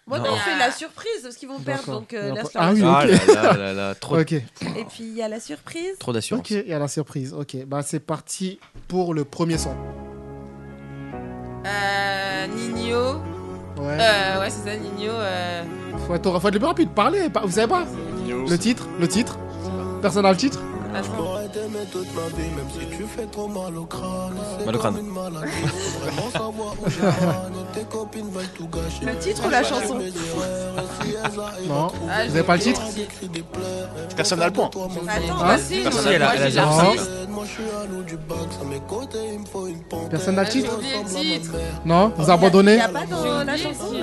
Moi, non, on fait la surprise parce qu'ils vont perdre.
D'accord.
Donc,
Il
euh,
y a
laisse
pas- Ah oui, ok.
Ah là là là là, trop de-
Ok.
Et puis, il y a la surprise.
Trop d'assurance.
Ok, il y a la surprise. Ok, bah c'est parti pour le premier son.
Euh, Nino.
Ouais.
Euh, ouais, c'est ça, Nino. Euh...
Faut être, faut être le plus rapide, parlez, pas- vous savez pas Le titre, le titre Personne a
[laughs]
le titre
Je
pourrais t'aimer toute ma vie, même si tu fais trop mal au crâne. C'est
Mal au crâne.
comme une maladie, faut vraiment savoir où je râne. Tes copines veulent tout gâcher.
Le titre ou la chanson
Mes erreurs, si elles arrivent
Non.
à trouver
Ah,
Vous avez pas le titre
des cris, des pleurs,
Personne n'a le point.
Attends,
Ah,
facile.
si, Hein elle a- elle a
moi, j'ai
déjà
l'artiste.
aide-moi,
je suis jaloux du box. À mes côtés, il me faut une pompe.
Personne n'a le titre
Elle ressemble à ma mère.
Non Vous abandonnez
Y a- y a pas dans
la chanson, là
Y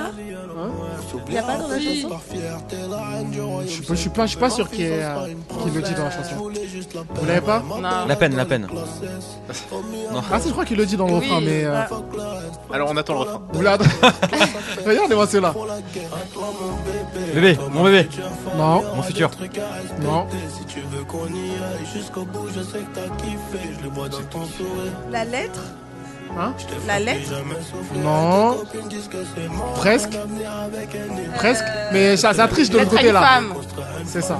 a pas dans la chanson Par fierté, la reine du royaume.
Je suis pas, je suis pas sûr qu'il y ait, euh, qu'il le dit dans la chanson. Vous l'avez pas
La peine, la peine.
Non.
Ah, si, je crois qu'il le dit dans le refrain, mais. euh,
Alors on attend le refrain.
vous
[laughs]
l'avez- Regardez-moi cela.
Bébé, mon bébé.
Non.
Mon futur.
Non.
Si tu veux qu'on y aille jusqu'au bout, je sais que t'as kiffé. Je le vois dans ton sourire.
La lettre
Hein
La lettre
Non. Presque. Presque. Mais ça, ça triche de l'autre
Lettre à
côté
une
là.
femme.
C'est ça.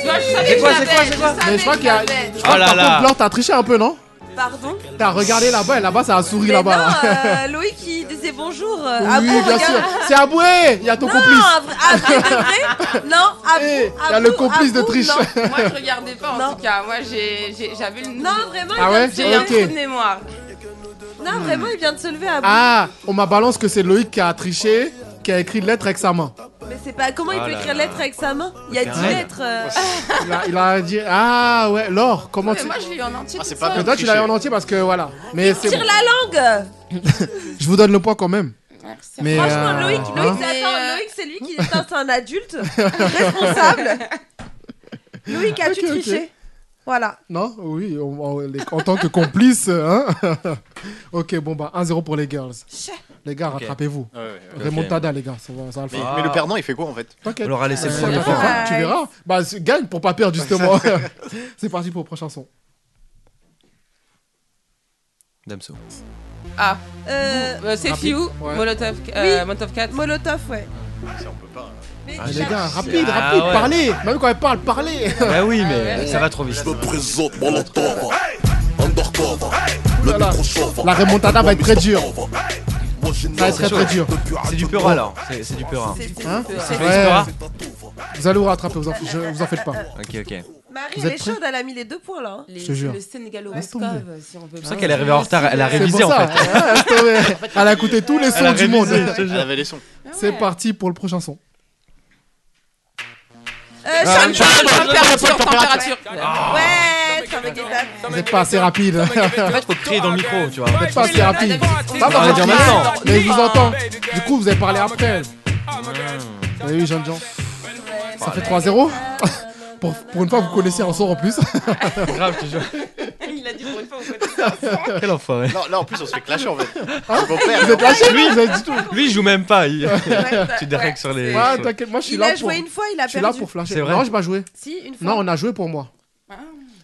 Tu vois, je savais que je l'avais, je
Mais je crois
savais
qu'il y a.
que je l'avais.
Je crois
Oh là
que par
là.
contre, Laure, t'as triché un peu, non
Pardon
T'as regardé là-bas et là-bas, ça a souri
Mais non,
Ah, là-bas. là.
euh, Loïc qui disait bonjour. euh,
Oui,
ah bon,
bien sûr.
regarde.
C'est Aboué Il y a ton
Non,
complice.
Abou- Abou, de
[laughs]
vrai Non, Abou,
y a
Abou,
le complice de [laughs]
Abou,
triche.
non.
Ah Moi, je regardais pas en tout cas. Moi, j'ai- j'ai- j'avais le.
Non, vraiment,
Ah
il vient
ouais
de se
J'ai un
Ok.
lever.
trou de mémoire.
Non, vraiment, il vient de se lever Abou.
Ah, on m'a balance que c'est Loïc qui a triché, qui a écrit une lettre avec sa main.
Mais c'est pas. Comment il
Ah
Oh
peut
là
écrire
là.
lettre avec sa main Il y a 10
Ouais.
lettres. euh.
Il a, il a dit Ah ouais, Laure, comment tu.
Mais je l'ai eu en entier.
Ah, c'est
pas
Mais toi, tu l'as eu en entier parce que voilà. Mais c'est.
Tire la langue
Je vous donne le point quand même. Mais,
Franchement,
euh,
Loïc,
hein.
Loïc, c'est- attends, Loïc, c'est lui
[laughs]
qui est un- c'est un adulte responsable. Loïc, as-tu
Ok, ok.
triché Voilà.
Non, oui, on- on- les- en tant que complice. hein. [laughs] ok, bon, bah 1-0 pour les girls. Les gars,
Ok.
rattrapez-vous.
Ouais, ouais, ouais.
Remontada, les gars, ça va, ça va le
Mais,
faire.
mais le perdant, il fait quoi en fait
T'inquiète.
laissé le
Euh,
premier
Ah. on
point.
verra, Tu verras. Bah, c'est- gagne pour pas perdre, justement. [laughs] C'est parti pour le prochain son.
Ah Damso.
Ah.
Euh,
Euh, c'est
Rapide.
Fiu,
Ouais.
Molotov, euh,
Oui.
Molotov 4.
Molotov, ouais.
Ça, on peut pas. hein.
Ah, les gars, rapide,
Ah,
rapide,
ouais.
parlez. Même quand elle parle, parlez.
Bah oui,
Ah
mais ça va trop vite.
Présente mon entour. Undercover. Le micro chauffe.
La remontada va être très dure. Ça va être
C'est
très très dur.
C'est du peur alors. C'est c'est du peur. hein.
Hein
C'est du
Ouais.
peur.
Vous allez vous rattraper, vous en, je- vous en faites pas.
Ok, ok.
Marie,
Vous
elle
êtes
est
prêts
chaude, elle a mis les deux points là. hein.
Je te jure.
Le sénégalo
Laisse tomber.
euh,
Roscov, si on veut
C'est pour ça qu'elle est arrivée en retard. Elle a
C'est
révisé
pour
en
ça.
fait.
[laughs] Ouais, laisse tomber. Elle a écouté tous les
Elle
sons
a
du monde.
révisé, je te
Elle
jure.
avait les sons.
C'est parti pour le prochain son.
Euh,
Ah,
Charles
je- je-
Charles,
je- je- je- température.
Ah,
Ouais, ça avec des dates.
Vous êtes pas assez rapide.
En fait, faut crier dans le micro, tu vois.
Vous êtes pas assez rapide. Ça
On l'a dit en même temps.
Mais je vous entends. Du coup, vous avez parlé après. Vous avez vu, jeune gens Ça fait 3-0. Pour, pour une fois, vous connaissez un son en plus.
Grave, je te jure.
[laughs] Il a dit pour une fois,
Quel enfoiré.
Non, là en plus, on se fait clasher en fait.
Hein
C'est mon père.
Vous êtes lâchés
Lui,
Vous êtes du tout.
lui, il joue même pas. il- [laughs]
Ouais.
Tu dérègles sur les.
Ouais, t'inquiète, moi je suis
Il
là
a
pour.
joué une fois, il a
Je suis là
perdu.
pour flasher.
C'est vrai
Non, j'ai pas joué.
Si, une fois. Ah.
Non, on a joué pour moi.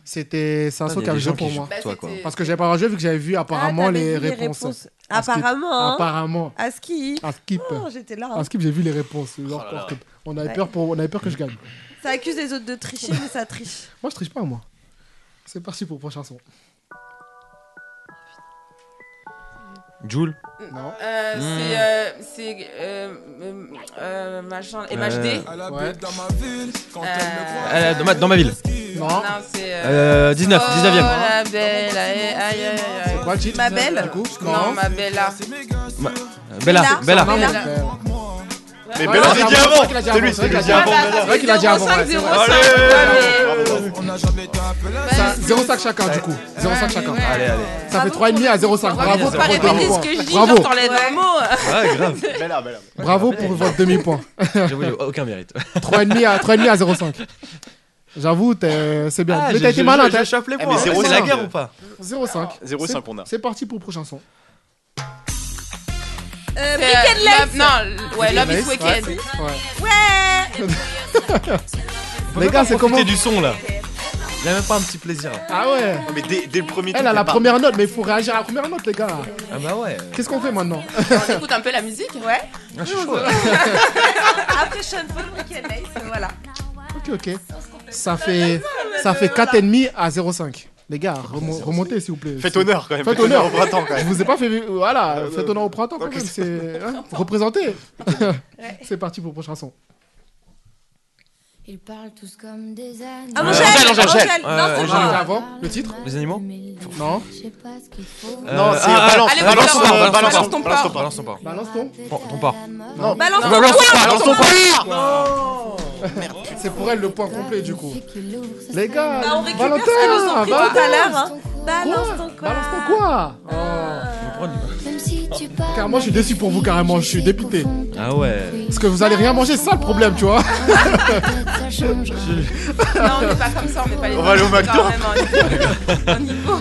C'était Sasso
Putain, Ah, il y a
qui avait
des
joué
gens qui
pour
jouent
moi.
pour toi, quoi.
Parce que j'avais pas joué vu que j'avais vu apparemment
Ah, t'avais
les
vu les
réponses.
réponses.
À skip.
Apparemment, hein.
Apparemment.
À ski.
À skip.
Oh, j'étais là. hein.
À skip, j'ai vu les réponses. Genre,
là là.
parce que On avait
Ouais.
peur pour, on avait peur que je gagne.
Ça accuse les autres de tricher, mais ça triche.
Moi, je triche pas moi. C'est parti pour le prochain son.
Jules.
Non.
Euh,
Mm.
C'est. euh, C'est. euh, euh, euh, Machin. MHD.
Ouais.
Elle est dans ma- dans ma ville.
Non.
Euh, Non, c'est.
Euh, 19, 19e.
Oh, la belle, aïe, aïe, aïe, aïe.
Quoi le titre
Ma belle
Du coup
Non, ma belle là.
Ma- Euh, Bella, Bella.
Non,
Bella.
mais-
Mais
Ouais,
Bella,
c'est
c'est dit
vrai
avant.
qu'il a dit
C'est
avant,
lui,
c'est vrai qu'il
c'est
a
lui qui
dit
a
avant.
dit avant.
C'est vrai qu'il a dit avant, ouais, c'est vrai.
05,
Ça, 0,5 chacun du coup. 0,5 chacun.
Allez, allez.
Ça fait 3,5 à 0,5. Bravo
Faut
pour
pas
votre
répéter ce
demi-point.
que je dis,
Bravo.
genre t'enlèves un mot.
Ouais, grave.
Bella, Bella.
Bravo pour votre demi-point.
J'avoue, j'ai aucun mérite.
3,5 à, 3,5 à 0,5. J'avoue, t'es- euh, c'est bien.
Ah,
mais
je-
t'as été
je-
malin,
je-
t'as Ah,
Je chope les
Eh,
points.
hein.
mais
C'est la
0,5.
guerre ou pas
0,5.
0,5 on a.
C'est parti pour le prochain son.
Euh, Brick and Lance.
Non, ouais, Love is Weekend.
Ouais.
Ouais.
On peut
Les
pas
gars, c'est
profiter
comment
du son là. Il y a même pas un petit plaisir.
Ah ouais.
Mais dès, dès le premier
Elle
tour,
a la
t'as pas-
première note, mais il faut réagir à la première note, les gars.
Ah bah
[laughs]
ouais.
Qu'est-ce qu'on fait maintenant
On écoute un peu la musique.
Ouais.
Ah, je suis
[laughs]
chaud.
Après Sean Paul, Brick and Lance, voilà.
Ok, ok. Ça fait, ça fait 4,5 à 0,5. Les gars, remo- remontez s'il vous plaît.
Faites honneur quand même.
Faites honneur.
au printemps quand
Je
même. Euh,
vous ai pas fait. Voilà, faites honneur au printemps quand même. C'est. hein, représentez. C'est parti pour le prochain son.
Ils parlent tous comme des
Ah,
animaux.
Angèle,
Angèle, Angèle.
Angèle,
Ouais,
non, c'est
Angèle.
moi.
Avant, le titre
Les
Les animaux
Non.
Je sais pas ce qu'il faut.
Non,
Euh,
c'est
ah,
balance,
allez,
balance,
balance,
euh, balance,
balance ton
balance
part.
ton part.
Balance ton part.
Balance ton.
Ton ton part.
Non.
Balance ton
Balance ton part. Balance ton part.
C'est pour elle le point complet du coup. Les gars,
Bah, on récupère
Valentin,
Bah, ce qu'ils nous ont pris tout
Valentin.
à l'heure. hein. Balance ton quoi
Balance ton quoi
Même si tu parles.
Car moi je suis déçu pour vous carrément, je suis dépité.
Ah ouais.
Parce que vous allez rien manger, c'est ça le problème, tu vois.
Non, on n'est pas comme ça, on n'est pas
[laughs]
les
On va aller au
mêmes,
McDo.
on est quand même en- en niveau.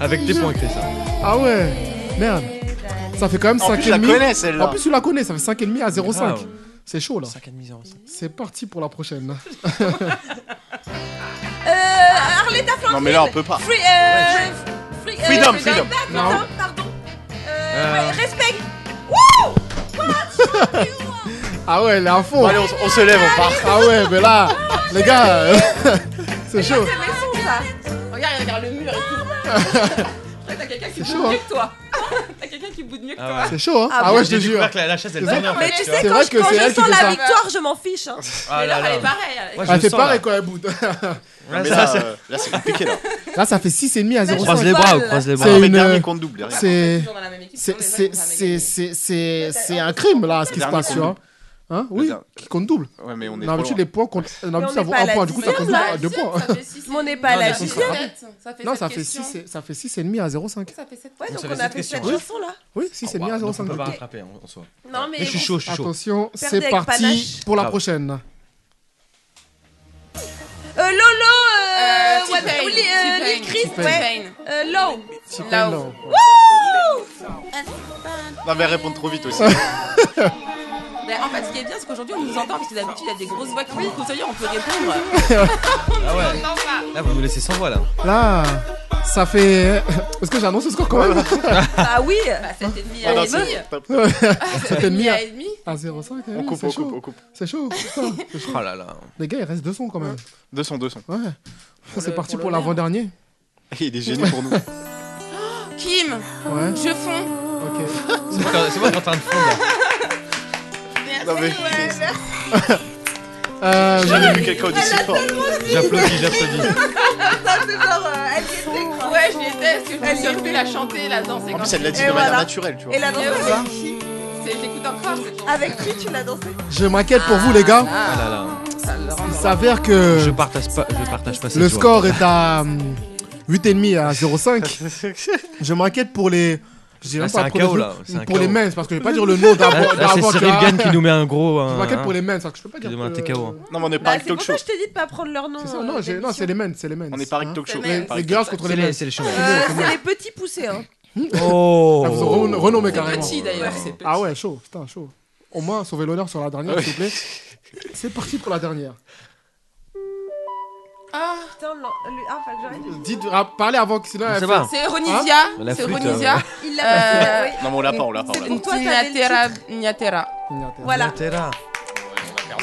Avec tes points,
[laughs]
Chris. hein.
Ah ouais, merde. Ça fait quand même
En
5
plus, je la connais, celle-là.
En plus, tu la connais, ça fait 5,5 à 0,5.
Grave.
C'est chaud là.
5,5 0,5.
C'est parti pour la prochaine.
Euh, Arletta Franklin.
Non, mais là, on peut pas.
Free, euh, free, euh,
Freedom,
Like
freedom.
that,
Non.
non, pardon.
Euh.
Euh, Respect. Wouh
ah ouais, elle est à fond.
Allez,
on, se lève, on part. Ah ouais, mais là, les gars, [laughs]
[laughs]
euh, c'est chaud.
C'est mes sons, ça. Regarde, il regarde le
[laughs]
mur et tout. Toi, T'as quelqu'un
C'est
qui boude
chaud,
mieux
hein.
que toi. T'as quelqu'un qui boude mieux que toi.
C'est chaud, hein Ah, ouais, je te jure.
La, la chaise, elle
C'est
tourne en
Mais
fait,
tu
vois.
sais, quand, je, quand je sens la victoire, je m'en fiche. hein.
Ah Mais là, là, elle est là. pareille, elle- Moi, je
Elle
le
fait
sens, là.
pareil quand elle boude.
Non, mais là, euh,
Là, c'est compliqué, là.
Là, ça fait 6,5 à
Là, je
0,5.
croise les bras ou croise les bras.
C'est
Non, mais
une,
dernier
euh,
compte double, derrière.
C'est. c'est- c'est- c'est- c'est- C'est c'est un crime, là, ce qui se
dernier
passe,
compte
tu vois. Hein Oui, qui compte double.
Ouais, mais on est
Non,
pas
mais tu
loin.
les points comptent. Non,
Mais
mais
on
ça
n'est
vaut
pas à
un
la
point. Du coup, ça compte
dixième, là.
à deux points.
Mais on n'est pas à la dixième.
Non, ça fait 6,5 ça fait 6,5 à 0,5.
Ouais, donc
Ça fait
on a
sept
fait cette
questions, hein.
chanson là.
Oui, 6,5 à
Donc, On
0,5.
peut pas
Ok.
rattraper en, en soi.
Non,
je
mais
suis
bon.
chaud, je suis chaud.
Attention,
Perdez
c'est
avec
parti
panache.
pour la
Bravo.
prochaine.
Euh, Lolo, euh,
Euh,
what-
T-Pain,
oui, euh,
T-Pain, [laughs]
Lil Chris,
T-Pain.
ouais. Euh, Low.
T-Pain, Low.
Non, mais répondre trop vite aussi. [laughs]
Mais Ben, en fait, ce qui est bien, c'est qu'aujourd'hui, on nous entend parce que d'habitude, il y a des grosses voix qui nous disent ça y est, on peut
[laughs]
répondre.
Ah ouais.
Non, pas.
Là, vous nous laissez sans voix, là.
Là, ça fait. Est-ce que j'annonce le score quand même
Bah oui.
Bah, 7,5
Ah,
à
non,
et
c'est-
demi.
[laughs] C'était demi à
et demi.
à 0,5. eh
On
oui,
coupe,
c'est
on
chaud.
coupe, on coupe.
C'est chaud. putain, c'est chaud.
Oh là là.
Les gars, il reste 200 quand même.
200, 200.
Ouais. C'est parti
pour
pour
le
l'avant-dernier.
[laughs]
Euh,
Il est
[laughs]
génial pour nous.
Kim,
Ouais.
je fonds.
[laughs]
C'est moi qui- c'est moi qui est en train de fondre.
Non, mais.
Euh,
Jamais vu quelqu'un aussi fort.
J'applaudis, j'applaudis.
[laughs] Ça, c'est genre, euh, elle y était, quoi. Ouais, je l'étais, parce que je me suis plus la chanter, la danser.
En
quand
plus, elle l'a dit
Et
de manière
voilà.
naturelle, tu vois.
Et la danse
Eh oui.
avec qui C'est- Je l'écoute encore. c'est-
Avec qui tu l'as dansé
Je m'inquiète pour vous, les gars.
Ah là là.
Il s'avère que
Je partage pas, je partage pas cette
le
joie.
score est à hum, 8,5 à
[laughs]
0,5. Je m'inquiète pour les. je dirais
Ah,
même
c'est
pas
un
pour les-
KO, là. C'est un
Pour les
KO.
mens, parce que je vais pas dire le nom d'avant.
Là, là, c'est
d'avant, tu
Cyril
vois.
Gann qui nous met un gros,
Je
un-
m'inquiète pour
un-
les mens, parce que je peux pas dire.
qui nous met un
que-
TKO, hein.
Non, mais on est
Bah,
Paris
c'est
Talk
pour
Show.
ça que je t'ai dit de pas prendre leur nom.
C'est ça,
Oh,
euh,
non, j'ai- non,
d'émission.
c'est les mens, c'est les mens.
On est Paris
Hein
Talk Show.
Les, les girls contre les
C'est les-
men.
c'est les
Euh,
cheveux.
Ah,
C'est les petits poussés. Hein.
Oh.
Ah, vous aurez renom- renommé carrément.
petit, d'ailleurs, c'est petit.
Ah ouais, chaud, putain, chaud. Au moins, sauvez l'honneur sur la dernière, s'il vous plaît. C'est parti pour la dernière.
Ah putain, l'en- le- ah, faut que j'arrête.
Dites, ah, parlez avant que sinon.
On
elle
sait
fait-
pas.
C'est Ronisia.
Hein La
C'est
flûte,
Ronisia.
euh,
Il l'a
Euh,
oui.
Non, mais on l'a pas, on l'a pas. on l'a
Une
toi, t'avais le
Niatera. Niatera.
Ignateur.
Voilà.
Terra.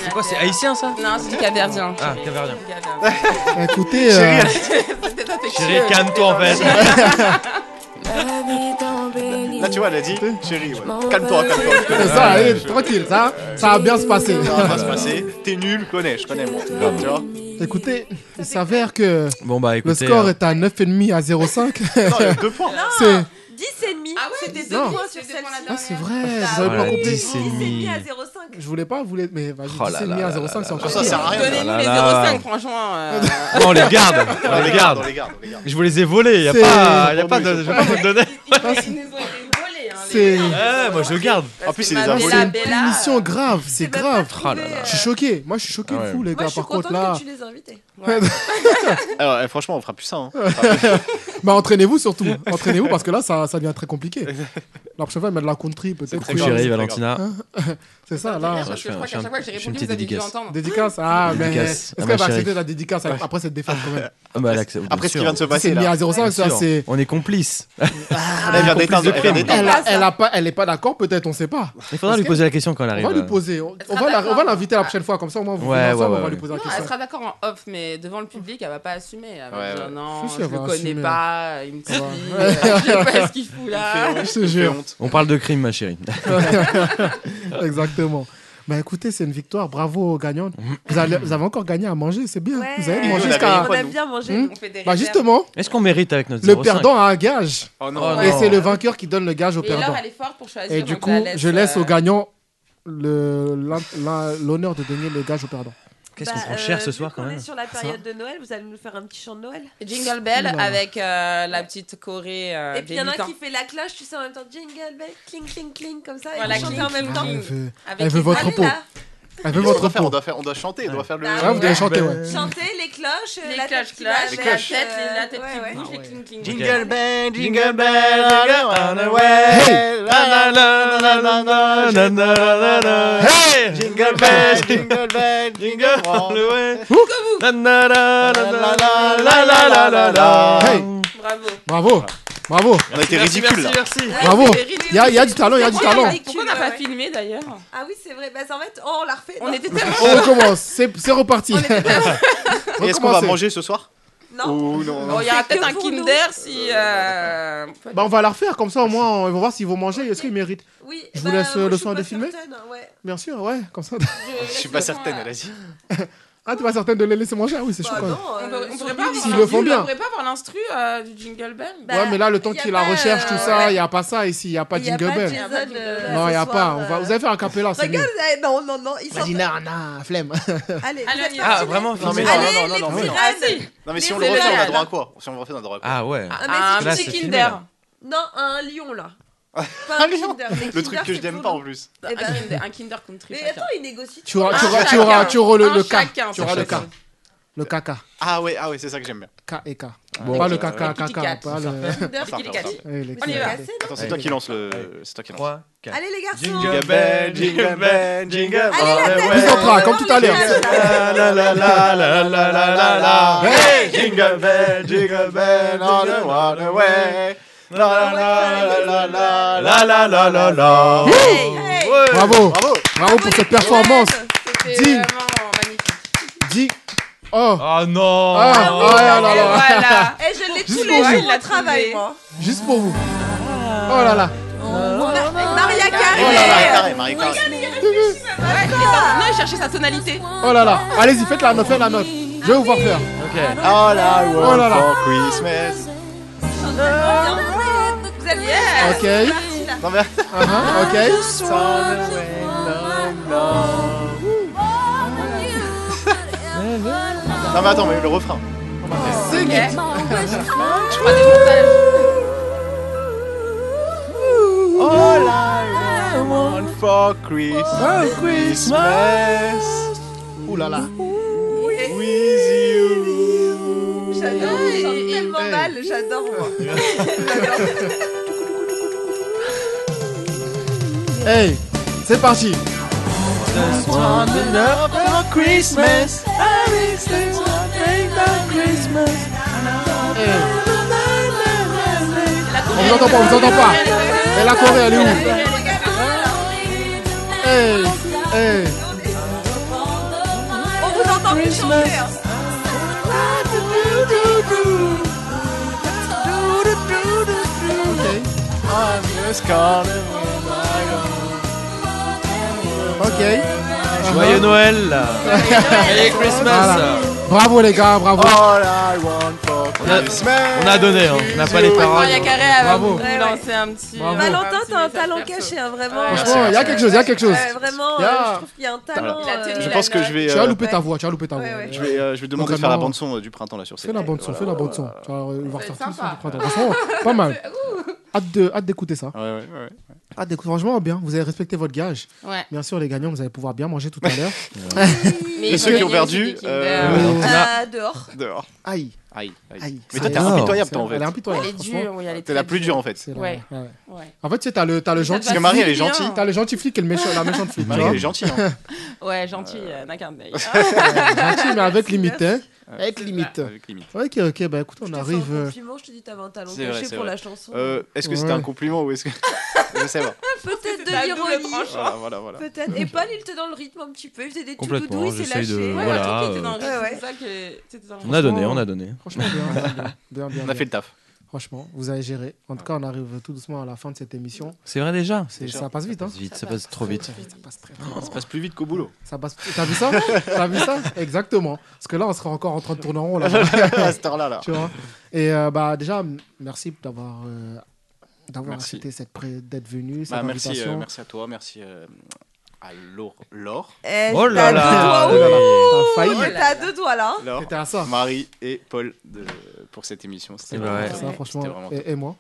C'est quoi, c'est haïtien ça
Non, c'est du Caverdien.
Ah,
[laughs]
caverdien.
Écoutez, euh,
[laughs] Chérie, calme-toi en
[laughs]
fait.
pas. Là, Ah, tu vois, elle a dit chérie, ouais. calme-toi, calme-toi.
c'est ça, allez, tranquille, ça, ça va bien se passer.
Ça va pas se passer. T'es nul, je connais, je connais moi. Tu vois
Écoutez, il s'avère que
Bon bah
le
écoutez.
score
euh,
est à 9,5 à 0,5.
Non, il y a
[laughs]
deux points.
C'est.
10 et demi. C'était Ah deux
Non.
points sur celle-ci.
Ah, c'est
Bah
vrai,
Ah
vous avez
ouais.
pas compris.
10
et
et
demi
demi.
à 0,5.
Je voulais pas, vous voulez. Mais vas-y,
Oh là
10,5
là
à
là
0,5, c'est
là
encore
là. Ça sert à rien.
Donnez-nous les
Oh là là.
0,5, franchement. euh,
Non, [laughs] on les garde.
On
On
les garde, on
les garde.
les garde, on les garde.
Je vous les ai volés. Y a
C'est-
pas, y a pas de, je vais pas vous le
[laughs]
donner.
Ils nous ont été volés. hein, les
C'est-
gars.
Ouais, moi je garde.
En plus, il les
ma
a
belle-
volés.
C'est
Bella,
une
Bella.
punition grave, c'est grave.
Oh là là.
Je suis choqué, moi je suis choqué
Ah ouais.
de vous, les
Moi,
gars,
je suis
par contre,
contente
là.
que tu les
[laughs]
as invités.
Alors, eh, franchement, on fera plus ça. Hein.
[laughs] Bah entraînez-vous surtout, entraînez-vous parce que là ça, ça devient très compliqué. La prochaine fois, mettre de la country peut-être. Hein
Coucou chérie, Valentina.
[laughs] C'est ça
Parce
là.
que
je fais
je
un-
crois
je fais
qu'à
un-
chaque fois que j'ai
je fais une petite
répondu, vous avez dû
dédicace.
entendre.
Dédicace Ah, mais
Dédicace
est-ce
à
qu'elle
ma
va
chérie.
accepter la dédicace avec- après cette défaite quand même
Ah, bah, elle accepte, bien
Après ce qui
sûr.
vient de se
C'est
passer
mis
là.
à 0,5,
Bien
ça
sûr.
c'est. Ah,
On est complices.
Elle vient d'éteindre elle vient d'éteindre.
Elle, a- elle, a pas, elle est pas d'accord, peut-être, on sait pas.
Il faudra lui poser la question quand elle
On
arrive.
va lui
euh.
poser, on, on
sera
va la- on va
d'accord.
l'inviter la prochaine fois, comme ça au moins vous
Ouais,
venez ensemble,
ouais,
on va
ouais,
lui poser la
Non, elle
question.
sera d'accord en off, mais devant le public, elle va pas assumer. Elle va
Ouais,
dire
ouais.
non,
hein, Si, si,
je
elle
le
va
connais
assumer.
pas, Ah, il me
Ça va. [laughs]
trompe, euh, je sais pas ce qu'il fout là.
Je te
Elle fait
jure.
honte.
On parle de crime, ma chérie.
[laughs] Exactement. Bah écoutez, c'est une victoire, bravo aux gagnants. Vous, allez- vous avez encore gagné à manger, c'est bien. Vous avez
Ouais.
on
mangé
a
jusqu'à.
gagné
On
quoi,
a
nous
bien mangé.
Hmm
nous.
On fait des
Bah
réserves.
justement,
Est-ce qu'on mérite avec notre
le
0,5?
perdant hein. a un gage.
Oh
Oh,
non.
non.
Et c'est le vainqueur qui donne le gage au
Et Laure,
perdant.
elle est forte pour choisir.
Et du
donc
coup,
la laisse,
je laisse
euh,
au gagnant le- l'in- l'in- l'honneur de donner le gage au perdant.
Qu'est-ce qu'on
Bah,
prend cher
euh,
ce
vu
soir quand
qu'on
même
est sur la période de Noël, vous allez nous faire un petit chant de Noël
Jingle Bell
Oula.
avec euh, la petite Corée. euh,
Et puis il y en a
débutante.
qui fait la cloche, tu sais, en même temps, jingle bell, cling, cling, cling, comme ça,
Voilà,
et vous chantez
cling,
en même
cling,
temps.
cling.
Elle veut-
Avec
Elle veut
les-
votre
Allez,
peau.
là. Bah
Elle veut
Qu'est-ce qu'on
votre
doit faire on
peau.
doit, faire, on doit chanter, on doit faire le.
Ah, vous devez chanter, ouais.
Chanter les cloches, euh,
Les
la
cloches,
tête qui va
cloches,
avec,
les cloches.
euh,
La tête, la tête qui
ouais, ouais.
bouge, les
Ah
cling, cling.
Jingle bell, jingle
bell,
run away. La la la la la la la la la la.
Hey
Jingle
[laughs]
bell, jingle bell, jingle all the way.
Na, na, na, na, na,
Ah,
na,
la la la Ah, la la.
Hey. Bravo. Bravo.
On a été Merci, ridicule, merci, là. merci.
Bravo.
Ouais, c'est ridicule.
Il y, a- il y a du talent, il y a du
Pourquoi on
talent.
a pas- Pourquoi on n'a pas filmé d'ailleurs
Ah oui, c'est vrai, bah ça, en fait, oh, on l'a refait.
On était
[laughs] On recommence. C'est c'est reparti.
[laughs] Et Est-ce qu'on va manger ce soir
Non.
Ou non.
Bon, il y aura
C'est
peut-être
que
un
pour nous.
Kinder si. euh,
Bah, on va la refaire comme ça au moins on- ils vont voir s'ils vont manger est-ce qu'ils méritent.
Oui,
je vous
bah,
laisse euh,
moi,
le
je suis
soin de
pas
filmer.
certaine, ouais.
Bien sûr, ouais, comme ça. [laughs]
Je suis pas certaine, elle a dit.
ah, t'es pas certaine de les laisser manger Ah oui,
Bah,
c'est chaud quand même.
On peut- on pourrait
sur
pas
YouTube,
avoir
ils le
l'instru-
font bien.
On pourrait pas avoir l'instru euh, du Jingle Bell
bah,
ouais, mais là, le temps
y a
qu'il la
pas,
recherche, tout
euh,
ça, il
ouais.
n'y a pas ça ici, il n'y a pas
Il y a
Jingle
pas
Bell.
Jason, euh,
non,
ce
il n'y a
soir,
pas. On
euh,
va... Vous allez faire un capella, c'est mieux.
Regarde, eh, non, non, non, ils sont.
Vas-y, non, non, flemme.
Allez, vous êtes
Ah,
partis.
vraiment
Non mais
filmé.
non, non, non, non,
les
non,
petits
non.
raies.
Non mais si
Les
on le refait, on a
céréales.
droit à quoi Si on le refait, on a droit à quoi
Ah ouais.
Ah, mais
Ah,
si,
un
là,
petit
c'est
Kinder.
filmé, là.
Non, un lion là. Pas un Kinder. mais
Le
Kinder,
truc que je
c'est
n'aime
pour
pas
nous.
en plus.
Eh ben,
Un Kinder- Un Kinder Country.
Mais
chacun.
attends, il négocie.
Tu auras,
Un
tu auras, tu
chacun.
auras, tu auras le,
Un
le cas.
chacun,
Tu auras le
chacun.
cas. Le caca.
Ah ouais, ah ouais, c'est ça que j'aime bien.
K et K.
Bon,
pas le
euh,
caca,
Kit
caca.
Kat.
Pas le...
Kinder,
Ça, on
Kit
va faire
Kat.
ça.
Eh, les
On y va.
caca.
Attends, c'est toi qui lance le. C'est toi qui lance.
Allez les garçons.
Jingle bell, jingle bell, jingle bell.
Plus en train, comme tout à l'heure.
La la la la la la la la la. Hey, jingle bell, jingle bell, on the one away. La la la la la la la la la la. Ouais.
Bravo. Bravo pour cette performance.
C'était
Dis.
vraiment magnifique.
Dis. Oh.
Ah non
Ah, ah, là, là, là.
Voilà.
Eh, je l'ai tous
Juste
les
pour
jours
vous.
au travail, moi.
[laughs] Juste pour vous. Oh là là.
Ma- Maria Carré.
Oh là là, carré, Marie carré.
Ouais, il est en- Non, il cherchait sa tonalité.
Oh là là. Allez-y, faites la note, faites la note. Je vais vous voir
[laughs]
faire.
Ok.
All I
Oh là
want
là.
for Christmas.
Vous allez bien.
Ok.
Non mais.
Uh-huh, Ok.
Non mais attends, mais le refrain.
Sing it.
Ah
Je crois des montages.
All I want for Christmas. Christmas.
Ouh là là.
With you.
Euh,
J'adore, je chante Ah, tellement
Hey.
mal, j'adore moi.
Hey. C'est parti.
Just want love for Christmas.
Hey. On vous entend pas, on vous entend pas. Et la Corée, elle est où Hey. Hey.
On vous entend plus chanter. hein.
Ok.
Ah, I'm just calling with my
Ok.
Joyeux
[laughs]
Noël
Uh-huh. [laughs]
Voilà.
Merry Christmas
Bravo les gars, bravo.
All I want for
On a-
Christmas.
On a donné, hein. on n'a pas les paroles.
Maria Carré, elle va
Bravo.
vous lancer un petit.
Bravo.
Valentin,
petit
t'as un
message
talent
perso.
caché, hein, vraiment.
Franchement,
Euh,
il y a quelque chose, il y a quelque chose.
ouais, vraiment,
Il y a-
euh, je trouve qu'il y a un talent.
Voilà.
euh,
Je pense que je vais.
Tu as
euh,
loupé ta
ouais.
voix, tu as loupé ta voix.
Ouais, ouais.
Je vais, euh, je vais demander de faire la bande son du printemps là sur
Fais la bande son, fais la bande son. Tu vas euh, voir
être
sortir le son
sympa.
du printemps. Franchement, pas
[laughs]
mal. Hâte de- hâte d'écouter ça.
Ouais, ouais, ouais.
Hâte d'écouter. Franchement, bien. Vous avez respecté votre gage.
Ouais.
Bien sûr, les gagnants, vous allez pouvoir bien manger tout
[laughs]
à l'heure.
[laughs]
Mais
Et ceux qui ont perdu, euh,
Ouais.
Ah, dehors.
Dehors.
Aïe,
Aïe, aïe.
aïe.
Mais toi, t'es
Alors,
impitoyable, toi, en
Elle est
fait.
impitoyable.
Elle est
franchement.
dure, oui, elle est
T'es
très
la plus dure, en fait.
C'est la-
Ouais.
ouais, ouais.
Ouais.
En fait, tu sais, t'as le, t'as le gentil.
Parce que Marie, elle est gentille.
T'as le gentil flic et le méchant, la méchante flic. tu
Marie,
vois.
elle est gentille. Hein.
Ouais, gentil, euh, n'a qu'un œil.
[laughs] Gentil, mais avec limite. hein.
Merci.
Avec limite.
Avec limite.
Ok, ok, bah écoute, on
Je te
arrive.
fais un
euh,
compliment, je te dis t'avais un talent
C'est vrai,
caché
c'est
pour
vrai.
la chanson. Ah,
Euh, est-ce que c'était
Ouais.
un compliment ou est-ce que.
[laughs]
Je sais pas.
Peut-être
C'est un
de
double
l'ironie.
tranchant.
Voilà, voilà, voilà.
Peut-être. Et Paul, il était dans le rythme un petit peu. Il faisait des tout doudous,
Complètement,
il s'est
j'essaye
lâché.
de-
Ouais,
Voilà,
voilà. Tout était dans le
euh,
rythme,
ouais.
c'est ça que c'était dans le
On a donné,
franchement,
on a donné.
Franchement, bien, bien, euh, bien, bien, bien,
On a fait
bien.
le taf.
Franchement, vous avez géré. En tout cas, on arrive tout doucement à la fin de cette émission.
C'est vrai déjà
C'est- Ça passe vite, hein
Vite, ça passe trop vite.
Ça passe très vite.
Ça passe plus vite qu'au boulot.
Ça passe. T'as vu ça T'as vu ça Exactement. Parce que là, on sera encore en train de tourner en rond là.
[laughs] à cette heure-là, là.
tu vois. Et euh, bah déjà, m- merci d'avoir euh, d'avoir
Merci.
accepté cette pré- d'être venu, cette
Bah, merci,
invitation.
euh, merci à toi, merci euh, à l'or. l'or.
Eh, Oh là t'as là, deux doigts, oh là là. ouh, T'as failli. t'as deux doigts, là.
Laure,
C'était un sort.
Marie et Paul de- pour cette émission. C'était
Eh ben
vraiment
ouais.
top.
Ça, franchement,
C'était vraiment
et-
top.
et moi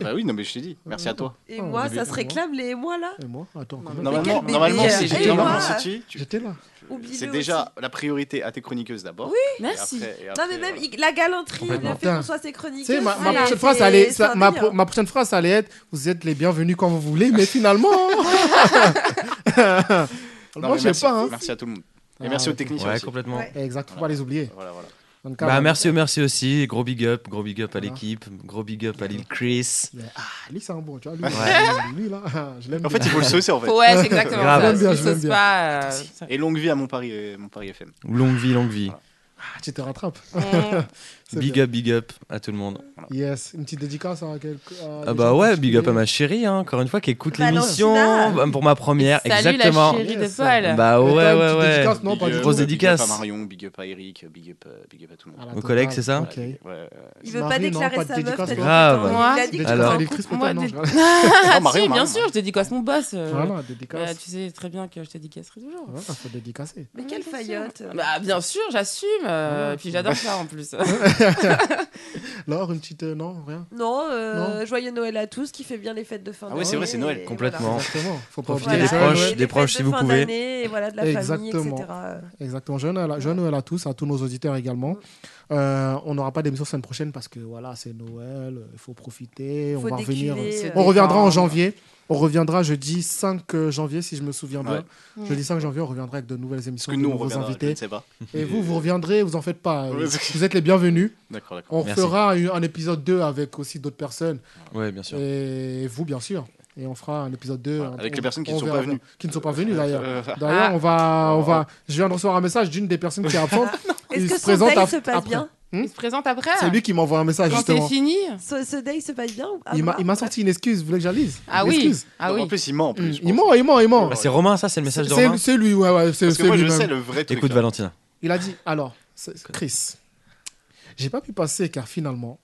Bah oui, non, mais je t'ai dit. Merci à toi.
Et moi, ça se réclame, les et moi là
Et moi Attends,
Non,
quand
mais
même.
quel
Normalement,
bébé,
normalement,
euh,
si
et
tu- normalement,
moi
si tu- tu-
J'étais là.
Oublie-le
C'est déjà la priorité à tes chroniqueuses d'abord.
Oui,
Et après- et
non,
après,
mais même
voilà.
il- la galanterie, le fait
Putain.
qu'on soit ses
Tu
chroniques.
sais, ma, ma prochaine phrase, allait, ça- ma, pro- ma prochaine phrase, ça allait être Vous êtes les bienvenus quand vous voulez, mais finalement. hein.
Non,
[laughs] Moi,
mais
je
merci,
sais pas. hein.
Merci à tout le monde. Et
Ah,
merci aux
ouais.
techniciens.
Ouais,
aussi.
complètement. Ouais.
Exact, faut pas les oublier.
Voilà, voilà.
Donc, ah,
Bah,
carrément.
merci, merci aussi. Gros big up, gros big up à
Voilà.
l'équipe, gros big up à l'île Chris.
Mais, Ah, lui, c'est un bon, tu vois. Lui,
Ouais.
[laughs] lui, là, je l'aime
En fait,
bien.
il faut le saucer en fait.
Ouais, c'est exactement
Grave. ça.
[laughs] Je l'aime bien,
Si
je
ça
l'aime
se
bien.
pas, euh,
Et longue vie à mon Paris, euh, mon Paris FM.
Longue vie, longue vie.
Ah, tu te rattrapes. [laughs] C'est
Big
bien.
up, big up à tout le monde.
Yes, une petite dédicace hein, euh. à quelqu'un.
Ah bah ouais, big up à ma chérie, hein, encore une fois, qui écoute l'émission
Valentina.
bah, pour ma première.
Salut, la
exactement.
chérie de Paul.
Bah ouais,
Et toi, une petite
ouais, ouais.
dédicace Non, pas du tout.
Grosse
Big up à
dédicace.
Marion, big up à Eric, big up, euh, big up à tout le monde.
la
Aux collègues, c'est ça
Ok.
Ouais,
Il veut pas
Marie, non,
déclarer
hein, pas de
sa meuf.
dédicace,
[laughs]
t'as dit
non.
tout le temps.
Moi,
Il a dit
Dédicace
que t'étais
à
en
l'électrice,
couple.
peut-être,
moi,
non,
dé- [laughs]
je
Ah,
rigole.
si, bien sûr, je dédicace mon boss. euh.
Voilà, dédicace.
Bah, tu sais très bien que je dédicacerai toujours.
Voilà, faut dédicacer.
Mais quelle faillotte
Bah, bien sûr, j'assume. euh,
Voilà.
et puis j'adore ça en plus.
[laughs]
[laughs]
Laure, une petite. euh, non, rien
Non, euh, joyeux Noël à tous, qui fait bien les fêtes de fin
Ah
d'année.
ouais, c'est vrai, c'est Noël.
et
Complètement.
voilà.
Exactement. Faut pas
Profitez
oublier
des
les
proches,
Noël.
des proches si
de
vous
fin
pouvez.
d'année, et voilà, de la famille, etc. euh.
Exactement. Joyeux Noël, à- joyeux Noël à tous, à tous nos auditeurs également. Euh, on n'aura pas d'émission semaine prochaine parce que voilà, c'est Noël, euh, il faut profiter.
Faut
on va
décuver,
revenir.
euh,
On
se
reviendra en
détendre.
janvier. On reviendra jeudi 5 janvier, si je me souviens bien.
Ouais.
Jeudi 5 janvier, on reviendra avec de nouvelles émissions,
que
de
nous, on
nouveaux
reviendra,
invités.
je ne sais pas.
Et vous, vous reviendrez, vous en faites
[laughs]
pas.
Ouais.
vous êtes les bienvenus.
D'accord, d'accord.
On
Merci.
fera un, un épisode 2 avec aussi d'autres personnes.
Ouais, bien sûr.
Et vous, bien sûr. Et on fera un épisode 2
Voilà,
un-
avec
on-
les personnes qui ne
on
sont pas
verra
venues.
bien. Qui ne sont pas venues d'ailleurs.
Euh,
D'ailleurs,
ah.
on va, on va. Je viens de recevoir un message d'une des personnes qui est
[laughs]
absente.
Est-ce
Il
que
se
son
présente
date
à-
se passe
après. Hmm
bien
Il se présente après
Ah.
C'est lui qui m'envoie un message justement.
fini
Ce, ce day se passe bien ou- ah,
Il m'a,
voilà.
il m'a sorti une excuse. Vous voulez que j'analyse
Ah
Une
oui,
excuse.
ah
En plus, il ment en plus.
Il ment, il ment, il ment.
Bah, c'est Romain, ça, c'est le message de
C'est-
Romain.
C'est lui, ouais, ouais. C'est,
Parce que
c'est
moi, je
lui-même.
sais le vrai truc.
Écoute,
là.
Valentina.
Il a dit alors, c'est- Chris, j'ai pas pu passer car finalement,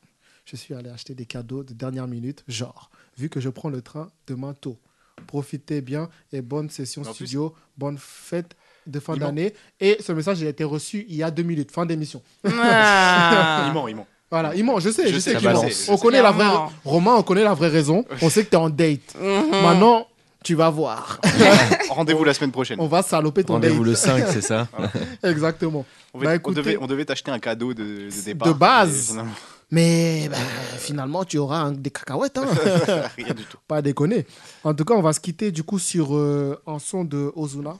je suis allé acheter des cadeaux de dernière minute, genre, vu que je prends le train demain tôt. Profitez bien et bonne session
Mais en plus-
studio, bonne fête de fin
Il ment.
d'année. Et ce message, il a été reçu il y a deux minutes, fin d'émission.
Ah.
[laughs]
Il ment, il ment.
Voilà, il ment, je sais, je,
Je sais,
sais,
la
qu'il
base,
ment.
c'est-
On connaît la vraie...
Clairement.
Romain, on connaît la vraie raison. On sait que t'es en date.
Mhm.
Maintenant, tu vas
[laughs]
voir.
[laughs] Rendez-vous la semaine prochaine.
On va saloper ton date.
Rendez-vous le 5, c'est ça
[laughs] Exactement.
On, va-
Bah,
on
écoutez-
devait, on devait t'acheter un cadeau de, de départ.
de base.
Et finalement,
Mais bah, finalement, tu auras un- des cacahuètes. hein.
[laughs] Rien du tout.
Pas déconner. En tout cas, on va se quitter du coup sur euh, un son de Ozuna.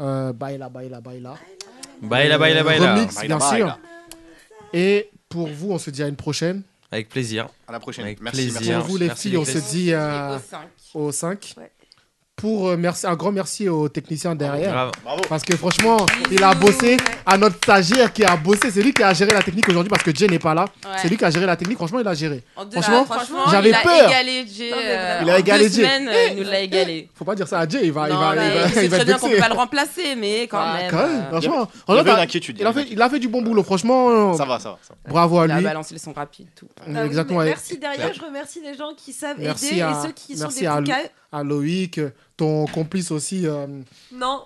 Euh, baila, baila, baila.
Baila, baila, baila.
Remix,
Baila,
bien
baila.
sûr. Et pour vous, on se dit à une prochaine.
Avec plaisir.
À la prochaine.
Avec
merci,
plaisir.
merci.
Pour vous, les
Merci,
filles, on
Chris.
se dit euh,
Au cinq.
au 5.
Ouais.
Pour, euh, merci, un grand merci aux techniciens derrière.
Grave.
Bravo.
Parce que franchement, il a bossé à notre stagiaire qui a bossé. C'est lui qui a géré la technique aujourd'hui parce que Jay n'est pas là.
Ouais.
C'est lui qui a géré la technique. Franchement, il a géré.
En deux-
Franchement,
ah,
j'avais
il
peur.
A égalé Jay,
Non, mais
euh,
vraiment.
Il a
en
égalé
deux
Jay. Eh,
semaines, euh, il nous l'a égalé.
Faut pas dire ça à Jay. Il va, il
Non,
va,
mais
il va,
c'est
il va
très
être
bien qu'on peut
vexé.
pas le remplacer, mais quand
Ah,
même.
quand même,
euh,
franchement. hein.
Il y
Franchement,
avait une
t'as-
inquiétude.
il, a fait, il a fait du bon boulot, franchement.
Ça va, ça va. ça va.
Bravo à
il a
lui.
balancé Euh, son rapide, tout.
Ah oui,
Exactement.
mais
Et
Merci derrière, je remercie les gens qui savent
Merci
aider
à-
et ceux qui sont
merci
des
à-
boucas.
à Loïc, ton complice aussi. euh,
Non.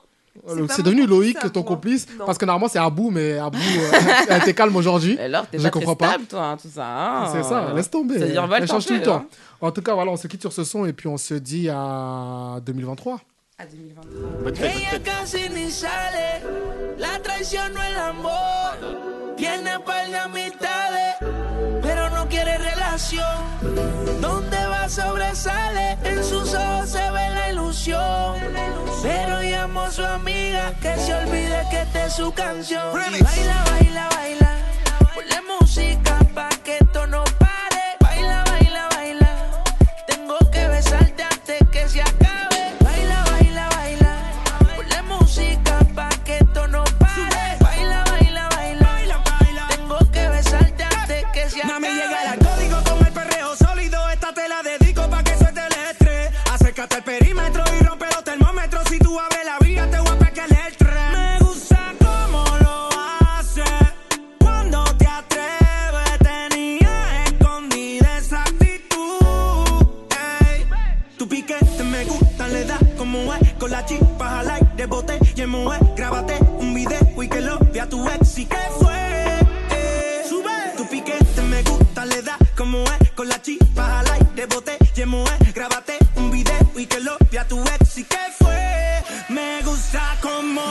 euh,
pas
C'est
mon
devenu
complice,
Loïc,
c'est à
ton
moi.
complice.
Non.
Parce que normalement, c'est Abou, mais Abou euh, [laughs] elle était calme aujourd'hui.
Mais Alors, t'es
Je
pas
comprends
très
pas.
stable, toi, hein, tout ça. hein.
C'est ça, laisse tomber.
Ça virevolte
Elle
un
change
peu,
tout le temps.
hein.
En tout cas, voilà, on se quitte sur ce son et puis on se dit à 2023.
À 2023.
Ella casi ni sale, la traición no el amor. Tiene par de amistades, pero no quiere relación. Donde va sobresale, en sus ojos se ve la ilusión. Pero llamó a su amiga que se olvide que esta es su canción. Y baila, baila, baila. Ponle música pa' que esto no pare. Baila, baila, baila. Tengo que besarte antes que se acabe. Baila, baila, baila. Ponle música pa' que esto no pare. Baila, baila, baila. Tengo que besarte antes que se acabe.
Dame llegar al código con el perreo sólido. Esta te la dedico pa' que se te le estrés. Acércate al perímetro y rompe los termómetros. Si tú abres la vía, te voy a pegar el tren. Me gusta cómo lo hace.
mujer, grábate un video y que lo vea tu ex y que fue. Me gusta como.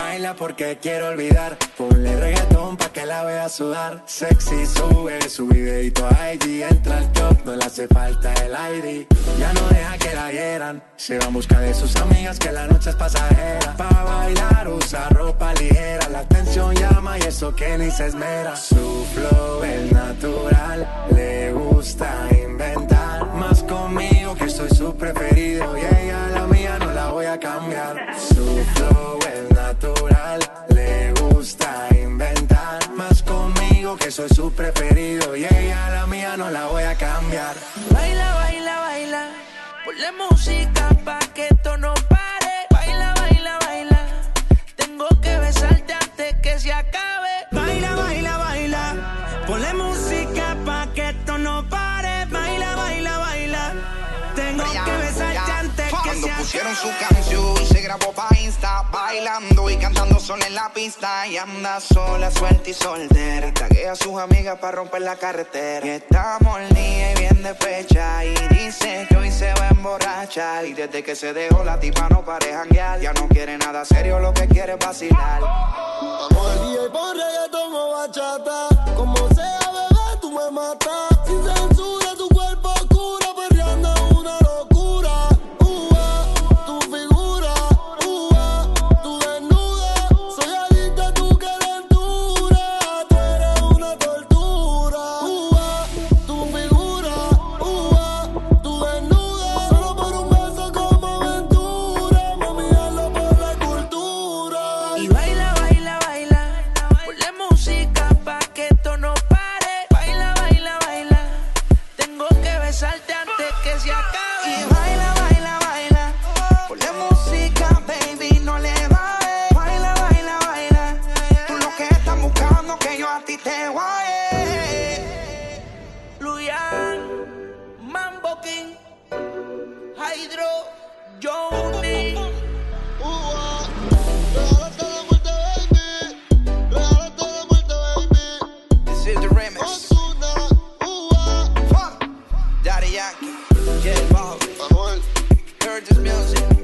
Baila porque quiero olvidar. Ponle reggaetón pa' que la vea sudar. Sexy sube su videito a IG. Entra al top, no le hace falta el ID. Ya no deja que la hieran. Se va en busca de sus amigas que la noche es pasajera. Pa' bailar usa ropa ligera. La atención llama y eso que ni se esmera. Su flow es natural. Le gusta inventar. Más conmigo que soy su preferido. Y ella la mía no la voy a cambiar. Su flow es natural, le gusta inventar. Más conmigo que soy su preferido. Y ella la mía no la voy a cambiar.
Baila, baila, baila. Ponle música pa' que esto no pare. Baila, baila, baila. Tengo que besarte antes que se acabe.
Baila, baila, baila. Ponle música pa' que esto no pare. Baila, baila, baila. Tengo que besarte antes que
Cuando
se
pusieron
acabe.
su canción, se grabó pa' Insta, bailando y cantando son en la pista. Y anda sola, suelta y soltera. Y taguea a sus amigas pa' romper la carretera. Y está molida y bien de fecha. Y dice que hoy se va a emborrachar. Y desde que se dejó la tipa no pare janguear. Ya no quiere nada serio, lo que quiere es vacilar.
Vamos al DJ por reggaetón o bachata. Como sea, bebé, tú me matas. Sin censura, tu cuerpo oscura, perreando es una locura. Uva, tu figura. Uva, tu desnuda. Soy adicta a tu calentura. Tú eres una tortura. Uva, tu figura. Uva, tu desnuda. Solo por un beso como aventura. Mami, hazlo por la cultura.
Y baila, baila, baila. Ponle música pa' que esto no pare. Baila, baila, baila. Tengo que besarte antes que se acabe. Y baila, baila, baila. Ponle música, baby, no le bajes. Baila, baila, baila. Tú lo que estás buscando que yo a ti te guaye. Luyan, Mambo King, Hydro, Johnny.
This is the remix. Fuck. Daddy Yankee, J Balvin. Heard this music.